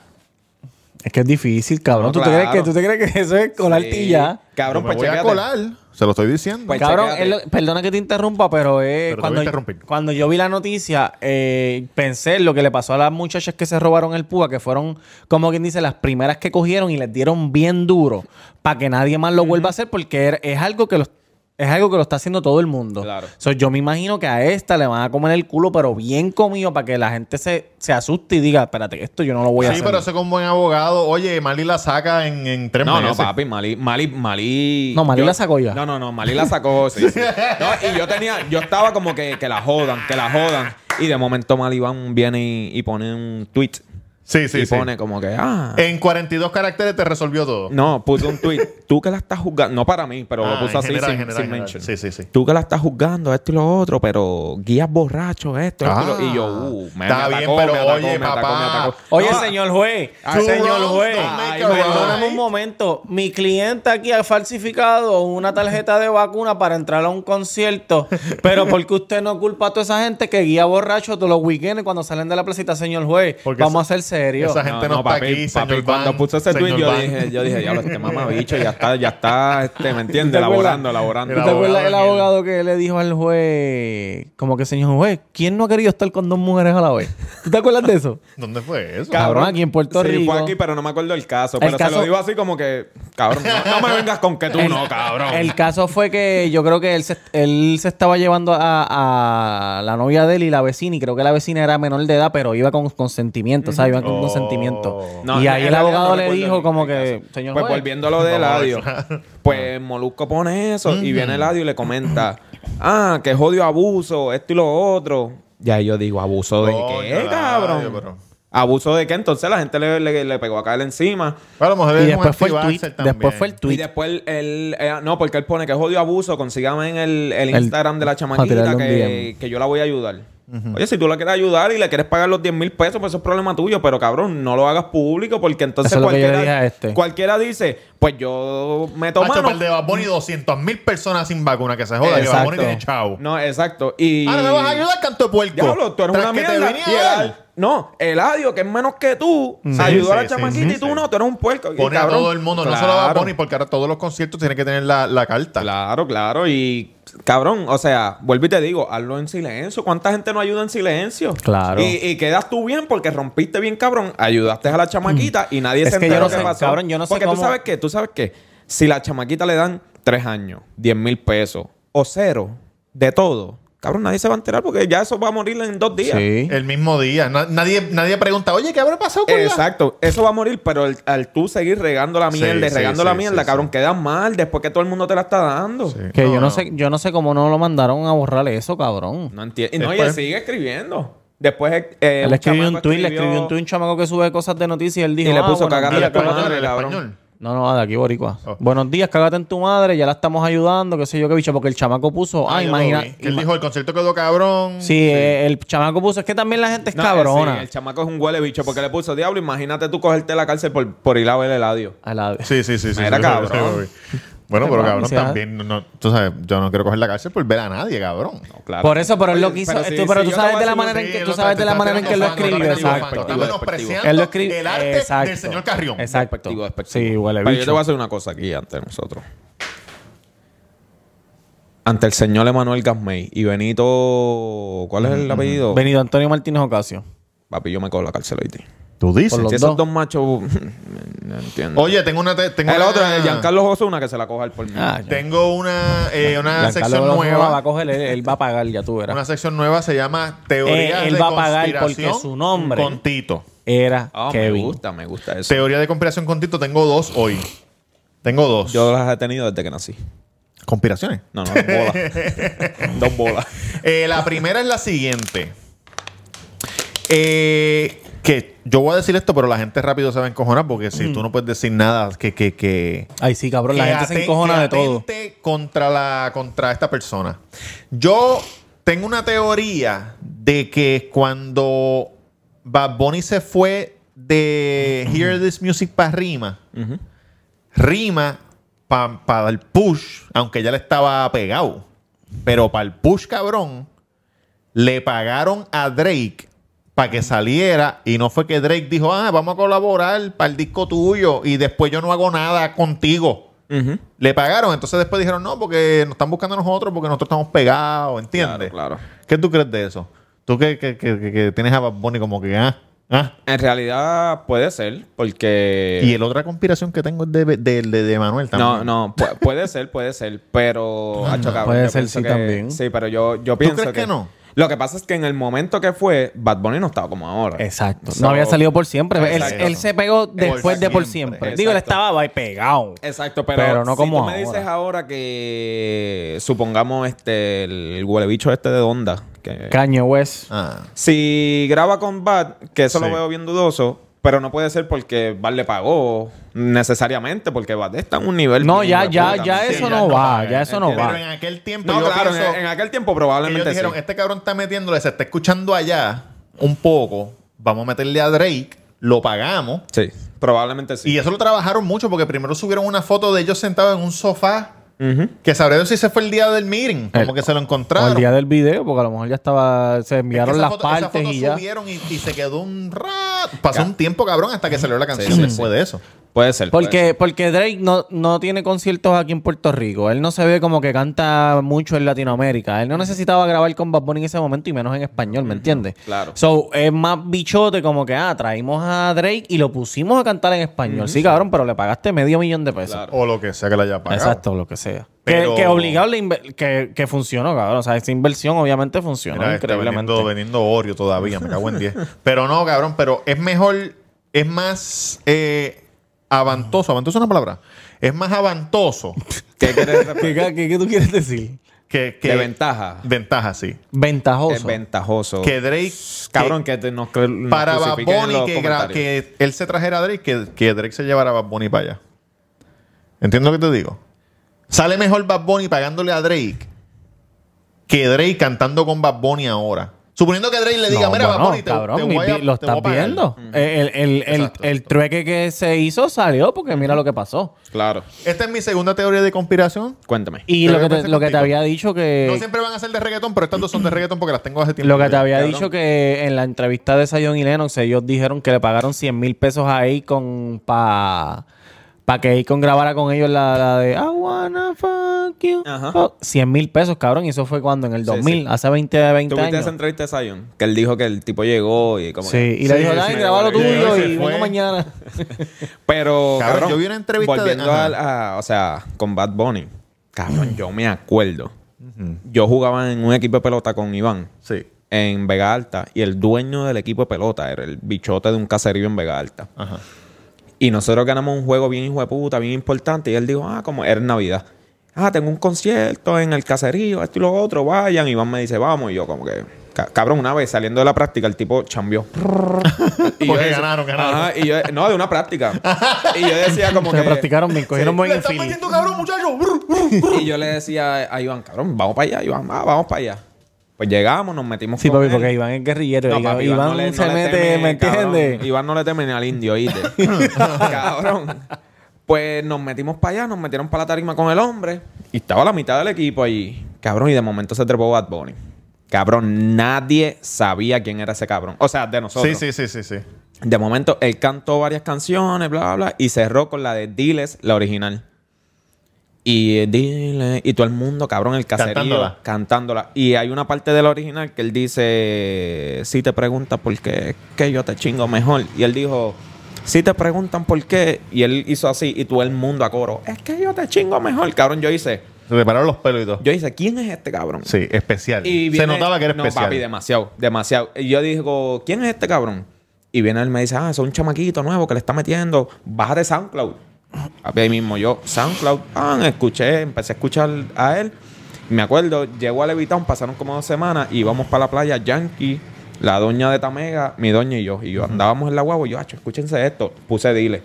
Speaker 2: Es que es difícil, cabrón.
Speaker 3: No,
Speaker 2: ¿Tú, te crees
Speaker 3: claro.
Speaker 2: que, ¿Tú te crees que eso es colarte y ya?
Speaker 3: Sí. Cabrón,
Speaker 1: Yo me
Speaker 3: pues
Speaker 1: voy a
Speaker 3: chécate.
Speaker 1: colar. Se lo estoy diciendo.
Speaker 3: Pues,
Speaker 2: Cabrón,
Speaker 3: chécate.
Speaker 2: es lo- perdona que te interrumpa, pero es
Speaker 1: Pero te
Speaker 2: cuando,
Speaker 1: voy a interrumpir.
Speaker 2: cuando yo vi la noticia, eh, pensé en lo que le pasó a las muchachas que se robaron el púa, que fueron, como quien dice, las primeras que cogieron y les dieron bien duro para que nadie más lo vuelva a hacer, porque er- es algo que los- Es algo que lo está haciendo todo el mundo.
Speaker 3: Claro.
Speaker 2: So, yo me imagino que a esta le van a comer el culo, pero bien comido, para que la gente se, se asuste y diga, espérate, esto yo no lo voy a
Speaker 1: sí,
Speaker 2: hacer.
Speaker 1: pero eso con buen abogado. Oye, Mali la saca en, en tres
Speaker 3: No, no,
Speaker 1: meses.
Speaker 3: papi, Mali, Mali, Mali.
Speaker 2: No, Malí
Speaker 3: yo-
Speaker 2: la sacó ya.
Speaker 3: No, no, no, Mali la sacó, sí, sí. No, y yo tenía, yo estaba como que, que la jodan, que la jodan. Y de momento Mali van, viene y, y pone un tweet.
Speaker 1: Sí, sí,
Speaker 3: y
Speaker 1: sí.
Speaker 3: pone como que, ah.
Speaker 1: En 42 caracteres te resolvió todo.
Speaker 3: No, puso un tweet. Tú que la estás juzgando, no para mí, pero
Speaker 1: Ah,
Speaker 3: lo puso
Speaker 1: en
Speaker 3: así
Speaker 1: general,
Speaker 3: sin,
Speaker 1: en general,
Speaker 3: sin
Speaker 1: en general. Sí,
Speaker 3: mention.
Speaker 1: sí, sí.
Speaker 3: Tú que la estás juzgando, esto y lo otro, pero guías borrachos, esto, esto y lo- y yo, uh, me,
Speaker 1: Ah. Está
Speaker 3: me
Speaker 1: bien,
Speaker 3: atacó,
Speaker 1: pero
Speaker 3: me atacó,
Speaker 1: oye,
Speaker 3: me atacó,
Speaker 1: papá.
Speaker 3: me atacó.
Speaker 2: Oye,
Speaker 3: No,
Speaker 2: señor juez,
Speaker 1: Ah,
Speaker 2: señor
Speaker 1: two
Speaker 2: juez,
Speaker 1: wrongs don't
Speaker 2: ay,
Speaker 1: make a right.
Speaker 2: perdóname un momento. Mi cliente aquí ha falsificado una tarjeta de vacuna para entrar a un concierto, pero ¿por qué usted no culpa a toda esa gente que guía borracho todos los weekends cuando salen de la placita, señor juez?
Speaker 1: Porque
Speaker 2: Vamos
Speaker 1: esa-
Speaker 2: a ser serios.
Speaker 1: esa gente no, está aquí, señor
Speaker 3: papi, cuando
Speaker 1: Van,
Speaker 3: puso ese tweet
Speaker 1: señor
Speaker 3: yo
Speaker 1: Van.
Speaker 3: dije, yo dije, ya lo este mamabicho ya está, ya está, este, ¿me entiendes?
Speaker 2: ¿Te acuerdas?
Speaker 3: Elaborando, elaborando.
Speaker 2: ¿Tú te
Speaker 1: abogado
Speaker 2: acuerdas el
Speaker 1: Daniel.
Speaker 2: abogado que le dijo al juez, como que señor juez, ¿quién no ha querido estar con dos mujeres a la vez? ¿Tú te acuerdas de eso?
Speaker 1: ¿Dónde fue eso?
Speaker 2: Cabrón, aquí en Puerto
Speaker 3: sí,
Speaker 2: Rico.
Speaker 3: fue aquí, pero no me acuerdo el caso.
Speaker 2: El
Speaker 3: pero se
Speaker 2: caso-
Speaker 3: lo digo así como que, cabrón, no, no me vengas con que tú
Speaker 2: El-
Speaker 3: no, cabrón.
Speaker 2: El caso fue que yo creo que él se, él se estaba llevando a, a la novia de él y la vecina, y creo que la vecina era menor de edad, pero iba con consentimiento, o sea, iba con
Speaker 1: Oh.
Speaker 2: consentimiento.
Speaker 3: No,
Speaker 2: y
Speaker 3: en
Speaker 2: ahí el
Speaker 3: realidad
Speaker 2: abogado
Speaker 3: no
Speaker 2: le
Speaker 3: recuerdo
Speaker 2: dijo
Speaker 3: el-
Speaker 2: como
Speaker 3: el
Speaker 2: que,
Speaker 3: caso.
Speaker 2: señor
Speaker 3: Pues
Speaker 2: juez,
Speaker 3: volviendo a lo de
Speaker 1: Vamos a
Speaker 3: Eladio, pues Molusco pone eso y viene Eladio y le comenta, ah, que jodio abuso, esto y lo otro. Ya yo digo, ¿abuso de
Speaker 1: Coño,
Speaker 3: qué,
Speaker 1: Eladio,
Speaker 3: cabrón?
Speaker 1: pero-
Speaker 3: ¿Abuso de qué? Entonces la gente le, le- le pegó a caer encima.
Speaker 1: Bueno, mujer,
Speaker 2: y
Speaker 1: es un
Speaker 2: después fue el tweet,
Speaker 1: anti-vaxxer también.
Speaker 2: después fue el
Speaker 3: Y
Speaker 2: tweet.
Speaker 3: después él, él- eh, no, porque él pone que jodió abuso, consígame en el, el
Speaker 2: El-
Speaker 3: Instagram de la
Speaker 2: para tirarle
Speaker 3: chamaquita
Speaker 2: un
Speaker 3: que,
Speaker 2: DM.
Speaker 3: que yo la voy a ayudar. Oye, si tú la quieres ayudar y le quieres pagar los 10 mil pesos, pues eso es problema tuyo, pero cabrón, no lo hagas público porque entonces
Speaker 2: Eso es lo que yo le
Speaker 3: cualquiera,
Speaker 2: dije a este.
Speaker 3: cualquiera dice, pues yo me
Speaker 1: Hacho,
Speaker 3: tomo.
Speaker 1: para el de Bad Bunny, 200 mil personas sin vacuna que se joda. Y Bad Bunny
Speaker 2: Exacto.
Speaker 1: tiene chavo.
Speaker 3: No, exacto. Y...
Speaker 1: Ahora Ah, me vas a ayudar, canto de puerco.
Speaker 3: Diablo, tú eres
Speaker 1: Tras
Speaker 3: una
Speaker 1: que te
Speaker 3: mierda.
Speaker 1: venía
Speaker 3: Y el
Speaker 1: a dar.
Speaker 3: Al- no, Eladio, que es menos que tú,
Speaker 1: Sí,
Speaker 3: ayudó a la
Speaker 1: sí,
Speaker 3: chamaquita
Speaker 1: sí,
Speaker 3: y tú
Speaker 1: sí.
Speaker 3: no, tú eres un puerco. Y,
Speaker 1: Pone a
Speaker 3: cabrón,
Speaker 1: todo el mundo, no solo a Bad
Speaker 3: claro.
Speaker 1: Bunny, porque ahora todos los conciertos tienen que tener la, la carta.
Speaker 3: Claro, claro. Y cabrón, o sea, vuelvo y te digo, hazlo en silencio. ¿Cuánta gente no ayuda en silencio?
Speaker 2: Claro.
Speaker 3: Y, y quedas tú bien porque rompiste bien, cabrón. Ayudaste a la chamaquita y nadie
Speaker 2: Mm. Es
Speaker 3: se
Speaker 2: que
Speaker 3: enteró
Speaker 2: yo no
Speaker 3: qué
Speaker 2: sé,
Speaker 3: pasó.
Speaker 2: cabrón, yo no sé
Speaker 3: porque
Speaker 2: cómo-
Speaker 3: tú sabes que, tú sabes que si la chamaquita le dan tres años, diez mil pesos o cero de todo, cabrón, nadie se va a enterar porque ya eso va a morir en dos días.
Speaker 2: Sí.
Speaker 1: El mismo día. Na- nadie, nadie pregunta, oye, ¿qué habrá pasado con la-
Speaker 3: Exacto, eso va a morir, pero el- al tú seguir regando la mierda y
Speaker 1: sí,
Speaker 3: regando
Speaker 1: sí,
Speaker 3: la
Speaker 1: sí,
Speaker 3: mierda,
Speaker 1: sí.
Speaker 3: cabrón, quedas mal después que todo el mundo te la está dando.
Speaker 1: Sí.
Speaker 2: Que yo no, sé, yo no sé cómo no lo mandaron a borrar eso, cabrón.
Speaker 3: No entiendo. No, y
Speaker 1: Después-
Speaker 3: él sigue escribiendo. Después eh, eh,
Speaker 2: él
Speaker 3: un
Speaker 2: escribió
Speaker 3: chamaco
Speaker 2: un tweet, le escribió un tweet un chamaco que sube cosas de noticias y él dijo,
Speaker 3: Y le
Speaker 2: "Ah,
Speaker 3: puso
Speaker 2: buenos
Speaker 3: cagando
Speaker 2: días,
Speaker 3: la
Speaker 1: Pero
Speaker 2: buenos
Speaker 1: no,
Speaker 3: madre,
Speaker 1: en el
Speaker 3: cabrón.
Speaker 1: español.
Speaker 2: No, no, de aquí boricua.
Speaker 1: Oh.
Speaker 2: Buenos días, cágate en tu madre, ya la estamos ayudando, qué sé yo qué bicho, porque el chamaco puso, ah,
Speaker 1: yo lo
Speaker 2: imagina.
Speaker 1: vi. Que él dijo, el concierto quedó cabrón.
Speaker 2: sí, eh, el chamaco puso, es que también la gente es
Speaker 3: No, eh,
Speaker 2: cabrona.
Speaker 3: sí, el chamaco es un huele bicho porque le puso diablo. Imagínate tú cogerte la cárcel por, por ir a ver el adiós.
Speaker 2: A la-
Speaker 1: Sí, sí, sí. sí
Speaker 3: Era
Speaker 1: sí,
Speaker 3: cabrón.
Speaker 1: sí, lo vi. Bueno, pero
Speaker 2: Mami,
Speaker 1: cabrón
Speaker 2: sea-
Speaker 1: también. no- No, tú sabes, yo no quiero coger la cárcel por ver a nadie, cabrón.
Speaker 3: Claro.
Speaker 2: Por eso, pero él lo
Speaker 3: Oye,
Speaker 2: quiso.
Speaker 3: pero
Speaker 2: eh,
Speaker 3: sí,
Speaker 2: tú- pero
Speaker 3: sí,
Speaker 2: tú
Speaker 3: yo
Speaker 2: sabes
Speaker 3: te voy
Speaker 2: de la
Speaker 3: a decir
Speaker 2: manera en
Speaker 3: un-
Speaker 1: Sí,
Speaker 2: que tú
Speaker 1: lo-
Speaker 2: sabes de la
Speaker 1: está
Speaker 2: manera en que él lo
Speaker 1: tirando
Speaker 2: escribió.
Speaker 1: fan, está tirando
Speaker 2: Exacto.
Speaker 1: fan, Está menospreciando
Speaker 2: Él lo escribió.
Speaker 1: el arte
Speaker 2: exacto.
Speaker 1: del señor Carrión.
Speaker 2: Exacto.
Speaker 3: Despectivo, despectivo.
Speaker 2: Sí, huele
Speaker 3: Pero yo te voy a
Speaker 2: bicho.
Speaker 3: hacer una cosa aquí ante nosotros. Ante el señor Emanuel Gasmey y Benito. ¿Cuál es el apellido?
Speaker 2: Venido Antonio Martínez Ocasio.
Speaker 3: Papi, yo me cojo la cárcel hoy. tío.
Speaker 1: Tú dices.
Speaker 2: Por los
Speaker 3: Si esos
Speaker 2: dos.
Speaker 3: dos machos. No entiendo.
Speaker 1: Oye, tengo una. te- Tengo
Speaker 3: el
Speaker 1: una-
Speaker 3: otro, el Giancarlo Osuna, que se la coja al por mí.
Speaker 2: Ah,
Speaker 1: Tengo una, eh, una
Speaker 2: Giancarlo
Speaker 1: sección
Speaker 2: Veloso no la va a
Speaker 1: nueva.
Speaker 2: coger, él, él va a pagar, ya tú verás.
Speaker 1: Una sección nueva se llama Teoría
Speaker 2: Eh, él
Speaker 1: de
Speaker 2: va a pagar porque
Speaker 1: conspiración
Speaker 2: su nombre-
Speaker 1: con Tito.
Speaker 2: Era
Speaker 3: Ah, me
Speaker 2: Kevin.
Speaker 3: gusta, me gusta eso.
Speaker 1: Teoría de conspiración con Tito, tengo dos hoy. Tengo dos.
Speaker 3: Yo las he tenido desde que nací.
Speaker 1: Conspiraciones.
Speaker 3: No, no, dos bolas. dos bolas.
Speaker 1: Eh, la primera es la siguiente. Eh, que yo voy a decir esto, pero la gente rápido se va a encojonar porque si tú no puedes decir nada, que. que, que
Speaker 2: Ay, sí, cabrón, la
Speaker 1: que
Speaker 2: gente se
Speaker 1: aten-
Speaker 2: encojona
Speaker 1: que
Speaker 2: de todo.
Speaker 1: atente Contra, la, contra esta persona. Yo tengo una teoría de que cuando Bad Bunny se fue de Hear This Music para Rima, Rima para el push, aunque ya le estaba pegado, pero para el push, cabrón, le pagaron a Drake para que saliera y no fue que Drake dijo, ah, vamos a colaborar para el disco tuyo y después yo no hago nada contigo. Le pagaron, entonces después dijeron, no, porque nos están buscando a nosotros porque nosotros estamos pegados, ¿entiendes?
Speaker 3: Claro, claro.
Speaker 1: ¿Qué tú crees de eso? Tú que, que- que- que- que tienes a Bad Bunny como que, ah, ah.
Speaker 3: En realidad puede ser, porque.
Speaker 1: Y el otra conspiración que tengo es de, de, de- de Manuel también.
Speaker 3: Eh. No, no, pu- puede ser, puede ser, pero... Acho, cabrón,
Speaker 2: Ah, puede
Speaker 3: yo
Speaker 2: ser,
Speaker 3: pienso
Speaker 2: sí,
Speaker 3: que-
Speaker 2: también.
Speaker 3: Sí, pero yo, yo pienso
Speaker 1: crees que no?
Speaker 3: Lo que pasa es que en el momento que fue, Bad Bunny no estaba como ahora.
Speaker 2: Exacto.
Speaker 3: So-
Speaker 2: no había salido por siempre. Él-
Speaker 3: Exacto.
Speaker 2: Él, se pegó después de por siempre.
Speaker 1: siempre.
Speaker 2: Digo, él
Speaker 3: Exacto.
Speaker 2: estaba ahí pegado.
Speaker 3: Exacto, pero,
Speaker 2: Pero no como
Speaker 3: si tú me
Speaker 2: ahora.
Speaker 3: dices ahora que supongamos este el huelebicho este de onda que
Speaker 2: Caño West.
Speaker 1: Ah.
Speaker 3: si graba con Bad, que eso
Speaker 1: Sí.
Speaker 3: lo veo bien dudoso, pero no puede ser porque Bad le pagó necesariamente porque Bad está en un nivel
Speaker 2: No,
Speaker 3: bien
Speaker 2: ya,
Speaker 3: hijo de
Speaker 2: ya,
Speaker 3: puta,
Speaker 2: ya
Speaker 3: ¿me
Speaker 2: eso
Speaker 3: entiendes?
Speaker 2: no
Speaker 1: no
Speaker 2: va.
Speaker 1: pagan,
Speaker 2: Ya eso no
Speaker 1: Pero
Speaker 2: va.
Speaker 1: en aquel tiempo
Speaker 3: No,
Speaker 1: yo
Speaker 3: claro,
Speaker 1: pienso-
Speaker 3: en, en aquel tiempo
Speaker 1: Ellos
Speaker 3: probablemente
Speaker 1: dijeron,
Speaker 3: sí.
Speaker 1: este cabrón está metiéndole, se está escuchando allá un poco, vamos a meterle a Drake, lo pagamos.
Speaker 3: Sí, probablemente sí.
Speaker 1: Y eso lo trabajaron mucho porque primero subieron una foto de ellos sentados en un sofá,
Speaker 3: Ujú.
Speaker 1: que sabré Dios si se fue el día del meeting, como
Speaker 2: El-
Speaker 1: que se lo
Speaker 2: O el
Speaker 1: encontraron.
Speaker 2: día del video, porque a lo mejor ya estaba. Se
Speaker 1: Es que
Speaker 2: enviaron
Speaker 1: esa
Speaker 2: las
Speaker 1: foto- esa
Speaker 2: partes
Speaker 1: foto
Speaker 2: y ya.
Speaker 1: subieron y, y se quedó un rato. Pasó un tiempo, cabrón, hasta que salió la canción después de eso.
Speaker 3: Puede ser. puede
Speaker 2: Porque, porque Drake no, no tiene conciertos aquí en Puerto Rico. Él no se ve como que canta mucho en Latinoamérica. Él no necesitaba grabar con Bad Bunny en ese momento y menos en español, ¿me entiendes?
Speaker 3: claro.
Speaker 2: So, es más bichote como que, ah, traímos a Drake y lo pusimos a cantar en español. Sí, cabrón, pero le pagaste medio millón de pesos.
Speaker 3: Claro.
Speaker 1: O lo que sea que la haya pagado.
Speaker 2: Exacto, lo que sea.
Speaker 1: Pero-
Speaker 2: Que, que obligado, le inve- que, que funcionó, cabrón. O sea, esa inversión obviamente funcionó
Speaker 1: Mira, este,
Speaker 2: increíblemente.
Speaker 1: vendiendo, vendiendo Oreo todavía, me cago en 10. Pero no, cabrón, pero es mejor, es más eh, avantoso. ¿Avantoso es una palabra? Es más avantoso
Speaker 3: ¿Qué quieres decir?
Speaker 2: ¿Qué, qué- qué tú quieres decir?
Speaker 1: que... que
Speaker 3: De ventaja.
Speaker 1: Ventaja, sí.
Speaker 3: Es
Speaker 2: Ventajoso.
Speaker 3: ventajoso.
Speaker 1: Que Drake...
Speaker 3: Cabrón, que, te- nos, cre- nos
Speaker 1: para Bad
Speaker 3: crucifiquen en
Speaker 1: Bunny,
Speaker 3: los
Speaker 1: que, gra-
Speaker 3: comentarios.
Speaker 1: que él se trajera a Drake, que, que Drake se llevara a Bad Bunny para allá. ¿Entiendes lo que te digo? Sale mejor Bad Bunny pagándole a Drake que Drake cantando con Bad Bunny ahora. Suponiendo que Drake le diga,
Speaker 2: No,
Speaker 1: mira,
Speaker 2: bueno,
Speaker 1: Bad Bunny, te,
Speaker 2: cabrón,
Speaker 1: te
Speaker 2: mi
Speaker 1: voy a-
Speaker 2: pi- lo
Speaker 1: te voy a
Speaker 2: estás
Speaker 1: pagar".
Speaker 2: viendo. El, el, el, el-
Speaker 1: Exacto,
Speaker 2: el
Speaker 1: exacto.
Speaker 2: trueque que se hizo salió porque mira lo que pasó.
Speaker 3: Claro.
Speaker 1: Esta es mi segunda teoría de conspiración.
Speaker 3: Cuéntame.
Speaker 2: Y
Speaker 1: Pero
Speaker 2: lo
Speaker 1: yo
Speaker 2: que, te,
Speaker 1: pensé
Speaker 2: lo que te
Speaker 1: contigo.
Speaker 2: había dicho que...
Speaker 1: No siempre van a ser de reggaetón, pero estas dos son de reggaetón porque las tengo hace tiempo.
Speaker 2: Eh, Lo que te había
Speaker 3: Cabrón.
Speaker 2: dicho que en la entrevista de Sayon y Lennox, ellos dijeron que le pagaron 100 mil pesos a Akon para pa que Akon grabara con ellos la, la de I wanna fuck you.
Speaker 3: Ajá.
Speaker 2: Oh, 100 mil pesos, cabrón. Y eso fue cuando, en el
Speaker 3: Sí,
Speaker 2: 2000,
Speaker 3: sí.
Speaker 2: hace 20, 20
Speaker 3: ¿Tuviste
Speaker 2: años.
Speaker 3: esa entrevista de Zion? Que él dijo que el tipo llegó y como...
Speaker 2: Sí, y
Speaker 3: que-
Speaker 2: le
Speaker 1: Sí,
Speaker 2: dijo,
Speaker 1: sí,
Speaker 2: dale,
Speaker 1: sí.
Speaker 2: graba lo
Speaker 1: Llegó y
Speaker 2: tuyo
Speaker 1: se
Speaker 2: y
Speaker 1: fue.
Speaker 2: vengo mañana.
Speaker 3: Pero,
Speaker 1: Cabrón, yo vi una entrevista de-
Speaker 3: volviendo
Speaker 1: ajá.
Speaker 3: al- a- o sea, con Bad Bunny. Cabrón, yo me acuerdo. Yo jugaba en un equipo de pelota con Iván
Speaker 1: Sí.
Speaker 3: en Vega Alta y el dueño del equipo de pelota era el bichote de un caserío en Vega Alta.
Speaker 1: Ajá.
Speaker 3: Y nosotros ganamos un juego bien hijo de puta, bien importante. Y él dijo, ah, como era en Navidad. Ah, tengo un concierto en el caserío, esto y lo otro, vayan. Iván me dice, vamos. Y yo como que, "Ca- cabrón, una vez saliendo de la práctica, el tipo chambió. y
Speaker 1: Porque
Speaker 3: decía-
Speaker 1: ganaron, ganaron.
Speaker 3: Ajá, y yo- no, de una práctica. y yo decía como
Speaker 2: Se
Speaker 3: que...
Speaker 2: practicaron bien, cogieron buen
Speaker 1: Le están
Speaker 2: feeling.
Speaker 1: metiendo cabrón, muchachos. Brr, brr.
Speaker 3: Y yo le decía a Iván, cabrón, vamos para allá, Iván, ah, vamos para allá. Pues llegamos, nos metimos
Speaker 2: Sí,
Speaker 3: con
Speaker 2: papi,
Speaker 3: él.
Speaker 2: porque Iván es guerrillero.
Speaker 3: No,
Speaker 2: y-
Speaker 3: papi,
Speaker 2: Iván,
Speaker 3: no le-
Speaker 2: se
Speaker 3: no le
Speaker 2: mete,
Speaker 3: teme,
Speaker 2: ¿me
Speaker 3: cabrón.
Speaker 2: entiendes?
Speaker 3: Iván no le teme ni al indio, ¿oíste? cabrón. Pues nos metimos para allá, nos metieron para la tarima con el hombre. Y estaba la mitad del equipo allí. Cabrón, y de momento se trepó Bad Bunny. Cabrón, nadie sabía quién era ese cabrón. O sea, de nosotros.
Speaker 1: Sí, sí, sí, sí, sí.
Speaker 3: De momento, él cantó varias canciones, bla, bla, bla, y cerró con la de Diles, la original. Y eh, dile, y todo el mundo, cabrón, el caserío,
Speaker 1: Cantándola.
Speaker 3: cantándola. Y hay una parte del original que él dice, si te preguntas por qué, es que yo te chingo mejor. Y él dijo, si te preguntan por qué, y él hizo así, y todo el mundo a coro, es que yo te chingo mejor, cabrón. Yo hice,
Speaker 1: Se te pararon los pelos y todo.
Speaker 3: yo hice, ¿quién es este cabrón?
Speaker 1: Sí, especial.
Speaker 3: Y
Speaker 1: Se
Speaker 3: viene-
Speaker 1: notaba que era
Speaker 3: no,
Speaker 1: especial.
Speaker 3: papi, demasiado, demasiado. Y yo digo, ¿quién es este cabrón? Y viene él y me dice, ah, es un chamaquito nuevo que le está metiendo. Bájate SoundCloud. Papi, ahí mismo yo, SoundCloud, ah, escuché, empecé a escuchar a él. Y me acuerdo, llegó a Levitown, pasaron como dos semanas y íbamos para la playa Yankee, la doña de Tamega, mi doña y yo. Y yo andábamos en la guagua y yo, acho, escúchense esto. Puse dile.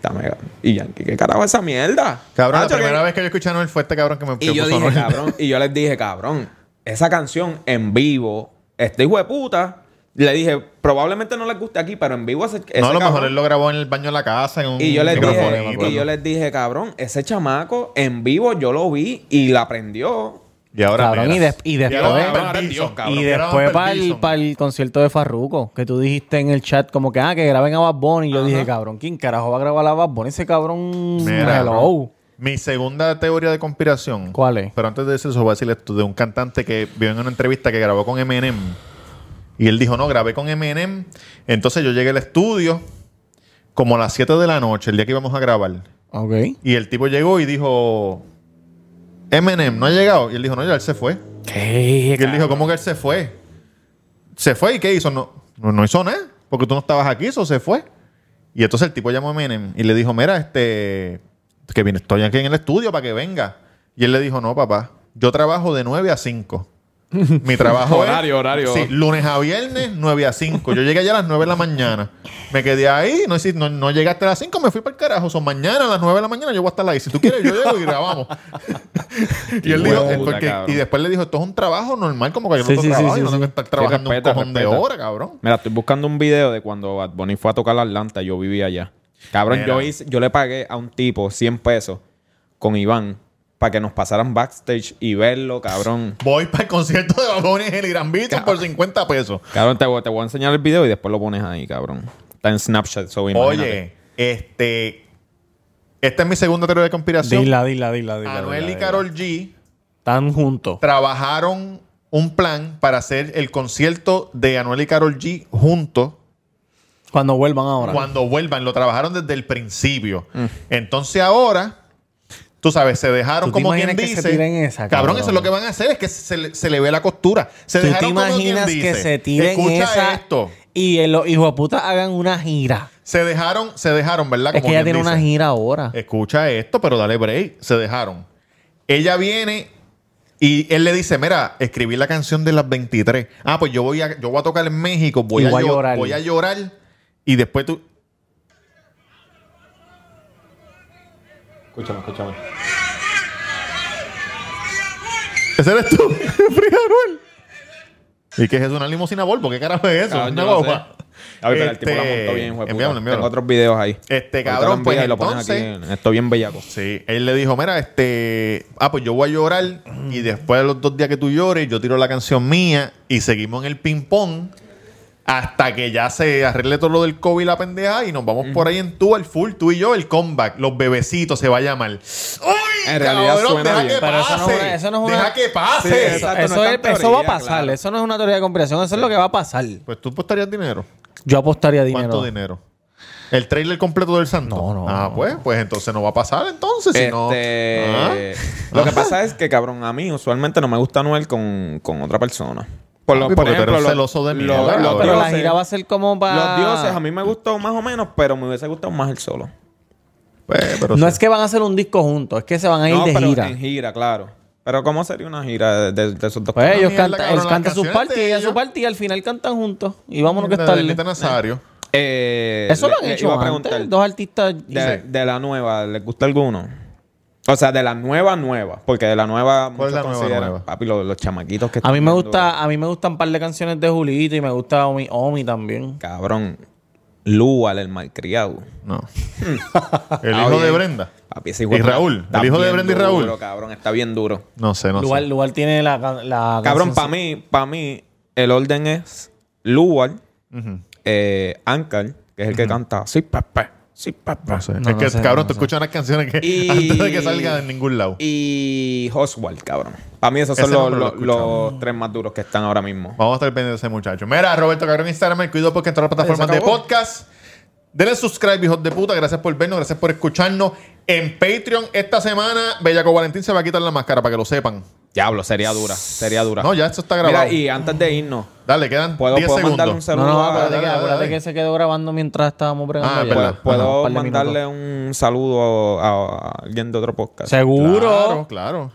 Speaker 3: Tamega. Y Yankee, ¿qué carajo es esa mierda?
Speaker 1: Cabrón,
Speaker 3: Acho,
Speaker 1: la
Speaker 3: Ah, que-
Speaker 1: primera vez que yo escuché a Noel fue este cabrón que me que
Speaker 3: y yo
Speaker 1: puso a
Speaker 3: dije,
Speaker 1: Noel.
Speaker 3: cabrón, y yo les dije, cabrón, esa canción en vivo, este hijo de puta, le dije, probablemente no les guste aquí, pero en vivo ese, ese
Speaker 1: No, a lo mejor
Speaker 3: cabrón-
Speaker 1: él lo grabó en el baño de la casa. En un
Speaker 3: y yo les
Speaker 1: micrófono,
Speaker 3: dije,
Speaker 1: me
Speaker 3: y
Speaker 1: acuerdo.
Speaker 3: yo les dije, cabrón, ese chamaco en vivo yo lo vi y la aprendió.
Speaker 1: Y ahora.
Speaker 2: Cabrón,
Speaker 1: mira.
Speaker 2: y des- y después-
Speaker 1: ahora
Speaker 2: Cabrón,
Speaker 1: Van Perdido,
Speaker 3: Dios,
Speaker 1: cabrón.
Speaker 2: Y
Speaker 1: ahora
Speaker 2: después
Speaker 1: Van
Speaker 2: para el,
Speaker 1: Perdido.
Speaker 2: concierto de Farruko, que tú dijiste en el chat como que, ah, que graben a Bad Bunny. Y yo dije, cabrón, ¿quién carajo va a grabar a Bad Bunny? Ese cabrón...
Speaker 1: Mira,
Speaker 2: hello.
Speaker 1: cabrón. Mi segunda teoría de conspiración.
Speaker 2: ¿Cuál es?
Speaker 1: Pero antes de decir eso, voy a decirle esto de un cantante que vio en una entrevista que grabó con Eminem. Y él dijo, no, grabé con Eminem. Entonces yo llegué al estudio como a las 7 de la noche, el día que íbamos a grabar.
Speaker 2: Ok.
Speaker 1: Y el tipo llegó y dijo, Eminem, ¿no ha llegado? Y él dijo, no, ya él se fue.
Speaker 3: ¿Qué?
Speaker 1: Y él dijo, ¿cómo que él se fue? ¿Se fue y qué hizo? No, no, no hizo nada, porque tú no estabas aquí, eso se fue. Y entonces el tipo llamó a Menem y le dijo, mira, este, que viene, estoy aquí en el estudio para que venga. Y él le dijo, no, papá, yo trabajo de 9 a 5. Mi trabajo
Speaker 3: Horario,
Speaker 1: es,
Speaker 3: horario.
Speaker 1: Sí, lunes a viernes, 9 a 5. Yo llegué allá a las 9 de la mañana. Me quedé ahí, no, hice- no, no llegué hasta las 5, me fui para el carajo. O sea, mañana a las 9 de la mañana yo voy a estar ahí. Si tú quieres, yo llego y grabamos. y él
Speaker 3: Qué
Speaker 1: dijo,
Speaker 3: huevo,
Speaker 1: eh,
Speaker 3: puta,
Speaker 1: porque-
Speaker 3: cabrón.
Speaker 1: y después le dijo, esto es un trabajo normal, como que yo no
Speaker 2: Sí,
Speaker 1: tengo
Speaker 2: sí, sí,
Speaker 1: trabajo,
Speaker 2: sí,
Speaker 1: yo no tengo que
Speaker 2: sí.
Speaker 1: estar trabajando
Speaker 3: Sí, respeta,
Speaker 1: un cojón de
Speaker 3: respeta.
Speaker 1: hora, cabrón.
Speaker 3: Mira, estoy buscando un video de cuando Bad Bunny fue a tocar la Atlanta, yo vivía allá. Cabrón,
Speaker 1: Mira.
Speaker 3: yo, hice- yo le pagué a un tipo 100 pesos con Iván para que nos pasaran backstage y verlo, cabrón.
Speaker 1: Voy para el concierto de Babones en el Gran Beatles por 50 pesos.
Speaker 3: Cabrón, te, voy- te voy a enseñar el video y después lo pones ahí, cabrón. Está en Snapchat, so imagínate.
Speaker 1: Oye, este. Esta es mi segunda teoría de conspiración.
Speaker 2: Dila, dila, dila, dila.
Speaker 1: Anuel
Speaker 2: dila,
Speaker 1: y
Speaker 2: dila.
Speaker 1: Carol G
Speaker 2: Están juntos.
Speaker 1: trabajaron un plan para hacer el concierto de Anuel y Carol G juntos
Speaker 2: Cuando vuelvan ahora.
Speaker 1: cuando vuelvan. Lo trabajaron desde el principio.
Speaker 2: Mm.
Speaker 1: Entonces ahora, tú sabes, se dejaron
Speaker 2: ¿Tú te
Speaker 1: como quien
Speaker 2: imaginas que
Speaker 1: dice.
Speaker 2: se tiren esa,
Speaker 1: cabrón,
Speaker 2: cabrón?
Speaker 1: eso es lo que van a hacer, es que se le, se le ve la costura. Se
Speaker 2: ¿Tú te
Speaker 1: dejaron como quien
Speaker 2: imaginas que
Speaker 1: dice.
Speaker 2: se tiren
Speaker 1: Escucha
Speaker 2: esa
Speaker 1: esto.
Speaker 2: y el- los hijos de puta hagan una gira?
Speaker 1: Se dejaron, se dejaron, ¿verdad?
Speaker 2: es que ella
Speaker 1: Ah, quien
Speaker 2: tiene una
Speaker 1: dice.
Speaker 2: gira ahora.
Speaker 1: Escucha esto, pero dale break. Se dejaron. Ella viene y él le dice, mira, escribí la canción de las 23. Ah, pues yo voy a, yo voy a tocar en México, voy,
Speaker 2: Y
Speaker 1: a,
Speaker 2: voy a
Speaker 1: llo-
Speaker 2: llorar.
Speaker 1: voy a llorar y después tú...
Speaker 3: Escúchame, escúchame.
Speaker 1: ¿Ese eres tú? Frida Anuel. ¿Y qué es eso? ¿Una limusina Volvo? ¿Qué carajo es eso? Una
Speaker 3: Cabrón, Ah, yo no
Speaker 1: guagua.
Speaker 3: sé. A ver, pero el tipo la
Speaker 1: Este,
Speaker 3: montó bien, hijo de puta.
Speaker 1: envíamelo, envíamelo.
Speaker 3: Tengo otros videos ahí.
Speaker 1: Este,
Speaker 3: Ahorita
Speaker 1: cabrón,
Speaker 3: lo
Speaker 1: pues,
Speaker 3: envías y lo pones
Speaker 1: entonces-
Speaker 3: aquí. Estoy bien bellaco.
Speaker 1: Sí, él le dijo, mira, este, ah, pues yo voy a llorar y después de los dos días que tú llores, yo tiro la canción mía y seguimos en el ping-pong hasta que ya se arregle todo lo del COVID y la pendeja y nos vamos por ahí en tú, el full, tú y yo, el comeback, los bebecitos se va a llamar. ¡Uy,
Speaker 3: En realidad
Speaker 1: cabrón,
Speaker 3: suena
Speaker 1: deja
Speaker 3: bien.
Speaker 1: que
Speaker 2: Pero
Speaker 1: pase!
Speaker 2: eso no es una- eso no es
Speaker 1: ¡Deja
Speaker 2: una-
Speaker 1: que pase!
Speaker 3: Sí,
Speaker 2: Eso,
Speaker 3: exacto, no
Speaker 2: eso
Speaker 3: es
Speaker 2: es-
Speaker 3: tan
Speaker 2: eso
Speaker 3: teoría,
Speaker 2: va a pasar.
Speaker 3: claro.
Speaker 2: Eso no es una teoría de conspiración. Eso es lo que va a pasar.
Speaker 1: Pues tú postarías dinero.
Speaker 2: Yo apostaría dinero.
Speaker 1: ¿Cuánto dinero? ¿El trailer completo del santo?
Speaker 2: No, no,
Speaker 1: Ah,
Speaker 2: no.
Speaker 1: pues, pues entonces no va a pasar entonces, si no...
Speaker 3: Este,
Speaker 1: Ah.
Speaker 3: Lo que pasa es que, cabrón, a mí usualmente no me gusta Noel con, con otra persona. Por, lo,
Speaker 1: Papi,
Speaker 3: por
Speaker 1: porque tú
Speaker 3: ejemplo,
Speaker 1: eres
Speaker 3: los-
Speaker 1: celoso de mí,
Speaker 3: los-
Speaker 1: ¿verdad?
Speaker 3: los
Speaker 2: Pero la
Speaker 3: dioses-
Speaker 2: gira va a ser como para...
Speaker 3: Los dioses a mí me gustó más o menos, pero me hubiese gustado más el solo.
Speaker 1: Pues, pero
Speaker 2: No
Speaker 1: sí.
Speaker 2: es que van a hacer un disco juntos. Es que se van a ir
Speaker 3: no,
Speaker 2: de
Speaker 3: pero
Speaker 2: gira.
Speaker 3: en gira, claro. Pero ¿cómo sería una gira de, de- de esos dos?
Speaker 2: Pues ellos
Speaker 1: mierda,
Speaker 2: cantan,
Speaker 1: cabrón,
Speaker 2: él
Speaker 1: las
Speaker 2: canta sus
Speaker 1: canciones
Speaker 2: partes y
Speaker 1: de
Speaker 2: ella su
Speaker 1: ellos.
Speaker 2: parte y al final cantan juntos. Y vámonos que
Speaker 1: De
Speaker 2: está
Speaker 1: Anita Nazario.
Speaker 3: Eh,
Speaker 2: Eso lo
Speaker 3: le-
Speaker 2: han
Speaker 3: le
Speaker 2: hecho
Speaker 3: iba a
Speaker 2: antes.
Speaker 3: preguntar.
Speaker 2: Dos artistas.
Speaker 3: De, de la nueva, ¿les gusta alguno? O sea, de la nueva nueva. Porque de la nueva,
Speaker 1: ¿Cuál es la nueva
Speaker 3: consideran,
Speaker 1: nueva?
Speaker 3: papi, los, los chamaquitos que
Speaker 2: A
Speaker 3: están
Speaker 2: mí me
Speaker 3: viendo,
Speaker 2: gusta, a mí me gustan un par de canciones de Julito y me gusta Omi, Omi también.
Speaker 3: Cabrón. Lual, el malcriado.
Speaker 1: No. el
Speaker 3: Ah,
Speaker 1: hijo de
Speaker 3: bien.
Speaker 1: Brenda.
Speaker 3: Papi, ese hijo de
Speaker 1: Y
Speaker 3: puta
Speaker 1: Raúl,
Speaker 3: está
Speaker 1: el hijo de
Speaker 3: bien
Speaker 1: Brenda y Raúl.
Speaker 3: duro, cabrón, está bien duro.
Speaker 1: No sé, no
Speaker 2: Lugar,
Speaker 1: sé.
Speaker 2: Lugar tiene la, ca- la
Speaker 3: Cabrón, para
Speaker 2: canción-
Speaker 3: mí, para mí, el orden es Lual, eh, Ankar, que es el que canta, sí, pepe, Sí, papá.
Speaker 1: No sé.
Speaker 2: No,
Speaker 1: es
Speaker 2: no
Speaker 1: que,
Speaker 2: sé,
Speaker 1: cabrón,
Speaker 2: no
Speaker 1: tú
Speaker 2: sé.
Speaker 1: escuchas unas canciones que
Speaker 3: Y-
Speaker 1: antes de que salga de ningún lado.
Speaker 3: Y Oswald, cabrón. A mí esos son
Speaker 1: Ese
Speaker 3: los,
Speaker 1: nombre lo Oh. he
Speaker 3: los- los tres más duros que están ahora mismo.
Speaker 1: Vamos a estar pendientes de ese muchacho. Mira, Roberto Cabrón Instagram, el cuido porque en todas las plataformas
Speaker 3: Se
Speaker 1: de
Speaker 3: acabó.
Speaker 1: podcast. Denle subscribe, hijos de puta. Gracias por vernos, gracias por escucharnos. En Patreon esta semana, Bellaco Valentín se va a quitar la máscara para que lo sepan.
Speaker 3: Diablo, sería dura. Sería dura.
Speaker 1: No, ya esto está grabado.
Speaker 3: Mira, y antes de irnos,
Speaker 1: Dale, quedan
Speaker 3: ¿puedo,
Speaker 1: 10
Speaker 3: puedo mandarle un
Speaker 1: segundos.
Speaker 2: No,
Speaker 3: saludo
Speaker 2: no,
Speaker 3: a-
Speaker 1: dale,
Speaker 2: acuérdate, que,
Speaker 1: dale,
Speaker 2: acuérdate
Speaker 1: dale.
Speaker 2: que se quedó grabando mientras estábamos
Speaker 1: Ah,
Speaker 2: bregando.
Speaker 1: es verdad.
Speaker 2: ya.
Speaker 3: ¿Puedo,
Speaker 1: Ajá,
Speaker 3: pues, puedo
Speaker 2: un par de
Speaker 3: mandarle un saludo a, a alguien de otro podcast?
Speaker 1: Claro,
Speaker 2: Seguro.
Speaker 1: claro.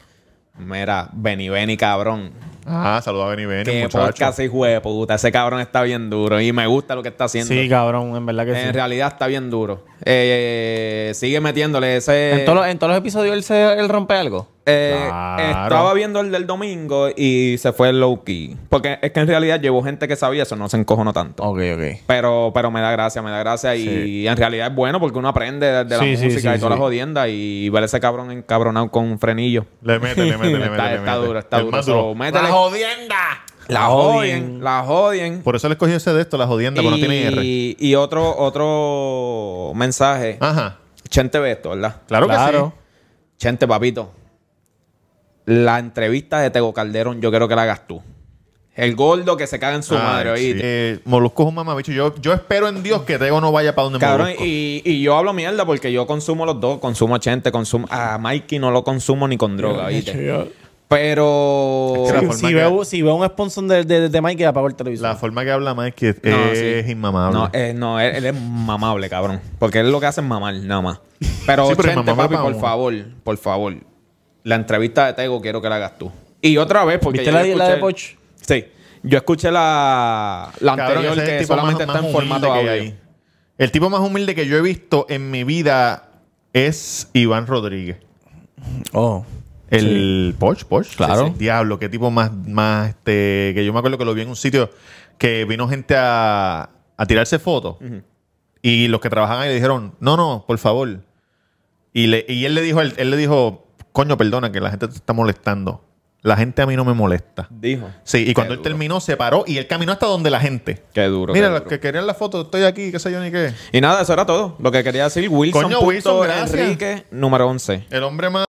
Speaker 3: Mira, Beni Beni, cabrón.
Speaker 1: Ah, saludos a Benny Benny,
Speaker 3: Qué
Speaker 1: muchacho.
Speaker 3: podcast, hijo de puta. Ese cabrón está bien duro y me gusta lo que está haciendo.
Speaker 2: Sí, cabrón, en verdad que
Speaker 3: en
Speaker 2: sí.
Speaker 3: realidad está bien duro. Eh, sigue metiéndole ese...
Speaker 2: En todos, los, en todos los episodios él, se, él rompe algo.
Speaker 3: Eh,
Speaker 1: Claro.
Speaker 3: Estaba viendo el del domingo y se fue el low key. Porque es que en realidad llevo gente que sabía eso, no se encojonó tanto.
Speaker 2: Ok, ok.
Speaker 3: Pero, pero me da gracia, me da gracia. Y en realidad es bueno porque uno aprende de, de la
Speaker 2: Sí, sí,
Speaker 3: música
Speaker 2: sí,
Speaker 3: y toda
Speaker 2: sí.
Speaker 3: la jodienda. Y ver ese cabrón encabronado con un frenillo.
Speaker 1: Le mete, le mete, le mete.
Speaker 3: Está,
Speaker 1: le
Speaker 3: está
Speaker 1: mete.
Speaker 3: duro, está
Speaker 1: El
Speaker 3: duro.
Speaker 1: más
Speaker 3: So, métele-
Speaker 1: ¡La jodienda!
Speaker 3: la jodien, la jodien.
Speaker 1: Por eso le escogí ese de esto, la jodienda, porque no tiene R.
Speaker 3: Y, y otro, otro mensaje.
Speaker 1: Ajá.
Speaker 3: Chente ve esto, ¿verdad?
Speaker 1: Claro,
Speaker 2: Claro.
Speaker 1: que sí.
Speaker 3: Chente, papito. La entrevista de Tego Calderón, yo quiero que la hagas tú. El gordo que se caga en su
Speaker 1: Ay,
Speaker 3: madre,
Speaker 1: sí.
Speaker 3: oíste.
Speaker 1: Eh, Molusco es un mamabicho. Yo, yo espero en Dios que Tego no vaya para donde
Speaker 3: Cabrón,
Speaker 1: Molusco.
Speaker 3: y, y yo hablo mierda porque yo consumo los dos. Consumo Chente, consumo. A Mikey no lo consumo ni con droga, oíste. Pero.
Speaker 1: Es que la
Speaker 2: Si-
Speaker 1: forma
Speaker 2: Si
Speaker 1: que-
Speaker 2: veo, si veo un sponsor de, de, de Mike, apagó el televisor.
Speaker 1: La forma que habla más es que
Speaker 3: No,
Speaker 1: es
Speaker 3: sí.
Speaker 1: inmamable.
Speaker 3: No, eh, no él, él es mamable, cabrón. Porque él lo que hace es mamar, nada más. Pero,
Speaker 1: Sí, pero es
Speaker 3: Chente,
Speaker 1: mamable
Speaker 3: papi,
Speaker 1: para
Speaker 3: por
Speaker 1: uno.
Speaker 3: favor, por favor. La entrevista de Tego quiero que la hagas tú. Y otra vez, porque.
Speaker 2: ¿Viste
Speaker 3: ya
Speaker 2: la,
Speaker 3: yo
Speaker 2: la de
Speaker 3: escuché-
Speaker 2: Poch?
Speaker 3: Sí. Yo escuché la, la
Speaker 1: Cabrón,
Speaker 3: anterior
Speaker 1: ese es el
Speaker 3: que
Speaker 1: tipo
Speaker 3: solamente
Speaker 1: más-
Speaker 3: está
Speaker 1: más
Speaker 3: en
Speaker 1: humilde
Speaker 3: formato
Speaker 1: que
Speaker 3: audio.
Speaker 1: hay. El tipo más humilde que yo he visto en mi vida es Iván Rodríguez.
Speaker 2: Oh.
Speaker 1: El Porsche, Porsche.
Speaker 2: Claro.
Speaker 1: Sí, sí. Diablo, qué tipo más, más, este, que yo me acuerdo que lo vi en un sitio que vino gente a, a tirarse fotos y los que trabajaban ahí le dijeron, no, no, por favor. Y, le, y él le dijo, él, él le dijo, coño, perdona que la gente te está molestando. La gente a mí no me molesta.
Speaker 3: Dijo.
Speaker 1: Sí, y cuando él
Speaker 3: duro.
Speaker 1: terminó, se paró y él caminó hasta donde la gente.
Speaker 3: Qué duro.
Speaker 1: Mira,
Speaker 3: qué
Speaker 1: los
Speaker 3: duro.
Speaker 1: que querían la foto, estoy aquí, qué sé yo ni qué.
Speaker 3: Y nada, eso era todo. Lo que quería decir, Wilson.
Speaker 1: Coño, Wilson,
Speaker 3: punto
Speaker 1: gracias.
Speaker 3: Enrique, número 11.
Speaker 1: El hombre más.